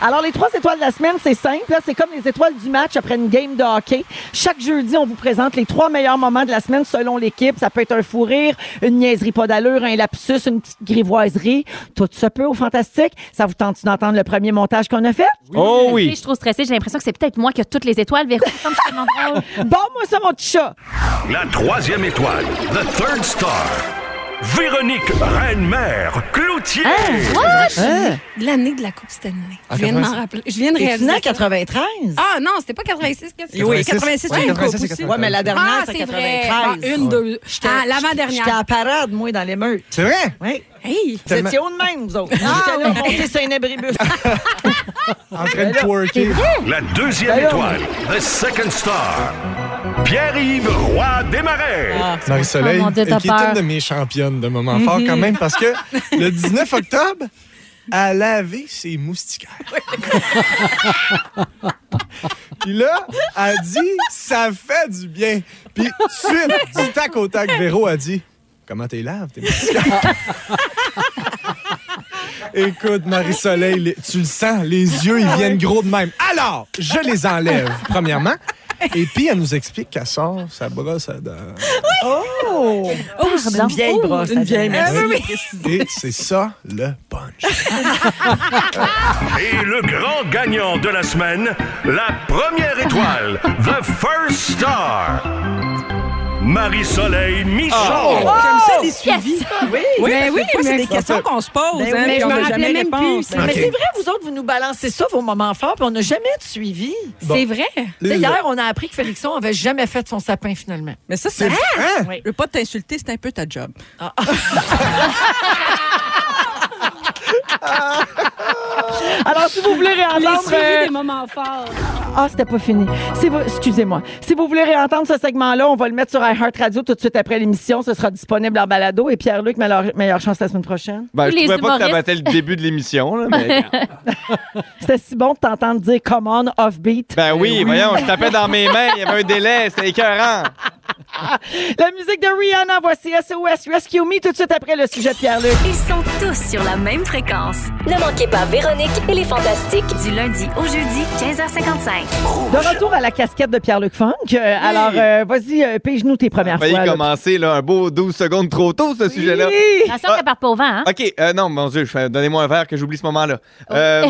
[SPEAKER 4] Alors, les trois étoiles de la semaine, c'est simple. hein. C'est comme les étoiles du match après une game de hockey. Chaque jeudi, on vous présente les trois meilleurs moments de la semaine selon l'équipe. Ça peut être un fou rire, une niaiserie pas d'allure, un lapsus, une petite grivoiserie. Tout ça peut au fantastique. Ça vous tente d'entendre le premier montage qu'on a fait?
[SPEAKER 5] Oh
[SPEAKER 7] Je
[SPEAKER 5] oui.
[SPEAKER 7] suis trop stressée. J'ai l'impression que c'est peut-être moi qui ai toutes les étoiles. Véro, comme je suis tellement drôle.
[SPEAKER 4] Bon, moi, ça, mon petit chat.
[SPEAKER 12] La troisième étoile, the third star. Véronique Reine-Mère Cloutier.
[SPEAKER 7] Hein?
[SPEAKER 6] L'année de la Coupe Stanley. Je viens de m'en rappeler. Je viens de
[SPEAKER 4] T'es
[SPEAKER 6] réaliser.
[SPEAKER 4] né en 93.
[SPEAKER 6] Ah non, c'était pas 86. qu'est-ce que-
[SPEAKER 5] Oui, 86,
[SPEAKER 6] ouais,
[SPEAKER 5] c'est une coupe
[SPEAKER 6] 86,
[SPEAKER 5] aussi.
[SPEAKER 4] Ouais, mais la dernière,
[SPEAKER 6] Ah,
[SPEAKER 4] c'est
[SPEAKER 6] c'est vrai.
[SPEAKER 4] 93.
[SPEAKER 6] Ah, une, deux. Ah, l'avant-dernière.
[SPEAKER 4] J'étais à la parade, moi, dans les meutes. C'est vrai? Oui.
[SPEAKER 6] Hey!
[SPEAKER 4] Vous étiez haut de même, vous autres. J'étais là, monté sur un abribus.
[SPEAKER 12] La deuxième étoile, the second star. Pierre-Yves Roy Desmarais.
[SPEAKER 13] Marie-Soleil,
[SPEAKER 12] Oh, mon Dieu,
[SPEAKER 13] euh,
[SPEAKER 12] t'as
[SPEAKER 13] qui est
[SPEAKER 12] peur.
[SPEAKER 13] une de mes championnes de moments forts
[SPEAKER 12] Mhm.
[SPEAKER 13] quand même, parce que le 19 octobre, elle a lavé ses moustiquaires. Puis là, elle dit « ça fait du bien ». Puis tout de suite, du tac au tac, Véro a dit « comment t'es laves tes moustiquaires ?» Écoute, Marie-Soleil, les- tu le sens, les yeux, ils viennent gros de même. Alors, je les enlève, premièrement. Et puis, elle nous explique qu'elle sort sa brosse à dents.
[SPEAKER 4] Oh!
[SPEAKER 11] Oh, c'est une vieille
[SPEAKER 4] Oh,
[SPEAKER 11] brosse
[SPEAKER 4] Une
[SPEAKER 11] à
[SPEAKER 4] vieille,
[SPEAKER 11] dents.
[SPEAKER 4] merci.
[SPEAKER 11] Ah oui,
[SPEAKER 13] Et c'est ça, le punch.
[SPEAKER 12] Et le grand gagnant de la semaine, la première étoile, The First Star. Marie-Soleil Michon.
[SPEAKER 14] Oh, J'aime ça, les suivis. Oui,
[SPEAKER 4] Ben Oui,
[SPEAKER 14] mais oui,
[SPEAKER 4] parce que des fois,
[SPEAKER 14] c'est des questions qu'on se pose,
[SPEAKER 4] Ben oui,
[SPEAKER 14] hein,
[SPEAKER 4] mais
[SPEAKER 14] puis
[SPEAKER 4] je
[SPEAKER 14] on
[SPEAKER 4] me
[SPEAKER 14] n'a
[SPEAKER 4] rappelais
[SPEAKER 14] jamais
[SPEAKER 4] même
[SPEAKER 14] réponse.
[SPEAKER 4] plus. Mais c'est vrai, vous autres, vous nous balancez ça, vos moments forts, puis on n'a jamais de suivi.
[SPEAKER 14] Bon. C'est vrai.
[SPEAKER 4] Tu sais, hier, on a appris que Félixon avait jamais fait son sapin, finalement.
[SPEAKER 14] Mais ça, c'est.
[SPEAKER 4] Hein?
[SPEAKER 14] Je veux pas t'insulter, c'est un peu ta job.
[SPEAKER 4] Alors, si vous voulez réentendre... euh,
[SPEAKER 14] moments forts.
[SPEAKER 4] Ah, c'était pas fini. Si vous- excusez-moi. Si vous voulez réentendre ce segment-là, on va le mettre sur iHeartRadio tout de suite après l'émission. Ce sera disponible en balado. Et Pierre-Luc, meilleure, meilleure chance la semaine prochaine.
[SPEAKER 5] Ben, je trouvais pas que t'abattais le début de l'émission, là, mais.
[SPEAKER 4] C'était si bon de t'entendre dire « come on, offbeat ».
[SPEAKER 5] Ben oui, voyons, je tapais dans mes mains, il y avait un délai, c'était écœurant.
[SPEAKER 4] La musique de Rihanna, voici SOS Rescue Me tout de suite après le sujet de Pierre-Luc.
[SPEAKER 8] Ils sont tous sur la même fréquence. Ne manquez pas Véronique et les Fantastiques du lundi au jeudi
[SPEAKER 5] Oh,
[SPEAKER 8] 15h55.
[SPEAKER 4] De retour à la casquette de Pierre-Luc Funk. Euh, Alors, euh, vas-y, euh, pige-nous tes premières
[SPEAKER 5] Failli
[SPEAKER 4] fois. là.
[SPEAKER 5] commencer là, un beau 12 secondes trop tôt, Ben, ce sujet-là.
[SPEAKER 7] Attention qu'elle parte pas au vent, hein?
[SPEAKER 5] OK, euh, non, mon Dieu, je fais- donnez-moi un verre que j'oublie ce moment-là.
[SPEAKER 4] Oh.
[SPEAKER 5] Euh,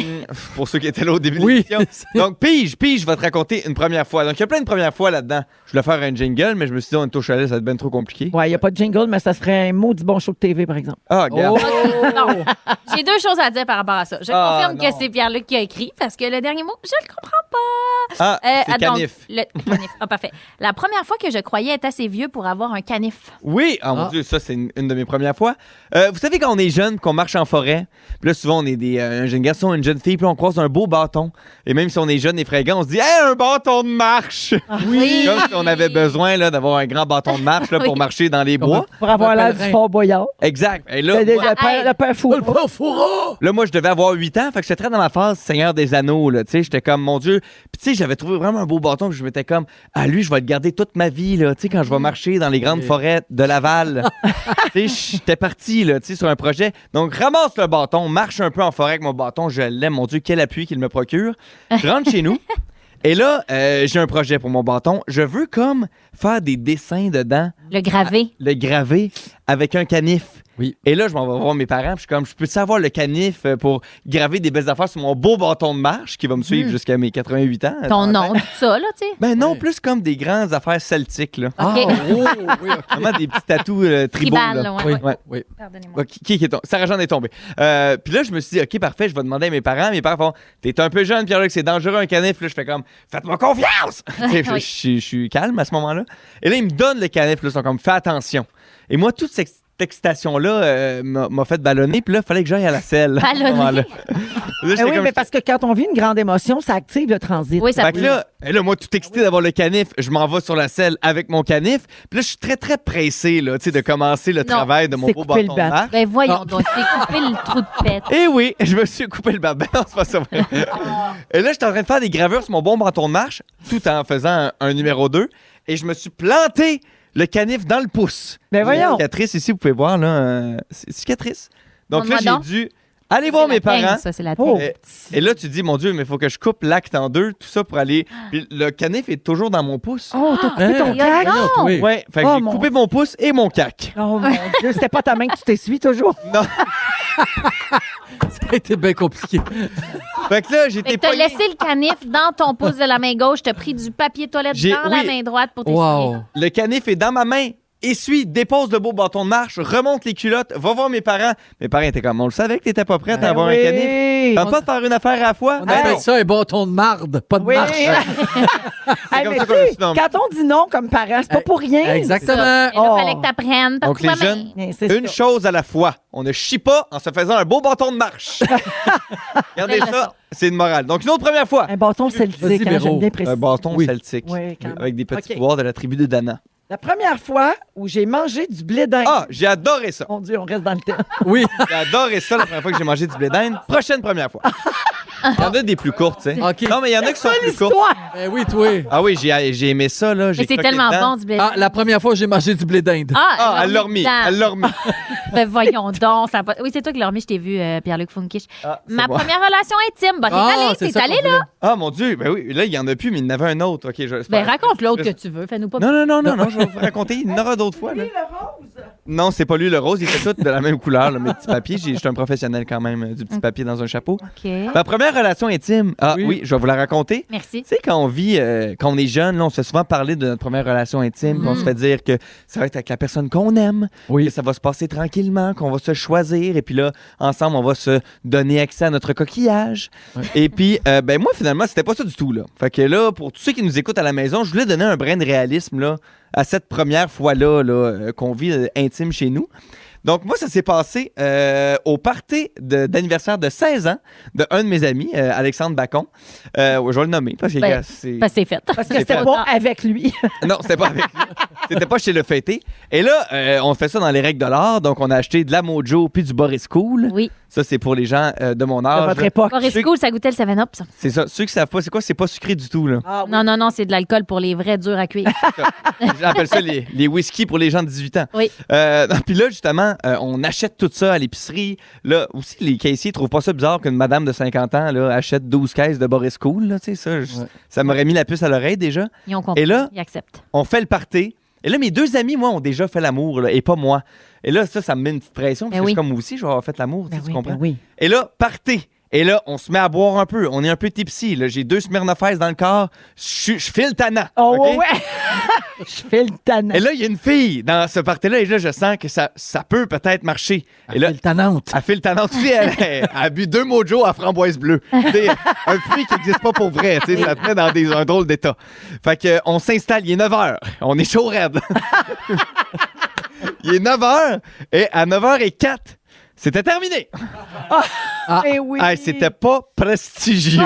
[SPEAKER 5] pour ceux qui étaient là au début de l'émission. Donc, Pige, Pige va te raconter une première fois. Donc, il y a plein de premières fois là-dedans. Je voulais faire un jingle, mais je me suis dit, on touche à l'aise, ça va être bien trop compliqué.
[SPEAKER 4] Ouais, il n'y a pas de jingle, mais ça serait un mot du bon show de TV, par exemple.
[SPEAKER 5] Ah, regarde.
[SPEAKER 7] Non. J'ai deux choses à dire par rapport à ça. Je
[SPEAKER 5] Ah,
[SPEAKER 7] confirme
[SPEAKER 5] non.
[SPEAKER 7] que c'est Pierre-Luc qui a écrit parce que le dernier mot, je le comprends pas.
[SPEAKER 4] Eh,
[SPEAKER 5] Ah, c'est
[SPEAKER 7] Euh, donc,
[SPEAKER 5] canif.
[SPEAKER 7] le canif. Ah, parfait. La première fois que je croyais être assez vieux pour avoir un canif.
[SPEAKER 5] Oui, ah, mon
[SPEAKER 7] Ah.
[SPEAKER 5] Dieu, ça, c'est une, une de mes premières fois. Euh, vous savez, quand on est jeune, qu'on marche en forêt, puis là, souvent, on est des, euh, un jeune garçon, une jeune fille, puis là, on croise un beau bâton. Et même si on est jeune et fringant, on se dit, hey, un bâton de marche!
[SPEAKER 4] Ah oui.
[SPEAKER 5] Comme si on avait besoin là, d'avoir un grand bâton de marche là, pour
[SPEAKER 4] Oui.
[SPEAKER 5] marcher dans les bois.
[SPEAKER 4] Pour avoir l'air du
[SPEAKER 5] pèlerin.
[SPEAKER 4] fort boyard.
[SPEAKER 5] Exact. Et là,
[SPEAKER 4] Le, le-
[SPEAKER 5] moi-
[SPEAKER 4] le père, Oh, le père Fouras.
[SPEAKER 5] Là, moi, je devais avoir 8 ans, fait que j'étais très dans ma phase Seigneur des Anneaux, là, tu sais, j'étais comme, mon Dieu, puis tu sais, j'avais trouvé vraiment un beau bâton, puis je m'étais comme, ah, lui, je vais le garder toute ma vie, là, tu sais, quand je vais marcher dans les grandes forêts de Laval, tu sais, j'étais parti, là, tu sais, sur un projet, donc ramasse le bâton, marche un peu en forêt avec mon bâton, je l'aime, mon Dieu, quel appui qu'il me procure, je rentre chez nous, et là, euh, j'ai un projet pour mon bâton, je veux comme faire des dessins dedans,
[SPEAKER 7] Le gravé.
[SPEAKER 5] le gravé avec un canif. Oui. Et là, je m'en vais voir mes parents. puis Je suis comme, je peux savoir le canif euh, pour graver des belles affaires sur mon beau bâton de marche qui va me suivre jusqu'à mes 88 ans.
[SPEAKER 7] Mhm. Ton nom, tout ça, là, tu sais.
[SPEAKER 5] Ben non, plus comme des grandes affaires celtiques, là.
[SPEAKER 7] Ah, oh,
[SPEAKER 5] oui, Vraiment des petits tatous euh, tribaux.
[SPEAKER 7] Tribal,
[SPEAKER 5] là.
[SPEAKER 7] ouais, Oui, ouais.
[SPEAKER 5] Pardonnez-moi. qui, qui est tombé? Sarah-Jeanne est tombée. Euh, puis là, je me suis dit, OK, parfait, je vais demander à mes parents. Mes parents font, t'es un peu jeune, Pierre-Luc, c'est dangereux un canif. Là, je fais comme, faites-moi confiance! Tu sais, je,
[SPEAKER 12] Oui.
[SPEAKER 5] je suis- je suis calme à ce moment-là. Et là, ils me donnent le canif. Là, ils sont comme, fais attention. Et moi, toute cette excitation-là euh, m'a m'a fait ballonner. Puis là, il fallait que j'aille à la selle. à ce
[SPEAKER 4] Ballonner.
[SPEAKER 5] moment-là. Là,
[SPEAKER 4] Ben
[SPEAKER 5] j'étais
[SPEAKER 4] oui,
[SPEAKER 5] comme-
[SPEAKER 4] mais parce que quand on vit une grande émotion, ça active le transit.
[SPEAKER 7] Oui,
[SPEAKER 5] fait que là, et là, moi, tout excité d'avoir le canif, je m'en vais sur la selle avec mon canif. Puis là, je suis très, très pressé là, tu sais, de commencer le travail de mon beau bâton de marche.
[SPEAKER 7] Ben voyons, donc, c'est coupé le trou de pète.
[SPEAKER 5] Eh oui, je me suis coupé le babin, c'est pas ça. vrai. Et là, j'étais en train de faire des gravures sur mon bon bâton de marche, tout en faisant un, un numéro 2, et je me suis planté le canif dans le pouce.
[SPEAKER 4] Ben
[SPEAKER 5] J'ai Une
[SPEAKER 4] voyons.
[SPEAKER 5] cicatrice ici, vous pouvez voir, là, euh, c'est une cicatrice. Donc là,
[SPEAKER 7] Montre-moi donc.
[SPEAKER 5] j'ai dû aller voir
[SPEAKER 7] la
[SPEAKER 5] mes
[SPEAKER 7] teigne,
[SPEAKER 5] parents.
[SPEAKER 7] ça, c'est la
[SPEAKER 5] Oh.
[SPEAKER 7] teigne.
[SPEAKER 5] et, et là, tu dis, mon Dieu, mais il faut que je coupe l'acte en deux, tout ça pour aller.
[SPEAKER 7] Ah.
[SPEAKER 5] Puis le canif est toujours dans mon pouce.
[SPEAKER 4] Oh, t'as coupé ton
[SPEAKER 5] Hein?
[SPEAKER 4] cac?
[SPEAKER 3] Ah,
[SPEAKER 5] Oui. Ouais, fait que
[SPEAKER 4] Oh,
[SPEAKER 5] j'ai
[SPEAKER 4] mon-
[SPEAKER 5] coupé mon pouce et mon cac.
[SPEAKER 4] Oh mon Dieu, c'était pas ta main que tu t'essuies toujours?
[SPEAKER 5] Non.
[SPEAKER 3] Ça a été bien compliqué.
[SPEAKER 5] Fait que là,
[SPEAKER 7] Fait
[SPEAKER 5] j'étais
[SPEAKER 7] que t'as
[SPEAKER 5] pas.
[SPEAKER 7] laissé le canif dans ton pouce de la main gauche, t'as pris du papier toilette
[SPEAKER 5] J'ai-
[SPEAKER 7] dans la
[SPEAKER 5] oui.
[SPEAKER 7] main droite pour t'essuyer.
[SPEAKER 5] Le canif est dans ma main essuie, dépose le beau bâton de marche, remonte les culottes, va voir mes parents. Mes parents étaient comme, on le savait que t'étais pas prête
[SPEAKER 4] Ben
[SPEAKER 5] à avoir
[SPEAKER 3] oui.
[SPEAKER 5] un canif. Tente pas de faire une affaire à la fois.
[SPEAKER 3] On appelle ça un bâton de marde, pas de
[SPEAKER 4] Oui.
[SPEAKER 3] marche.
[SPEAKER 4] Hey,
[SPEAKER 5] comme
[SPEAKER 4] mais
[SPEAKER 5] ça
[SPEAKER 4] tu
[SPEAKER 5] qu'on le
[SPEAKER 4] sais,
[SPEAKER 5] surnomme.
[SPEAKER 4] quand on dit non comme parent, c'est pas
[SPEAKER 5] Eh,
[SPEAKER 4] pour rien.
[SPEAKER 5] exactement.
[SPEAKER 7] Ça. Et là, fallait que t'apprennes par
[SPEAKER 5] oh. Donc, les
[SPEAKER 7] toi-même.
[SPEAKER 5] jeunes, une chose à la fois. On ne chie pas en se faisant un beau bâton de marche. Regardez
[SPEAKER 4] Belle
[SPEAKER 5] ça, c'est une morale. Donc, une autre première fois.
[SPEAKER 4] Un bâton celtique, hein, j'aime bien préciser.
[SPEAKER 5] Un bâton celtique.
[SPEAKER 4] Oui, quand même.
[SPEAKER 5] Avec des petits
[SPEAKER 4] Ok.
[SPEAKER 5] pouvoirs de la tribu de Dana.
[SPEAKER 4] La première fois où j'ai mangé du blé d'Inde. Ah,
[SPEAKER 5] j'ai adoré ça.
[SPEAKER 4] Mon Dieu, on reste dans le thème.
[SPEAKER 3] Oui.
[SPEAKER 5] J'ai adoré ça la première fois que j'ai mangé du blé d'Inde. Prochaine première fois. Il y en a des plus courtes, tu sais. Non, mais il y en a qui sont plus courtes.
[SPEAKER 3] Ben oui, toi.
[SPEAKER 5] Ah oui, j'ai j'ai aimé ça, là. J'ai
[SPEAKER 7] Mais c'est
[SPEAKER 5] croqué
[SPEAKER 7] tellement
[SPEAKER 5] dedans.
[SPEAKER 7] bon, du blé d'Inde.
[SPEAKER 3] Ah, la première fois, j'ai mangé du blé d'Inde.
[SPEAKER 7] Ah,
[SPEAKER 5] Ah, elle l'a
[SPEAKER 7] remis
[SPEAKER 5] remis, elle l'a remis.
[SPEAKER 7] ben voyons donc. Ça a pas- Oui, c'est toi qui l'as remis, je t'ai vu, euh, Pierre-Luc Funkish. Ma
[SPEAKER 5] moi.
[SPEAKER 7] première relation intime. Bah, t'es
[SPEAKER 5] Ah,
[SPEAKER 7] allé,
[SPEAKER 5] c'est
[SPEAKER 7] t'es
[SPEAKER 5] ça
[SPEAKER 7] allé,
[SPEAKER 5] qu'on
[SPEAKER 7] là.
[SPEAKER 5] voulait. Ah, mon Dieu. Ben oui, là, il y en a plus, mais il y en avait un autre. OK, je
[SPEAKER 7] Ben, raconte l'autre que tu veux. Fais-nous pas.
[SPEAKER 5] Non, non, non, non, non, je vais vous raconter. Il y en aura d'autres fois. Là. Non, c'est pas lui le rose, ils étaient tous de la même couleur, là, mes petits papiers. J'ai- Je suis un professionnel quand même euh, du petit papier dans un chapeau.
[SPEAKER 7] OK.
[SPEAKER 5] Ma première relation intime, ah oui, je vais vous la raconter.
[SPEAKER 7] Merci.
[SPEAKER 5] Tu sais, quand on vit, euh, quand on est jeune, là, on se fait souvent parler de notre première relation intime, puis on
[SPEAKER 7] Mhm.
[SPEAKER 5] se fait dire que ça va être avec la personne qu'on aime, que ça va se passer tranquillement, qu'on va se choisir, et puis là, ensemble, on va se donner accès à notre coquillage. Et puis, euh, ben moi, finalement, c'était pas ça du tout, là. Fait que là, pour tous ceux qui nous écoutent à la maison, je voulais donner un brin de réalisme, là, à cette première fois-là, là, euh, qu'on vit euh, intime chez nous. Donc, moi, ça s'est passé euh, au party de- d'anniversaire de 16 ans de un de mes amis, euh, Alexandre Bacon. Euh, je vais le nommer parce que
[SPEAKER 7] Ben,
[SPEAKER 5] gars, c'est.
[SPEAKER 7] Parce que c'est fait.
[SPEAKER 4] Parce que c'était pas avec lui.
[SPEAKER 5] Non, c'était pas avec lui. C'était pas chez le fêté. Et là, euh, on fait ça dans les règles de l'art. Donc, on a acheté de la Mojo puis du Boris Cool.
[SPEAKER 7] Oui.
[SPEAKER 5] Ça, c'est pour les gens euh, de mon âge.
[SPEAKER 4] votre
[SPEAKER 5] là.
[SPEAKER 4] époque.
[SPEAKER 7] Boris Cool, ça goûtait le 7-Up, ça.
[SPEAKER 5] C'est ça. Ceux qui savent pas, c'est quoi? C'est pas sucré du tout, là.
[SPEAKER 4] Ah
[SPEAKER 7] Non, non, non, c'est de l'alcool pour les vrais durs à cuire.
[SPEAKER 5] J'appelle ça les, les whisky pour les gens de 18 ans.
[SPEAKER 7] Oui.
[SPEAKER 5] Euh, non, Puis là, justement, euh, on achète tout ça à l'épicerie. Là, aussi, les caissiers trouvent pas ça bizarre qu'une madame de 50 ans là, achète 12 caisses de Boris Cool. Là, tu sais, ça, je- ça m'aurait mis la puce à l'oreille déjà.
[SPEAKER 7] Ils ont compris.
[SPEAKER 5] Et là,
[SPEAKER 7] Ils acceptent.
[SPEAKER 5] on fait le party. Et là, mes deux amis, moi, ont déjà fait l'amour, là, et pas moi. Et là, ça, ça me met une petite pression, parce
[SPEAKER 7] Ben
[SPEAKER 5] que
[SPEAKER 7] oui.
[SPEAKER 5] je suis comme moi aussi, je vais avoir fait l'amour, tu sais, tu comprends?
[SPEAKER 4] Ben oui.
[SPEAKER 5] Et là, partez. Et là, on se met à boire un peu. On est un peu tipsy. là. J'ai deux Smirnoff dans le corps. Je suis- je file tannant.
[SPEAKER 4] Oh,
[SPEAKER 5] OK?
[SPEAKER 4] ouais, ouais. Je fais le tannant.
[SPEAKER 5] Et là, il y a une fille dans ce party-là, et là, je sens que ça, ça peut peut-être marcher. Elle file
[SPEAKER 3] tannante.
[SPEAKER 5] Elle file tannante. Tu sais, elle, elle a bu deux mojo à framboise bleue. Tu sais, un fruit qui n'existe pas pour vrai. Tu sais, ça te met dans des, un drôle d'état. Fait que, euh, on s'installe, il est 9 h. On est chaud raide. il est 9 h, et à 9 h et 4, c'était terminé.
[SPEAKER 4] Ah, eh oui.
[SPEAKER 5] Hey, c'était pas prestigieux.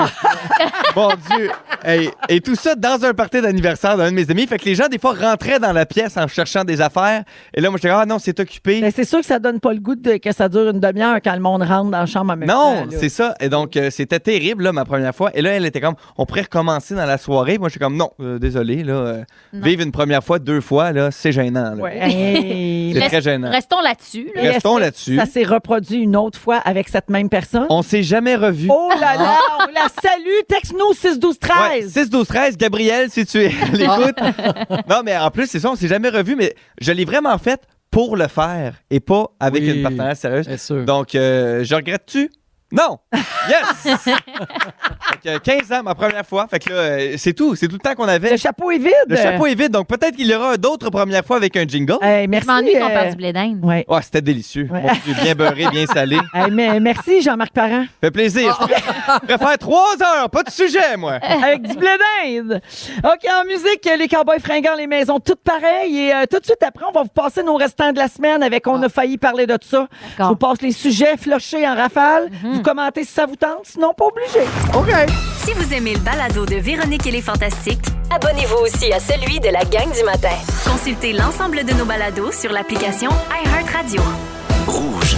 [SPEAKER 5] Mon Dieu. Hey, et tout ça dans un party d'anniversaire d'un de mes amis. Fait que les gens, des fois, rentraient dans la pièce en cherchant des affaires. Et là, moi, j'étais, ah non, c'est occupé.
[SPEAKER 4] Mais c'est sûr que ça donne pas le goût de, que ça dure une demi-heure quand le monde rentre dans la chambre en même temps.
[SPEAKER 5] Non,
[SPEAKER 4] là.
[SPEAKER 5] c'est ça. Et donc, euh, c'était terrible, là, ma première fois. Et là, elle était comme, on pourrait recommencer dans la soirée. Moi, j'étais comme, non, euh, désolé, là. euh,
[SPEAKER 7] Non.
[SPEAKER 5] Vivre une première fois, deux fois, là, c'est gênant. là.
[SPEAKER 4] Ouais.
[SPEAKER 5] C'est
[SPEAKER 7] Reste-
[SPEAKER 5] très gênant.
[SPEAKER 7] Restons là-dessus. là.
[SPEAKER 4] Et est-ce
[SPEAKER 5] Restons
[SPEAKER 4] que
[SPEAKER 5] là-dessus.
[SPEAKER 4] Ça s'est reproduit une autre fois avec cette même personne.
[SPEAKER 5] On Ah! s'est jamais revus.
[SPEAKER 4] Oh là là, on la salue. Texte-nous 6-12-13.
[SPEAKER 5] 6, 12, 13, Gabriel, si tu es à l'écoute. non, mais en plus, c'est ça, on s'est jamais revu, mais je l'ai vraiment fait pour le faire et pas avec une partenaire sérieuse. Donc, euh, je regrette-tu? Non! Yes! Fait que 15 ans, ma première fois. Fait que là, euh, c'est tout. C'est tout le temps qu'on avait.
[SPEAKER 4] Le chapeau est vide.
[SPEAKER 5] Le chapeau est vide, donc peut-être qu'il y aura d'autres premières fois avec un jingle.
[SPEAKER 4] Hey, merci.
[SPEAKER 7] Je m'ennuie qu'on
[SPEAKER 4] euh,
[SPEAKER 7] parle du blé d'Inde.
[SPEAKER 4] Ouais.
[SPEAKER 5] Oh, c'était délicieux. Mon Dieu, bien beurré, bien salé.
[SPEAKER 4] hey, mais merci, Jean-Marc Parent.
[SPEAKER 5] Fait plaisir.
[SPEAKER 4] Ah.
[SPEAKER 5] Je préfère trois heures, pas de sujet, moi.
[SPEAKER 4] Avec du blé d'Inde. OK, en musique, les cowboys fringants, les maisons toutes pareilles. Et euh, tout de suite après, on va vous passer nos restants de la semaine avec On a failli parler de ça. Je vous passe les sujets flochés en rafale. Vous
[SPEAKER 7] Mm-hmm.
[SPEAKER 4] commentez si ça vous tente, sinon pas obligé. OK.
[SPEAKER 8] Si vous aimez le balado de Véronique et les Fantastiques,
[SPEAKER 9] Abonnez-vous aussi à celui de la gang du matin.
[SPEAKER 8] consultez l'ensemble de nos balados sur l'application iHeartRadio.
[SPEAKER 10] Rouge.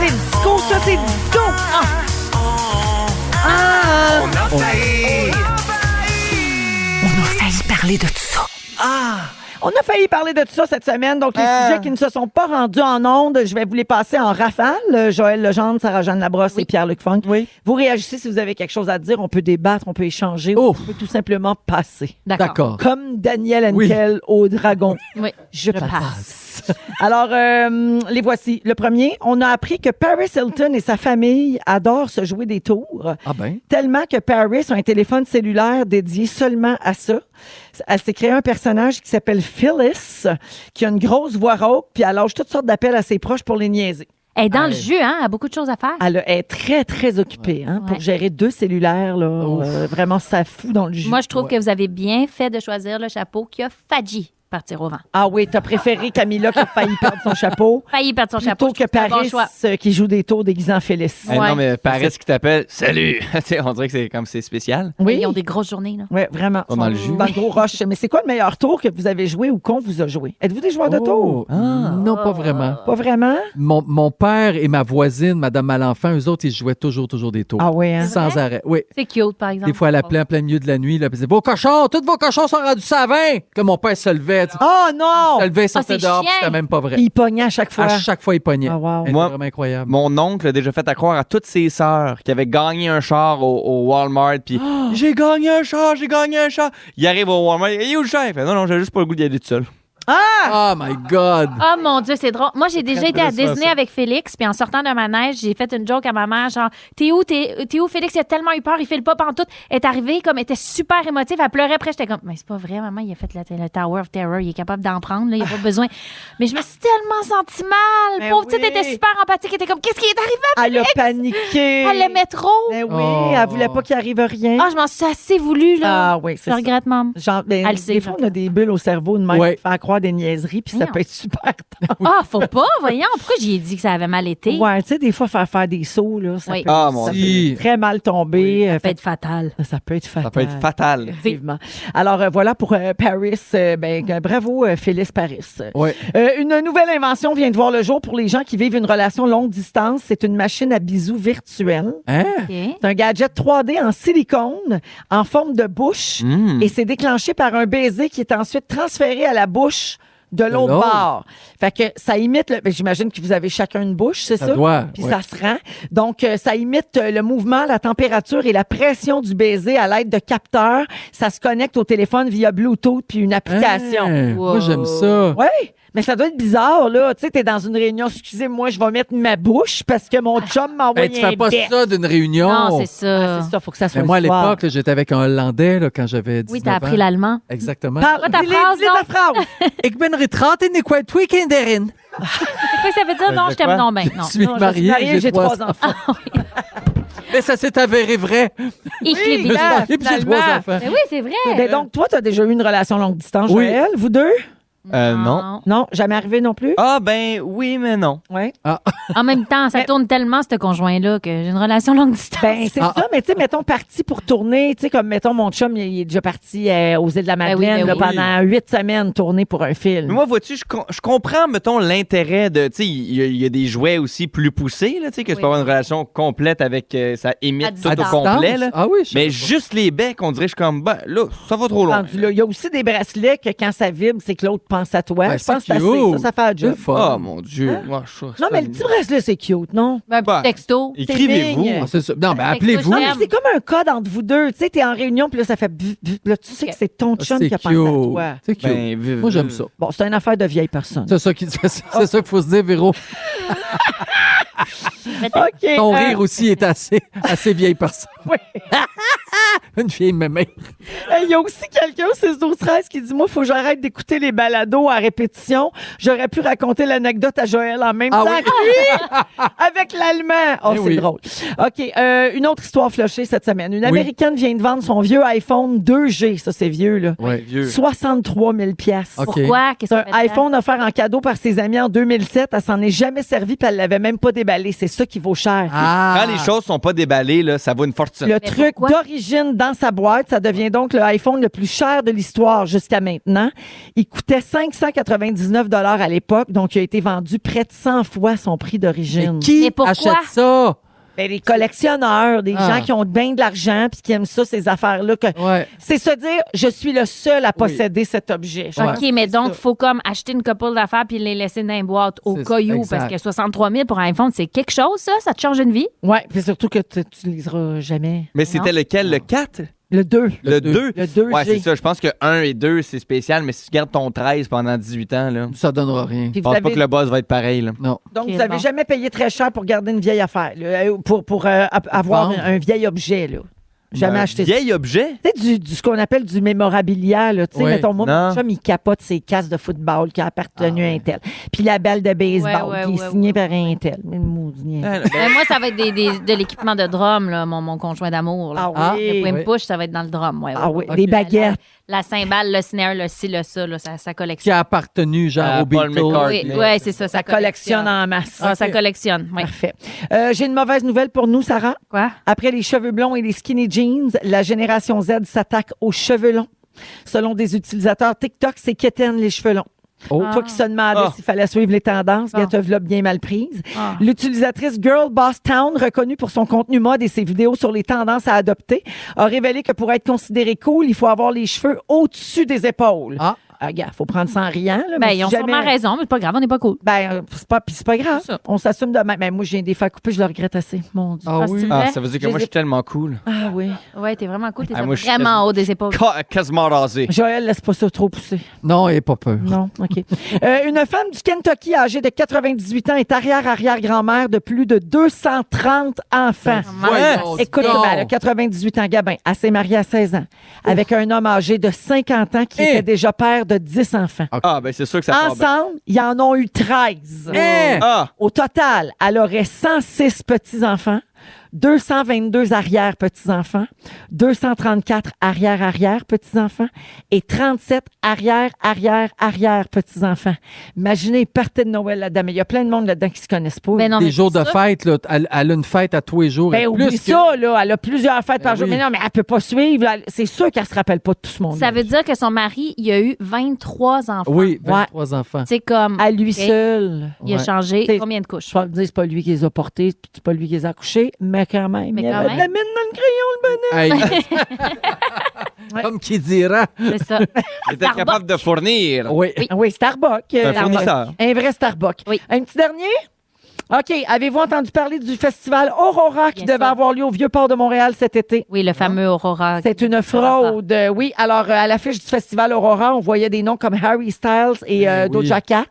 [SPEAKER 4] C'est disco, ça, c'est disco. Ah. Ah.
[SPEAKER 10] On a failli.
[SPEAKER 4] On a failli parler de tout ça. Ah! On a failli parler de tout ça cette semaine. Donc, les
[SPEAKER 10] Ah.
[SPEAKER 4] sujets qui ne se sont pas rendus en ondes, je vais vous les passer en rafale. Euh, Joël Legendre, Sarah-Jeanne Labrosse et Pierre-Luc Funk. Vous réagissez si vous avez quelque chose à dire. On peut débattre, on peut échanger.
[SPEAKER 10] Oh.
[SPEAKER 4] ou On peut tout simplement passer.
[SPEAKER 7] D'accord.
[SPEAKER 4] Comme Daniel Henkel au Dragon.
[SPEAKER 7] Oui.
[SPEAKER 4] Je, passe. Yes. Alors, euh, les voici. Le premier, on a appris que Paris Hilton et sa famille adorent se jouer des tours.
[SPEAKER 3] Ah ben.
[SPEAKER 4] Tellement que Paris a un téléphone cellulaire dédié seulement à ça. Elle s'est créée un personnage qui s'appelle Phyllis, qui a une grosse voix rauque, puis elle lâche toutes sortes d'appels à ses proches pour les niaiser.
[SPEAKER 7] Elle est dans le jus, hein? Elle a beaucoup de choses à faire.
[SPEAKER 4] Elle est très, très occupée hein, pour gérer deux cellulaires. Là, euh, vraiment, ça fout dans le jus.
[SPEAKER 7] Moi, je trouve
[SPEAKER 4] Ouais.
[SPEAKER 7] que vous avez bien fait de choisir le chapeau qui a failli partir au vent.
[SPEAKER 4] Ah oui, t'as préféré Camilla qui a failli perdre son chapeau.
[SPEAKER 7] Failli perdre son
[SPEAKER 4] Plutôt
[SPEAKER 7] chapeau.
[SPEAKER 4] que
[SPEAKER 7] c'est un bon
[SPEAKER 4] Paris
[SPEAKER 7] choix.
[SPEAKER 4] euh, qui joue des tours déguisant Félix.
[SPEAKER 5] Eh Non, mais Paris qui t'appelle, salut! Tu sais, on dirait que c'est comme c'est spécial.
[SPEAKER 4] Oui.
[SPEAKER 7] Ils ont des grosses journées, là.
[SPEAKER 4] Oui, vraiment.
[SPEAKER 5] Pas dans le jus.
[SPEAKER 4] Dans le gros rush. Mais c'est quoi le meilleur tour que vous avez joué ou qu'on vous a joué? Êtes-vous des joueurs de
[SPEAKER 5] Oh.
[SPEAKER 4] tour?
[SPEAKER 3] Ah. Non, pas vraiment.
[SPEAKER 4] Pas vraiment?
[SPEAKER 3] Mon, mon père et ma voisine, Madame Malenfant, eux autres, ils jouaient toujours, toujours des tours.
[SPEAKER 4] Ah ouais, hein?
[SPEAKER 3] Sans arrêt. Oui.
[SPEAKER 7] C'est cute, par exemple.
[SPEAKER 3] Des fois, elle appelait en plein milieu de la nuit, là, puis elle disait, vos cochons, tous vos cochons sont rendus savins! Que mon père se levait. tu-
[SPEAKER 4] Oh non!
[SPEAKER 3] Il se levait, il sortait
[SPEAKER 4] c'est
[SPEAKER 3] dehors, puis
[SPEAKER 4] chiant!
[SPEAKER 3] c'était même pas vrai.
[SPEAKER 4] Il pognait à chaque fois. Ah,
[SPEAKER 3] À chaque fois, il pognait. Elle
[SPEAKER 5] Moi-
[SPEAKER 3] était vraiment incroyable.
[SPEAKER 5] Mon oncle a déjà fait à croire à toutes ses sœurs qui avaient gagné un char au, au Walmart. Puis j'ai gagné un char, j'ai gagné un char. Il arrive au Walmart, il est où le char? Il fait non, non, j'ai juste pas le goût d'y aller tout seul.
[SPEAKER 3] Ah! Oh my God!
[SPEAKER 7] Oh mon Dieu, c'est drôle. Moi, j'ai déjà
[SPEAKER 5] très
[SPEAKER 7] été à
[SPEAKER 5] stressant,
[SPEAKER 7] Disney
[SPEAKER 5] ça.
[SPEAKER 7] avec Félix, puis en sortant d'un manège, j'ai fait une joke à ma mère, genre, t'es où, t'es t'es où, Félix? Il a tellement eu peur, il fait le pas pantoute. Elle est arrivée, comme, elle était super émotive, elle pleurait après, j'étais comme, mais c'est pas vrai, maman, il a fait le, le Tower of Terror, il est capable d'en prendre, là, il a pas besoin. Mais je me suis tellement sentie mal.
[SPEAKER 4] Mais
[SPEAKER 7] Pauvre
[SPEAKER 4] oui.
[SPEAKER 7] petite était super empathique, elle était comme, qu'est-ce qui est arrivé à
[SPEAKER 4] Elle a
[SPEAKER 7] Félix?
[SPEAKER 4] paniqué.
[SPEAKER 7] Elle l'aimait trop.
[SPEAKER 4] Mais oui,
[SPEAKER 7] Oh.
[SPEAKER 4] elle voulait pas qu'il arrive rien.
[SPEAKER 7] Ah, je m'en suis assez voulu, là.
[SPEAKER 4] Ah oui, c'est
[SPEAKER 7] Je
[SPEAKER 4] ça.
[SPEAKER 7] regrette, maman.
[SPEAKER 4] Genre, ben,
[SPEAKER 7] Elle le sait,
[SPEAKER 4] des fois, on a des bulles au cerveau de même
[SPEAKER 3] Ouais.
[SPEAKER 4] faire croire des niaiseries, puis ça peut être super
[SPEAKER 7] Ah, faut pas, voyons. Pourquoi j'ai dit que ça avait mal été?
[SPEAKER 4] Ouais, tu sais, des fois, faire faire des sauts, là, ça,
[SPEAKER 7] Oui.
[SPEAKER 4] peut,
[SPEAKER 5] Ah, mon
[SPEAKER 4] ça
[SPEAKER 5] Dieu.
[SPEAKER 4] peut très mal tomber. Euh,
[SPEAKER 7] Ça peut
[SPEAKER 4] fait-
[SPEAKER 7] être fatal.
[SPEAKER 4] Ça peut être fatal.
[SPEAKER 5] Ça peut être fatal.
[SPEAKER 4] Effectivement. Alors, euh, voilà pour euh, Paris. Euh, ben, euh, bravo, euh, Félix Paris.
[SPEAKER 3] Ouais.
[SPEAKER 4] Euh, une nouvelle invention vient de voir le jour pour les gens qui vivent une relation longue distance. C'est une machine à bisous virtuelle.
[SPEAKER 3] Hein?
[SPEAKER 4] C'est un gadget 3D en silicone, en forme de bouche,
[SPEAKER 3] Hmm.
[SPEAKER 4] et c'est déclenché par un baiser qui est ensuite transféré à la bouche de l'autre
[SPEAKER 3] l'autre.
[SPEAKER 4] bord. Fait que ça imite, le- ben, j'imagine que vous avez chacun une bouche, c'est ça?
[SPEAKER 3] Ça doit,
[SPEAKER 4] Puis
[SPEAKER 3] ouais.
[SPEAKER 4] ça se rend. Donc, euh, ça imite euh, le mouvement, la température et la pression du baiser à l'aide de capteurs. Ça se connecte au téléphone via Bluetooth puis une application.
[SPEAKER 3] Hein? Moi, j'aime ça.
[SPEAKER 4] Oui, mais ça doit être bizarre, là. Tu sais, t'es dans une réunion, excusez-moi, je vais mettre ma bouche parce que mon chum m'a envoyé
[SPEAKER 3] Ben, tu fais pas
[SPEAKER 4] un bec.
[SPEAKER 3] ça d'une réunion.
[SPEAKER 7] Non, c'est ça.
[SPEAKER 4] Ah, C'est ça, faut que ça soit
[SPEAKER 3] Mais moi, à
[SPEAKER 4] le soir.
[SPEAKER 3] l'époque, là, j'étais avec un Hollandais là, quand j'avais 19
[SPEAKER 7] Oui, t'as
[SPEAKER 3] ans.
[SPEAKER 7] appris l'allemand.
[SPEAKER 3] Exactement.
[SPEAKER 4] Parle-
[SPEAKER 7] ta
[SPEAKER 4] dis-les-
[SPEAKER 7] phrase,
[SPEAKER 4] dis-les
[SPEAKER 7] donc.
[SPEAKER 4] ta phrase.
[SPEAKER 3] Ah, Ik ben retraite en ik weet weekend erin.
[SPEAKER 7] Qu'est-ce que ça veut dire? Non, je t'aime non, ben.
[SPEAKER 3] Je
[SPEAKER 7] Non.
[SPEAKER 3] suis
[SPEAKER 4] Non, je suis
[SPEAKER 3] marié,
[SPEAKER 4] mariée, j'ai trois enfants.
[SPEAKER 3] Mais ça s'est avéré vrai.
[SPEAKER 7] Ich
[SPEAKER 3] Je
[SPEAKER 7] liebe
[SPEAKER 3] me suis
[SPEAKER 7] dich.
[SPEAKER 3] marié puis j'ai trois
[SPEAKER 4] finalement.
[SPEAKER 3] enfants.
[SPEAKER 7] Mais oui, c'est vrai.
[SPEAKER 4] Ben donc, toi, t'as déjà eu une relation longue distance,
[SPEAKER 5] Oui.
[SPEAKER 4] Joël, vous deux?
[SPEAKER 5] Euh, non.
[SPEAKER 4] Non, jamais arrivé non plus?
[SPEAKER 5] Ah, ben oui, mais non.
[SPEAKER 4] Ouais.
[SPEAKER 7] En même temps, ça tourne tellement, ce conjoint-là, que j'ai une relation longue distance.
[SPEAKER 4] Ben, c'est
[SPEAKER 3] Ah,
[SPEAKER 4] ça, mais tu sais, mettons, parti pour tourner, tu sais, comme, mettons, mon chum, il, il est déjà parti euh, aux îles de la
[SPEAKER 7] Ben oui,
[SPEAKER 4] Madeleine
[SPEAKER 7] ben
[SPEAKER 4] là,
[SPEAKER 7] oui.
[SPEAKER 4] pendant huit semaines tourner pour un
[SPEAKER 5] Mais
[SPEAKER 4] film.
[SPEAKER 5] moi, vois-tu, je, com- je comprends, mettons, l'intérêt de. Tu sais, il y, a- il y a des jouets aussi plus poussés, là, tu sais, que tu
[SPEAKER 7] Oui.
[SPEAKER 5] peux avoir une relation complète avec. euh, ça
[SPEAKER 7] À
[SPEAKER 5] imite tout au
[SPEAKER 7] distance.
[SPEAKER 5] complet, là.
[SPEAKER 3] Ah oui, je
[SPEAKER 5] Mais
[SPEAKER 3] sais
[SPEAKER 5] juste les becs, on dirait, je suis comme, ben là, ça va trop loin.
[SPEAKER 4] Rendu là. Il y a aussi des bracelets que quand ça vibre, c'est que l'autre pense à toi.
[SPEAKER 3] Ben,
[SPEAKER 4] je pense que
[SPEAKER 3] c'est
[SPEAKER 4] c'est assez. Ça,
[SPEAKER 3] cute.
[SPEAKER 4] ça fait un
[SPEAKER 3] pas.
[SPEAKER 4] job.
[SPEAKER 3] Le
[SPEAKER 5] Ah,
[SPEAKER 3] fun.
[SPEAKER 5] mon Dieu. Moi, je-
[SPEAKER 4] Hein? Non, mais le petit bracelet, c'est cute, non?
[SPEAKER 7] Ben, un petit
[SPEAKER 5] Ben,
[SPEAKER 7] texto.
[SPEAKER 5] Écrivez-vous.
[SPEAKER 4] digne.
[SPEAKER 3] Ah, c'est ça. Non, mais
[SPEAKER 7] Fait que
[SPEAKER 3] appelez-vous.
[SPEAKER 7] toi,
[SPEAKER 4] Non,
[SPEAKER 7] je
[SPEAKER 4] mais c'est comme un code entre vous deux. Tu sais, t'es en réunion, puis là, ça fait... bzz, bzz, là, tu sais que c'est ton chum
[SPEAKER 3] Ah, C'est
[SPEAKER 4] qui a pensé à toi.
[SPEAKER 3] cute. C'est cute.
[SPEAKER 5] Ben, vive-
[SPEAKER 3] Moi, j'aime ça.
[SPEAKER 4] Bon, c'est une affaire de vieille personne.
[SPEAKER 3] C'est ça qui- c'est ça qu'il faut se dire, Véro.
[SPEAKER 4] OK.
[SPEAKER 3] Ton
[SPEAKER 4] euh,
[SPEAKER 3] rire aussi est assez, assez vieille personne.
[SPEAKER 4] Oui.
[SPEAKER 3] Une vieille mémé.
[SPEAKER 4] Hey, Il y a aussi quelqu'un, c'est 12 13 qui dit Moi, faut que j'arrête d'écouter les balados à répétition. J'aurais pu raconter l'anecdote à Joël en même
[SPEAKER 3] Ah
[SPEAKER 4] temps
[SPEAKER 3] oui.
[SPEAKER 4] que lui, avec l'allemand. Oh,
[SPEAKER 3] Eh
[SPEAKER 4] c'est
[SPEAKER 3] oui.
[SPEAKER 4] drôle. OK. euh, une autre histoire flochée cette semaine. Une
[SPEAKER 3] Oui.
[SPEAKER 4] Américaine vient de vendre son vieux iPhone 2G. Ça, c'est vieux, là.
[SPEAKER 3] Ouais.
[SPEAKER 5] Vieux.
[SPEAKER 4] 63 000 piastres.
[SPEAKER 3] OK.
[SPEAKER 7] Pourquoi? Qu'est-ce
[SPEAKER 4] C'est un
[SPEAKER 7] que
[SPEAKER 4] iPhone offert en cadeau par ses amis en 2007. Elle s'en est jamais servie puis elle l'avait même pas déballé. C'est ça qui vaut cher.
[SPEAKER 3] Ah.
[SPEAKER 5] Quand les choses sont pas déballées, là, ça vaut une fortune.
[SPEAKER 4] Le
[SPEAKER 7] Mais
[SPEAKER 4] truc
[SPEAKER 7] pourquoi?
[SPEAKER 4] d'origine dans sa boîte, ça devient donc le iPhone le plus cher de l'histoire jusqu'à maintenant. Il coûtait 599 dollars à l'époque, donc il a été vendu près de 100 fois son prix
[SPEAKER 3] Mais
[SPEAKER 4] d'origine.
[SPEAKER 3] qui
[SPEAKER 7] Mais pourquoi?
[SPEAKER 3] achète ça?
[SPEAKER 4] Ben, les collectionneurs, des
[SPEAKER 3] Ah.
[SPEAKER 4] gens qui ont bien de l'argent puis qui aiment ça ces affaires-là que
[SPEAKER 3] Ouais.
[SPEAKER 4] c'est se dire je suis le seul à posséder cet objet. Je pense
[SPEAKER 7] OK, mais
[SPEAKER 4] c'est
[SPEAKER 7] donc,
[SPEAKER 4] ça.
[SPEAKER 7] faut comme acheter une couple d'affaires puis les laisser dans une boîte au
[SPEAKER 3] C'est-
[SPEAKER 7] cas où,
[SPEAKER 3] exact.
[SPEAKER 7] parce que 63 000 pour un iPhone, c'est quelque chose, ça? Ça te change une vie?
[SPEAKER 4] Ouais, puis surtout que tu tu liseras jamais.
[SPEAKER 5] Mais c'était
[SPEAKER 7] Non.
[SPEAKER 5] lequel? Le 4?
[SPEAKER 4] Le 2.
[SPEAKER 5] Le 2.
[SPEAKER 4] Le 2
[SPEAKER 5] Ouais, c'est ça. Je pense que 1 et 2, c'est spécial, mais si tu gardes ton 13 pendant 18 ans, là,
[SPEAKER 3] ça donnera rien.
[SPEAKER 4] Puis
[SPEAKER 5] Je
[SPEAKER 4] vous
[SPEAKER 5] pense pas
[SPEAKER 4] avez-
[SPEAKER 5] que le boss va être pareil. Là.
[SPEAKER 3] Non.
[SPEAKER 4] Donc,
[SPEAKER 5] Ok,
[SPEAKER 4] vous n'avez
[SPEAKER 5] bon.
[SPEAKER 4] jamais payé très cher pour garder une vieille affaire, là, euh, pour, pour euh, ap- avoir
[SPEAKER 5] Vendre.
[SPEAKER 4] un, un vieil objet. Là. Jamais
[SPEAKER 5] Un
[SPEAKER 4] acheté
[SPEAKER 5] vieil objet?
[SPEAKER 4] Tu sais, du, du- ce qu'on appelle du mémorabilia. Là, tu sais,
[SPEAKER 5] Ouais.
[SPEAKER 4] mettons, moi,
[SPEAKER 5] Non.
[SPEAKER 4] mon chum, il capote ses casques de football qui a appartenu à un tel. Puis la balle de baseball
[SPEAKER 7] Ah, Ouais, ouais,
[SPEAKER 4] qui est
[SPEAKER 7] ouais,
[SPEAKER 4] signée par un tel. Mais le maudit hein. niaise.
[SPEAKER 7] Ben, moi, ça va être des, des- de l'équipement de drum, là, mon, mon conjoint d'amour. là.
[SPEAKER 4] Ah oui.
[SPEAKER 7] Le point
[SPEAKER 4] Oui.
[SPEAKER 7] de push, ça va être dans le drum. ouais, ouais,
[SPEAKER 4] Ah oui,
[SPEAKER 7] ouais.
[SPEAKER 4] des baguettes.
[SPEAKER 7] La, cymbale, le snare, le ci, le ça, là, ça, ça collectionne.
[SPEAKER 3] Qui a appartenu, genre,
[SPEAKER 5] À
[SPEAKER 3] aux
[SPEAKER 5] Euh, Paul
[SPEAKER 3] Beatles.
[SPEAKER 5] McCartney.
[SPEAKER 7] Oui, ouais, c'est ça, ça,
[SPEAKER 4] collectionne en masse.
[SPEAKER 7] Ah, Ça
[SPEAKER 4] Ok.
[SPEAKER 7] collectionne, oui.
[SPEAKER 4] Parfait. Euh, J'ai une mauvaise nouvelle pour nous, Sarah.
[SPEAKER 7] Quoi?
[SPEAKER 4] Après les cheveux blonds et les skinny jeans, la génération Z s'attaque aux cheveux longs. Selon des utilisateurs TikTok, c'est quétaine les cheveux longs.
[SPEAKER 3] Oh.
[SPEAKER 4] Toi qui se demandais
[SPEAKER 3] Ah.
[SPEAKER 4] s'il fallait suivre les tendances, bien, te v'là bien mal prise.
[SPEAKER 3] Ah.
[SPEAKER 4] L'utilisatrice Girl Boss Town, reconnue pour son contenu mode et ses vidéos sur les tendances à adopter, a révélé que pour être considéré cool, il faut avoir les cheveux au-dessus des épaules.
[SPEAKER 3] Ah.
[SPEAKER 4] regarde, faut prendre sans rien. là,
[SPEAKER 7] Ben,
[SPEAKER 4] mais
[SPEAKER 7] ils ont
[SPEAKER 4] si
[SPEAKER 7] sûrement
[SPEAKER 4] jamais-
[SPEAKER 7] raison, mais c'est pas grave, on n'est pas cool.
[SPEAKER 4] Ben, euh, c'est pas, puis c'est pas grave. On s'assume demain. Mais moi, j'ai des fois coupées, je le regrette assez. Mon Dieu.
[SPEAKER 7] Ah oui?
[SPEAKER 5] Ah, ça veut dire que moi, je suis tellement cool.
[SPEAKER 4] Ah oui.
[SPEAKER 7] Ouais, t'es vraiment cool, t'es
[SPEAKER 5] Ah, moi, je suis
[SPEAKER 7] vraiment haut des épaules.
[SPEAKER 5] Ca- Quasiment rasé.
[SPEAKER 4] Joël, laisse pas ça trop pousser.
[SPEAKER 3] Non, et pas peur.
[SPEAKER 4] Non, OK. Euh, une femme du Kentucky âgée de 98 ans est arrière-arrière-grand-mère de plus de 230 enfants.
[SPEAKER 3] voyons
[SPEAKER 4] Voyons
[SPEAKER 3] donc.
[SPEAKER 4] Écoute, ben, elle a 98 ans, Gabin. Elle s'est mariée à 16 ans avec un homme âgé de 50 ans qui
[SPEAKER 5] Eh.
[SPEAKER 4] était déjà père de 10 enfants.
[SPEAKER 5] Ah, ben c'est sûr que ça part bien.
[SPEAKER 4] Ensemble, ils en ont eu 13.
[SPEAKER 5] Hein? Ah.
[SPEAKER 4] Au total, elle aurait 106 petits-enfants, 222 arrière-petits-enfants, 234 arrière-arrière-petits-enfants et 37 arrière-arrière-arrière-petits-enfants. Imaginez, partie de Noël là-dedans. Mais il y a plein de monde là-dedans qui se connaissent pas.
[SPEAKER 7] Ben non,
[SPEAKER 3] les
[SPEAKER 7] mais
[SPEAKER 3] jours
[SPEAKER 7] c'est
[SPEAKER 3] de
[SPEAKER 7] ça.
[SPEAKER 3] fête, là, elle, elle a une fête à tous les jours.
[SPEAKER 4] Ben,
[SPEAKER 3] et
[SPEAKER 4] oublie
[SPEAKER 3] plus que-
[SPEAKER 4] ça, là. Elle a plusieurs fêtes par
[SPEAKER 3] Ben
[SPEAKER 4] jour.
[SPEAKER 3] oui.
[SPEAKER 4] Mais non, mais elle peut pas suivre. là. C'est sûr qu'elle se rappelle pas de tout ce monde.
[SPEAKER 7] Ça veut dire que son mari, il a eu 23 enfants.
[SPEAKER 3] Oui, 23 enfants.
[SPEAKER 7] C'est comme.
[SPEAKER 4] À lui
[SPEAKER 7] Ok.
[SPEAKER 4] seul.
[SPEAKER 7] Il a
[SPEAKER 4] Ouais.
[SPEAKER 7] changé
[SPEAKER 4] Ah, C'est-
[SPEAKER 7] combien de couches?
[SPEAKER 4] Je vais te dire, c'est pas lui qui les a portés, puis c'est pas lui qui les a couchés, mais quand même.
[SPEAKER 7] Mais
[SPEAKER 4] il y
[SPEAKER 7] quand
[SPEAKER 4] avait de la
[SPEAKER 7] même.
[SPEAKER 4] mine dans le crayon, le bonhomme.
[SPEAKER 3] Hey. Comme qui dira.
[SPEAKER 7] C'est ça.
[SPEAKER 5] Il était capable de fournir.
[SPEAKER 3] Oui.
[SPEAKER 4] Ah Oui, Starbucks. euh,
[SPEAKER 5] Un fournisseur.
[SPEAKER 4] Un vrai Starbucks. Un petit dernier? OK. Avez-vous entendu parler du festival Aurora qui devait avoir lieu au Vieux-Port de Montréal cet été?
[SPEAKER 7] Oui, le fameux Aurora.
[SPEAKER 4] C'est une fraude. euh, Oui, alors euh, à l'affiche du festival Aurora, on voyait des noms comme Harry Styles
[SPEAKER 5] Ben
[SPEAKER 4] et euh,
[SPEAKER 3] oui.
[SPEAKER 4] Doja Cat.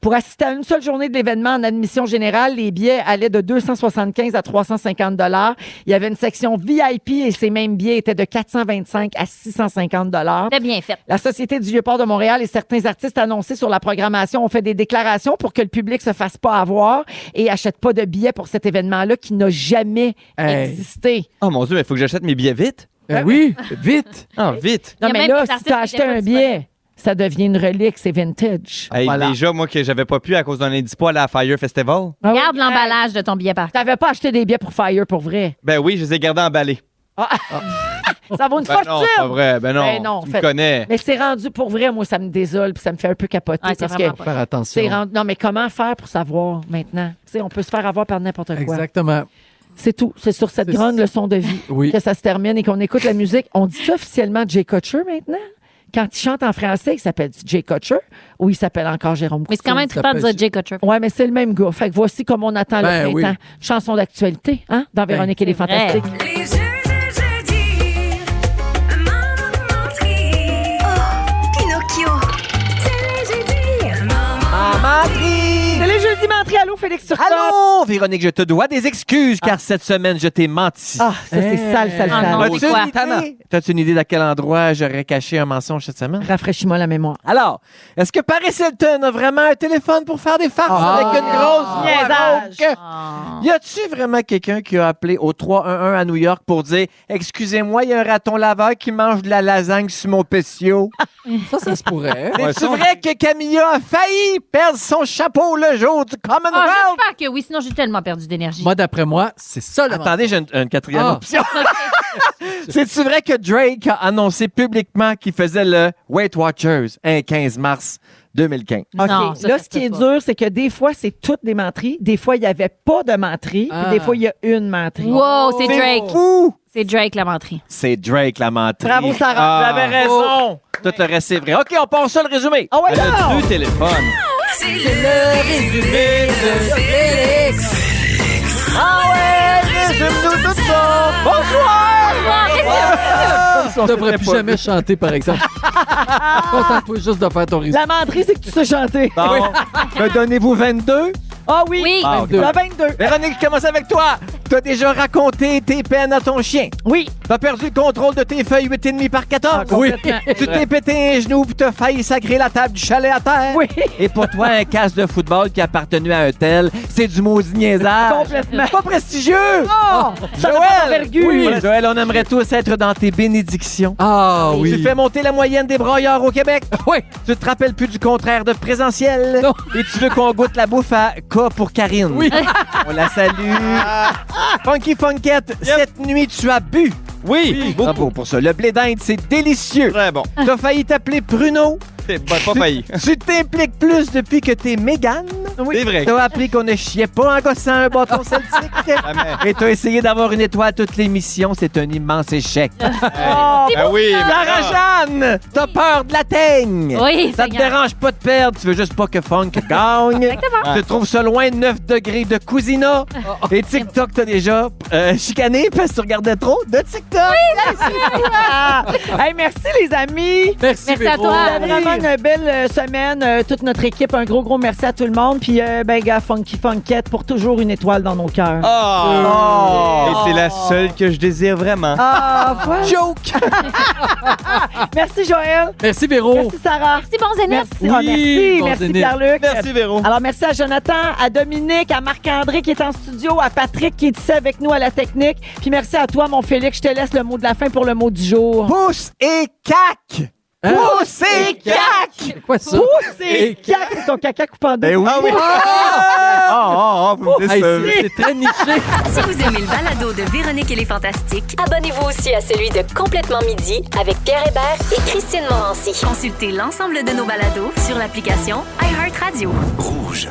[SPEAKER 4] Pour assister à une seule journée de l'événement en admission générale, les billets allaient de 275 à 350 dollars. Il y avait une section VIP et ces mêmes billets étaient de 425 à 650 dollars.
[SPEAKER 7] C'était bien fait.
[SPEAKER 4] La Société du Vieux-Port de Montréal et certains artistes annoncés sur la programmation ont fait des déclarations pour que le public se fasse pas avoir et achète pas de billets pour cet événement-là qui n'a jamais
[SPEAKER 3] Hey.
[SPEAKER 4] existé.
[SPEAKER 5] Oh mon Dieu, il faut que j'achète mes billets vite.
[SPEAKER 3] Ben oui, vite.
[SPEAKER 5] Ah, vite.
[SPEAKER 4] Non,
[SPEAKER 7] Il y a
[SPEAKER 4] mais
[SPEAKER 7] même
[SPEAKER 4] là,
[SPEAKER 7] des
[SPEAKER 4] si
[SPEAKER 7] artistes
[SPEAKER 4] tu as
[SPEAKER 7] qui
[SPEAKER 4] acheté
[SPEAKER 7] étaient pas
[SPEAKER 4] un billet, ça devient une relique, c'est vintage.
[SPEAKER 5] Hey, Déjà, moi, que j'avais pas pu à cause d'un indispo à la Fire Festival.
[SPEAKER 4] Ah oui,
[SPEAKER 7] Regarde l'emballage de ton billet par
[SPEAKER 4] Tu n'avais pas acheté des billets pour Fire pour vrai.
[SPEAKER 5] Ben oui, je les ai gardés emballés.
[SPEAKER 4] Ça vaut une
[SPEAKER 5] Ben
[SPEAKER 4] fortune.
[SPEAKER 5] non, c'est pas vrai. Ben non, tu me
[SPEAKER 4] fait-
[SPEAKER 5] connais.
[SPEAKER 4] Mais c'est rendu pour vrai, moi, ça me désole puis ça me fait un peu capoter.
[SPEAKER 7] Ah, c'est
[SPEAKER 4] parce
[SPEAKER 7] vraiment
[SPEAKER 4] que
[SPEAKER 7] pas
[SPEAKER 3] Faire attention.
[SPEAKER 4] c'est rendu- Non, mais comment faire pour savoir maintenant? Tu sais, on peut se faire avoir par n'importe quoi.
[SPEAKER 3] Exactement.
[SPEAKER 4] C'est tout. C'est sur cette
[SPEAKER 3] C'est
[SPEAKER 4] grande
[SPEAKER 3] ça.
[SPEAKER 4] leçon de vie
[SPEAKER 3] Oui.
[SPEAKER 4] que ça se termine et qu'on écoute la musique. On dit ça officiellement Jay Kutcher maintenant? Quand il chante en français, il s'appelle Jay Kutcher ou il s'appelle encore Jérôme
[SPEAKER 7] Mais c'est quand même
[SPEAKER 3] Ça
[SPEAKER 7] trippant de
[SPEAKER 3] peut-
[SPEAKER 7] dire Jay Kutcher.
[SPEAKER 4] Oui, mais c'est le même gars. Fait que voici comme on attend
[SPEAKER 3] Ben
[SPEAKER 4] le
[SPEAKER 3] oui.
[SPEAKER 4] printemps. Chanson d'actualité, hein, dans
[SPEAKER 3] Ben,
[SPEAKER 4] Véronique et les
[SPEAKER 7] c'est vrai.
[SPEAKER 4] Fantastiques.
[SPEAKER 8] Les jeux de jeudi, maman menterie. Oh, Pinocchio. C'est les jeudis, maman.
[SPEAKER 4] C'est les jeudis mentrés. Allô, Félix Turcotte.
[SPEAKER 5] Allô, Véronique, je te dois des excuses car cette semaine, je t'ai menti.
[SPEAKER 4] Ah, ça, c'est sale, sale,
[SPEAKER 7] Ah,
[SPEAKER 4] sale.
[SPEAKER 7] non.
[SPEAKER 5] As-tu
[SPEAKER 7] c'est quoi?
[SPEAKER 5] une idée? T'as-tu une idée d'à quel endroit j'aurais caché un mensonge cette semaine?
[SPEAKER 4] Rafraîchis-moi la mémoire.
[SPEAKER 5] Alors, est-ce que Paris Hilton a vraiment un téléphone pour faire des farces avec une grosse voix
[SPEAKER 4] Niaisage.
[SPEAKER 5] rauque?
[SPEAKER 7] Ah.
[SPEAKER 5] Hein? Y a-tu vraiment quelqu'un qui a appelé au 311 à New York pour dire Excusez-moi, il y a un raton laveur qui mange de la lasagne sur mon patio?
[SPEAKER 3] Ça, ça se pourrait. hein?
[SPEAKER 5] C'est vrai que Camilla a failli perdre son chapeau le jour du
[SPEAKER 4] Oh,
[SPEAKER 7] Ah,
[SPEAKER 5] Commonwealth?
[SPEAKER 7] j'espère que oui, sinon j'ai tellement perdu d'énergie.
[SPEAKER 3] Moi, d'après moi, c'est ça le
[SPEAKER 15] Attendez, j'ai une, une quatrième
[SPEAKER 3] Ah.
[SPEAKER 15] option. C'est-tu vrai que Drake a annoncé publiquement qu'il faisait le Weight Watchers un 15 mars 2015?
[SPEAKER 4] OK.
[SPEAKER 7] Non, ça,
[SPEAKER 4] là,
[SPEAKER 7] ça
[SPEAKER 4] ce qui
[SPEAKER 7] se
[SPEAKER 4] est
[SPEAKER 7] peut
[SPEAKER 4] dur, c'est que des fois, c'est toutes des menteries. Des fois, il n'y avait pas de menterie. puis
[SPEAKER 3] Ah.
[SPEAKER 4] Des fois, il y a une menterie.
[SPEAKER 7] Wow, c'est Drake.
[SPEAKER 5] Ouh!
[SPEAKER 7] C'est Drake la menterie.
[SPEAKER 15] C'est Drake la menterie.
[SPEAKER 4] Bravo, Sarah.
[SPEAKER 15] Vous
[SPEAKER 3] Ah.
[SPEAKER 15] avez
[SPEAKER 3] Oh.
[SPEAKER 15] raison. Tout le reste, c'est vrai. OK, on passe ça le résumé.
[SPEAKER 4] Ah ouais, non!
[SPEAKER 5] Deux téléphones.
[SPEAKER 8] C'est le résumé de Félix.
[SPEAKER 15] Ah ouais, résume-nous tout ça. Bonsoir.
[SPEAKER 7] Ah, qu'est-ce que-
[SPEAKER 4] Comme pense qu'on
[SPEAKER 16] Tu devrais
[SPEAKER 4] s'était
[SPEAKER 16] plus
[SPEAKER 4] pas
[SPEAKER 16] jamais
[SPEAKER 4] vu.
[SPEAKER 16] chanter, par exemple. Contente-toi juste de faire ton risque.
[SPEAKER 4] La menterie, c'est que tu sais chanter.
[SPEAKER 3] Bah,
[SPEAKER 16] Bon.
[SPEAKER 3] Me donnez-vous 22?
[SPEAKER 4] Ah oui, oui.
[SPEAKER 3] Ah, ok.
[SPEAKER 4] 22.
[SPEAKER 3] Véronique, je commence avec toi. Tu as déjà raconté tes peines à ton chien.
[SPEAKER 4] Oui.
[SPEAKER 3] Tu as perdu le contrôle de tes feuilles 8,5 par 14.
[SPEAKER 4] Ah, complètement. Oui.
[SPEAKER 3] Tu t'es pété un genou puis tu as failli sacrer la table du chalet à terre.
[SPEAKER 4] Oui.
[SPEAKER 3] Et pour toi, un casque de football qui a appartenu à un tel, c'est du maudit niaisage.
[SPEAKER 4] Complètement.
[SPEAKER 3] C'est Pas prestigieux.
[SPEAKER 4] Non, Oh! ça n'a pas
[SPEAKER 3] Joël,
[SPEAKER 4] d'envergure.
[SPEAKER 3] oui, Joël, on aimerait tous être dans tes bénédictions.
[SPEAKER 16] Ah
[SPEAKER 3] oui. Tu fais monter la moyenne des broyeurs au Québec.
[SPEAKER 16] Oui.
[SPEAKER 3] Tu te rappelles plus du contraire de présentiel. Et tu veux qu'on goûte la bouffe à K pour Karine.
[SPEAKER 16] Oui.
[SPEAKER 3] On la salue. Funky Funkette, cette nuit, tu as bu.
[SPEAKER 5] Oui, beaucoup.
[SPEAKER 3] Bravo Ah pour ça. Le blé d'Inde, c'est délicieux. Très bon. T'as failli t'appeler Pruno.
[SPEAKER 5] C'est ben, pas failli.
[SPEAKER 3] Tu t'impliques plus depuis que t'es Mégane.
[SPEAKER 5] C'est vrai.
[SPEAKER 3] T'as appris qu'on ne chiait pas en gossant un bâton celtique.
[SPEAKER 5] Jamais.
[SPEAKER 3] Et t'as essayé d'avoir une étoile à toutes les missions. C'est un immense échec.
[SPEAKER 5] Ah oui,
[SPEAKER 3] Sarah-Jeanne, t'as peur de la teigne.
[SPEAKER 5] Oui,
[SPEAKER 3] Ça te
[SPEAKER 5] Seigneur.
[SPEAKER 3] dérange pas de perdre. Tu veux juste pas que Funk gagne.
[SPEAKER 5] Exactement. Oh,
[SPEAKER 3] Tu trouves ça loin 9 degrés de cousina. Et TikTok, t'as déjà euh, chicané parce que tu regardais trop de TikTok.
[SPEAKER 4] hey, merci les amis.
[SPEAKER 16] Merci,
[SPEAKER 3] Merci à Véro. toi.
[SPEAKER 4] C'était vraiment une belle euh, semaine. Euh, toute notre équipe, un gros, gros merci à tout le monde. Puis, euh, ben, gars, Funky Funkette, pour toujours une étoile dans nos cœurs.
[SPEAKER 3] Ah.
[SPEAKER 5] Oh! Et c'est la seule que je désire vraiment.
[SPEAKER 4] Ah, voilà.
[SPEAKER 3] Joke!
[SPEAKER 4] merci, Joël.
[SPEAKER 16] Merci,
[SPEAKER 3] Oh.
[SPEAKER 16] Véro.
[SPEAKER 4] Merci, Sarah.
[SPEAKER 7] Merci, bon zénith.
[SPEAKER 4] Merci, Ah,
[SPEAKER 16] Oui,
[SPEAKER 4] merci,
[SPEAKER 16] bon
[SPEAKER 4] merci
[SPEAKER 16] zénith.
[SPEAKER 4] Pierre-Luc.
[SPEAKER 5] Merci, Véro.
[SPEAKER 3] Ah.
[SPEAKER 4] Alors, merci à Jonathan, à Dominique, à Marc-André qui est en studio, à Patrick qui est ici avec nous à la technique. Puis merci à toi, mon Félix. Je te laisse le mot de la fin pour le mot du jour.
[SPEAKER 3] Pousse et cac! Pousse et cac! Ben
[SPEAKER 16] Quoi ça?
[SPEAKER 4] Pousse et cac! C'est ton caca coupant deux.
[SPEAKER 3] oui.
[SPEAKER 5] Ah, ah, ah, vous me
[SPEAKER 16] Hey,
[SPEAKER 5] décevez.
[SPEAKER 16] c'est- c'est très niché.
[SPEAKER 8] Si vous aimez le balado de Véronique et les Fantastiques,
[SPEAKER 17] Abonnez-vous aussi à celui de Complètement Midi avec Pierre Hébert et Christine Morancy.
[SPEAKER 8] consultez l'ensemble de nos balados sur l'application iHeartRadio.
[SPEAKER 17] Rouge.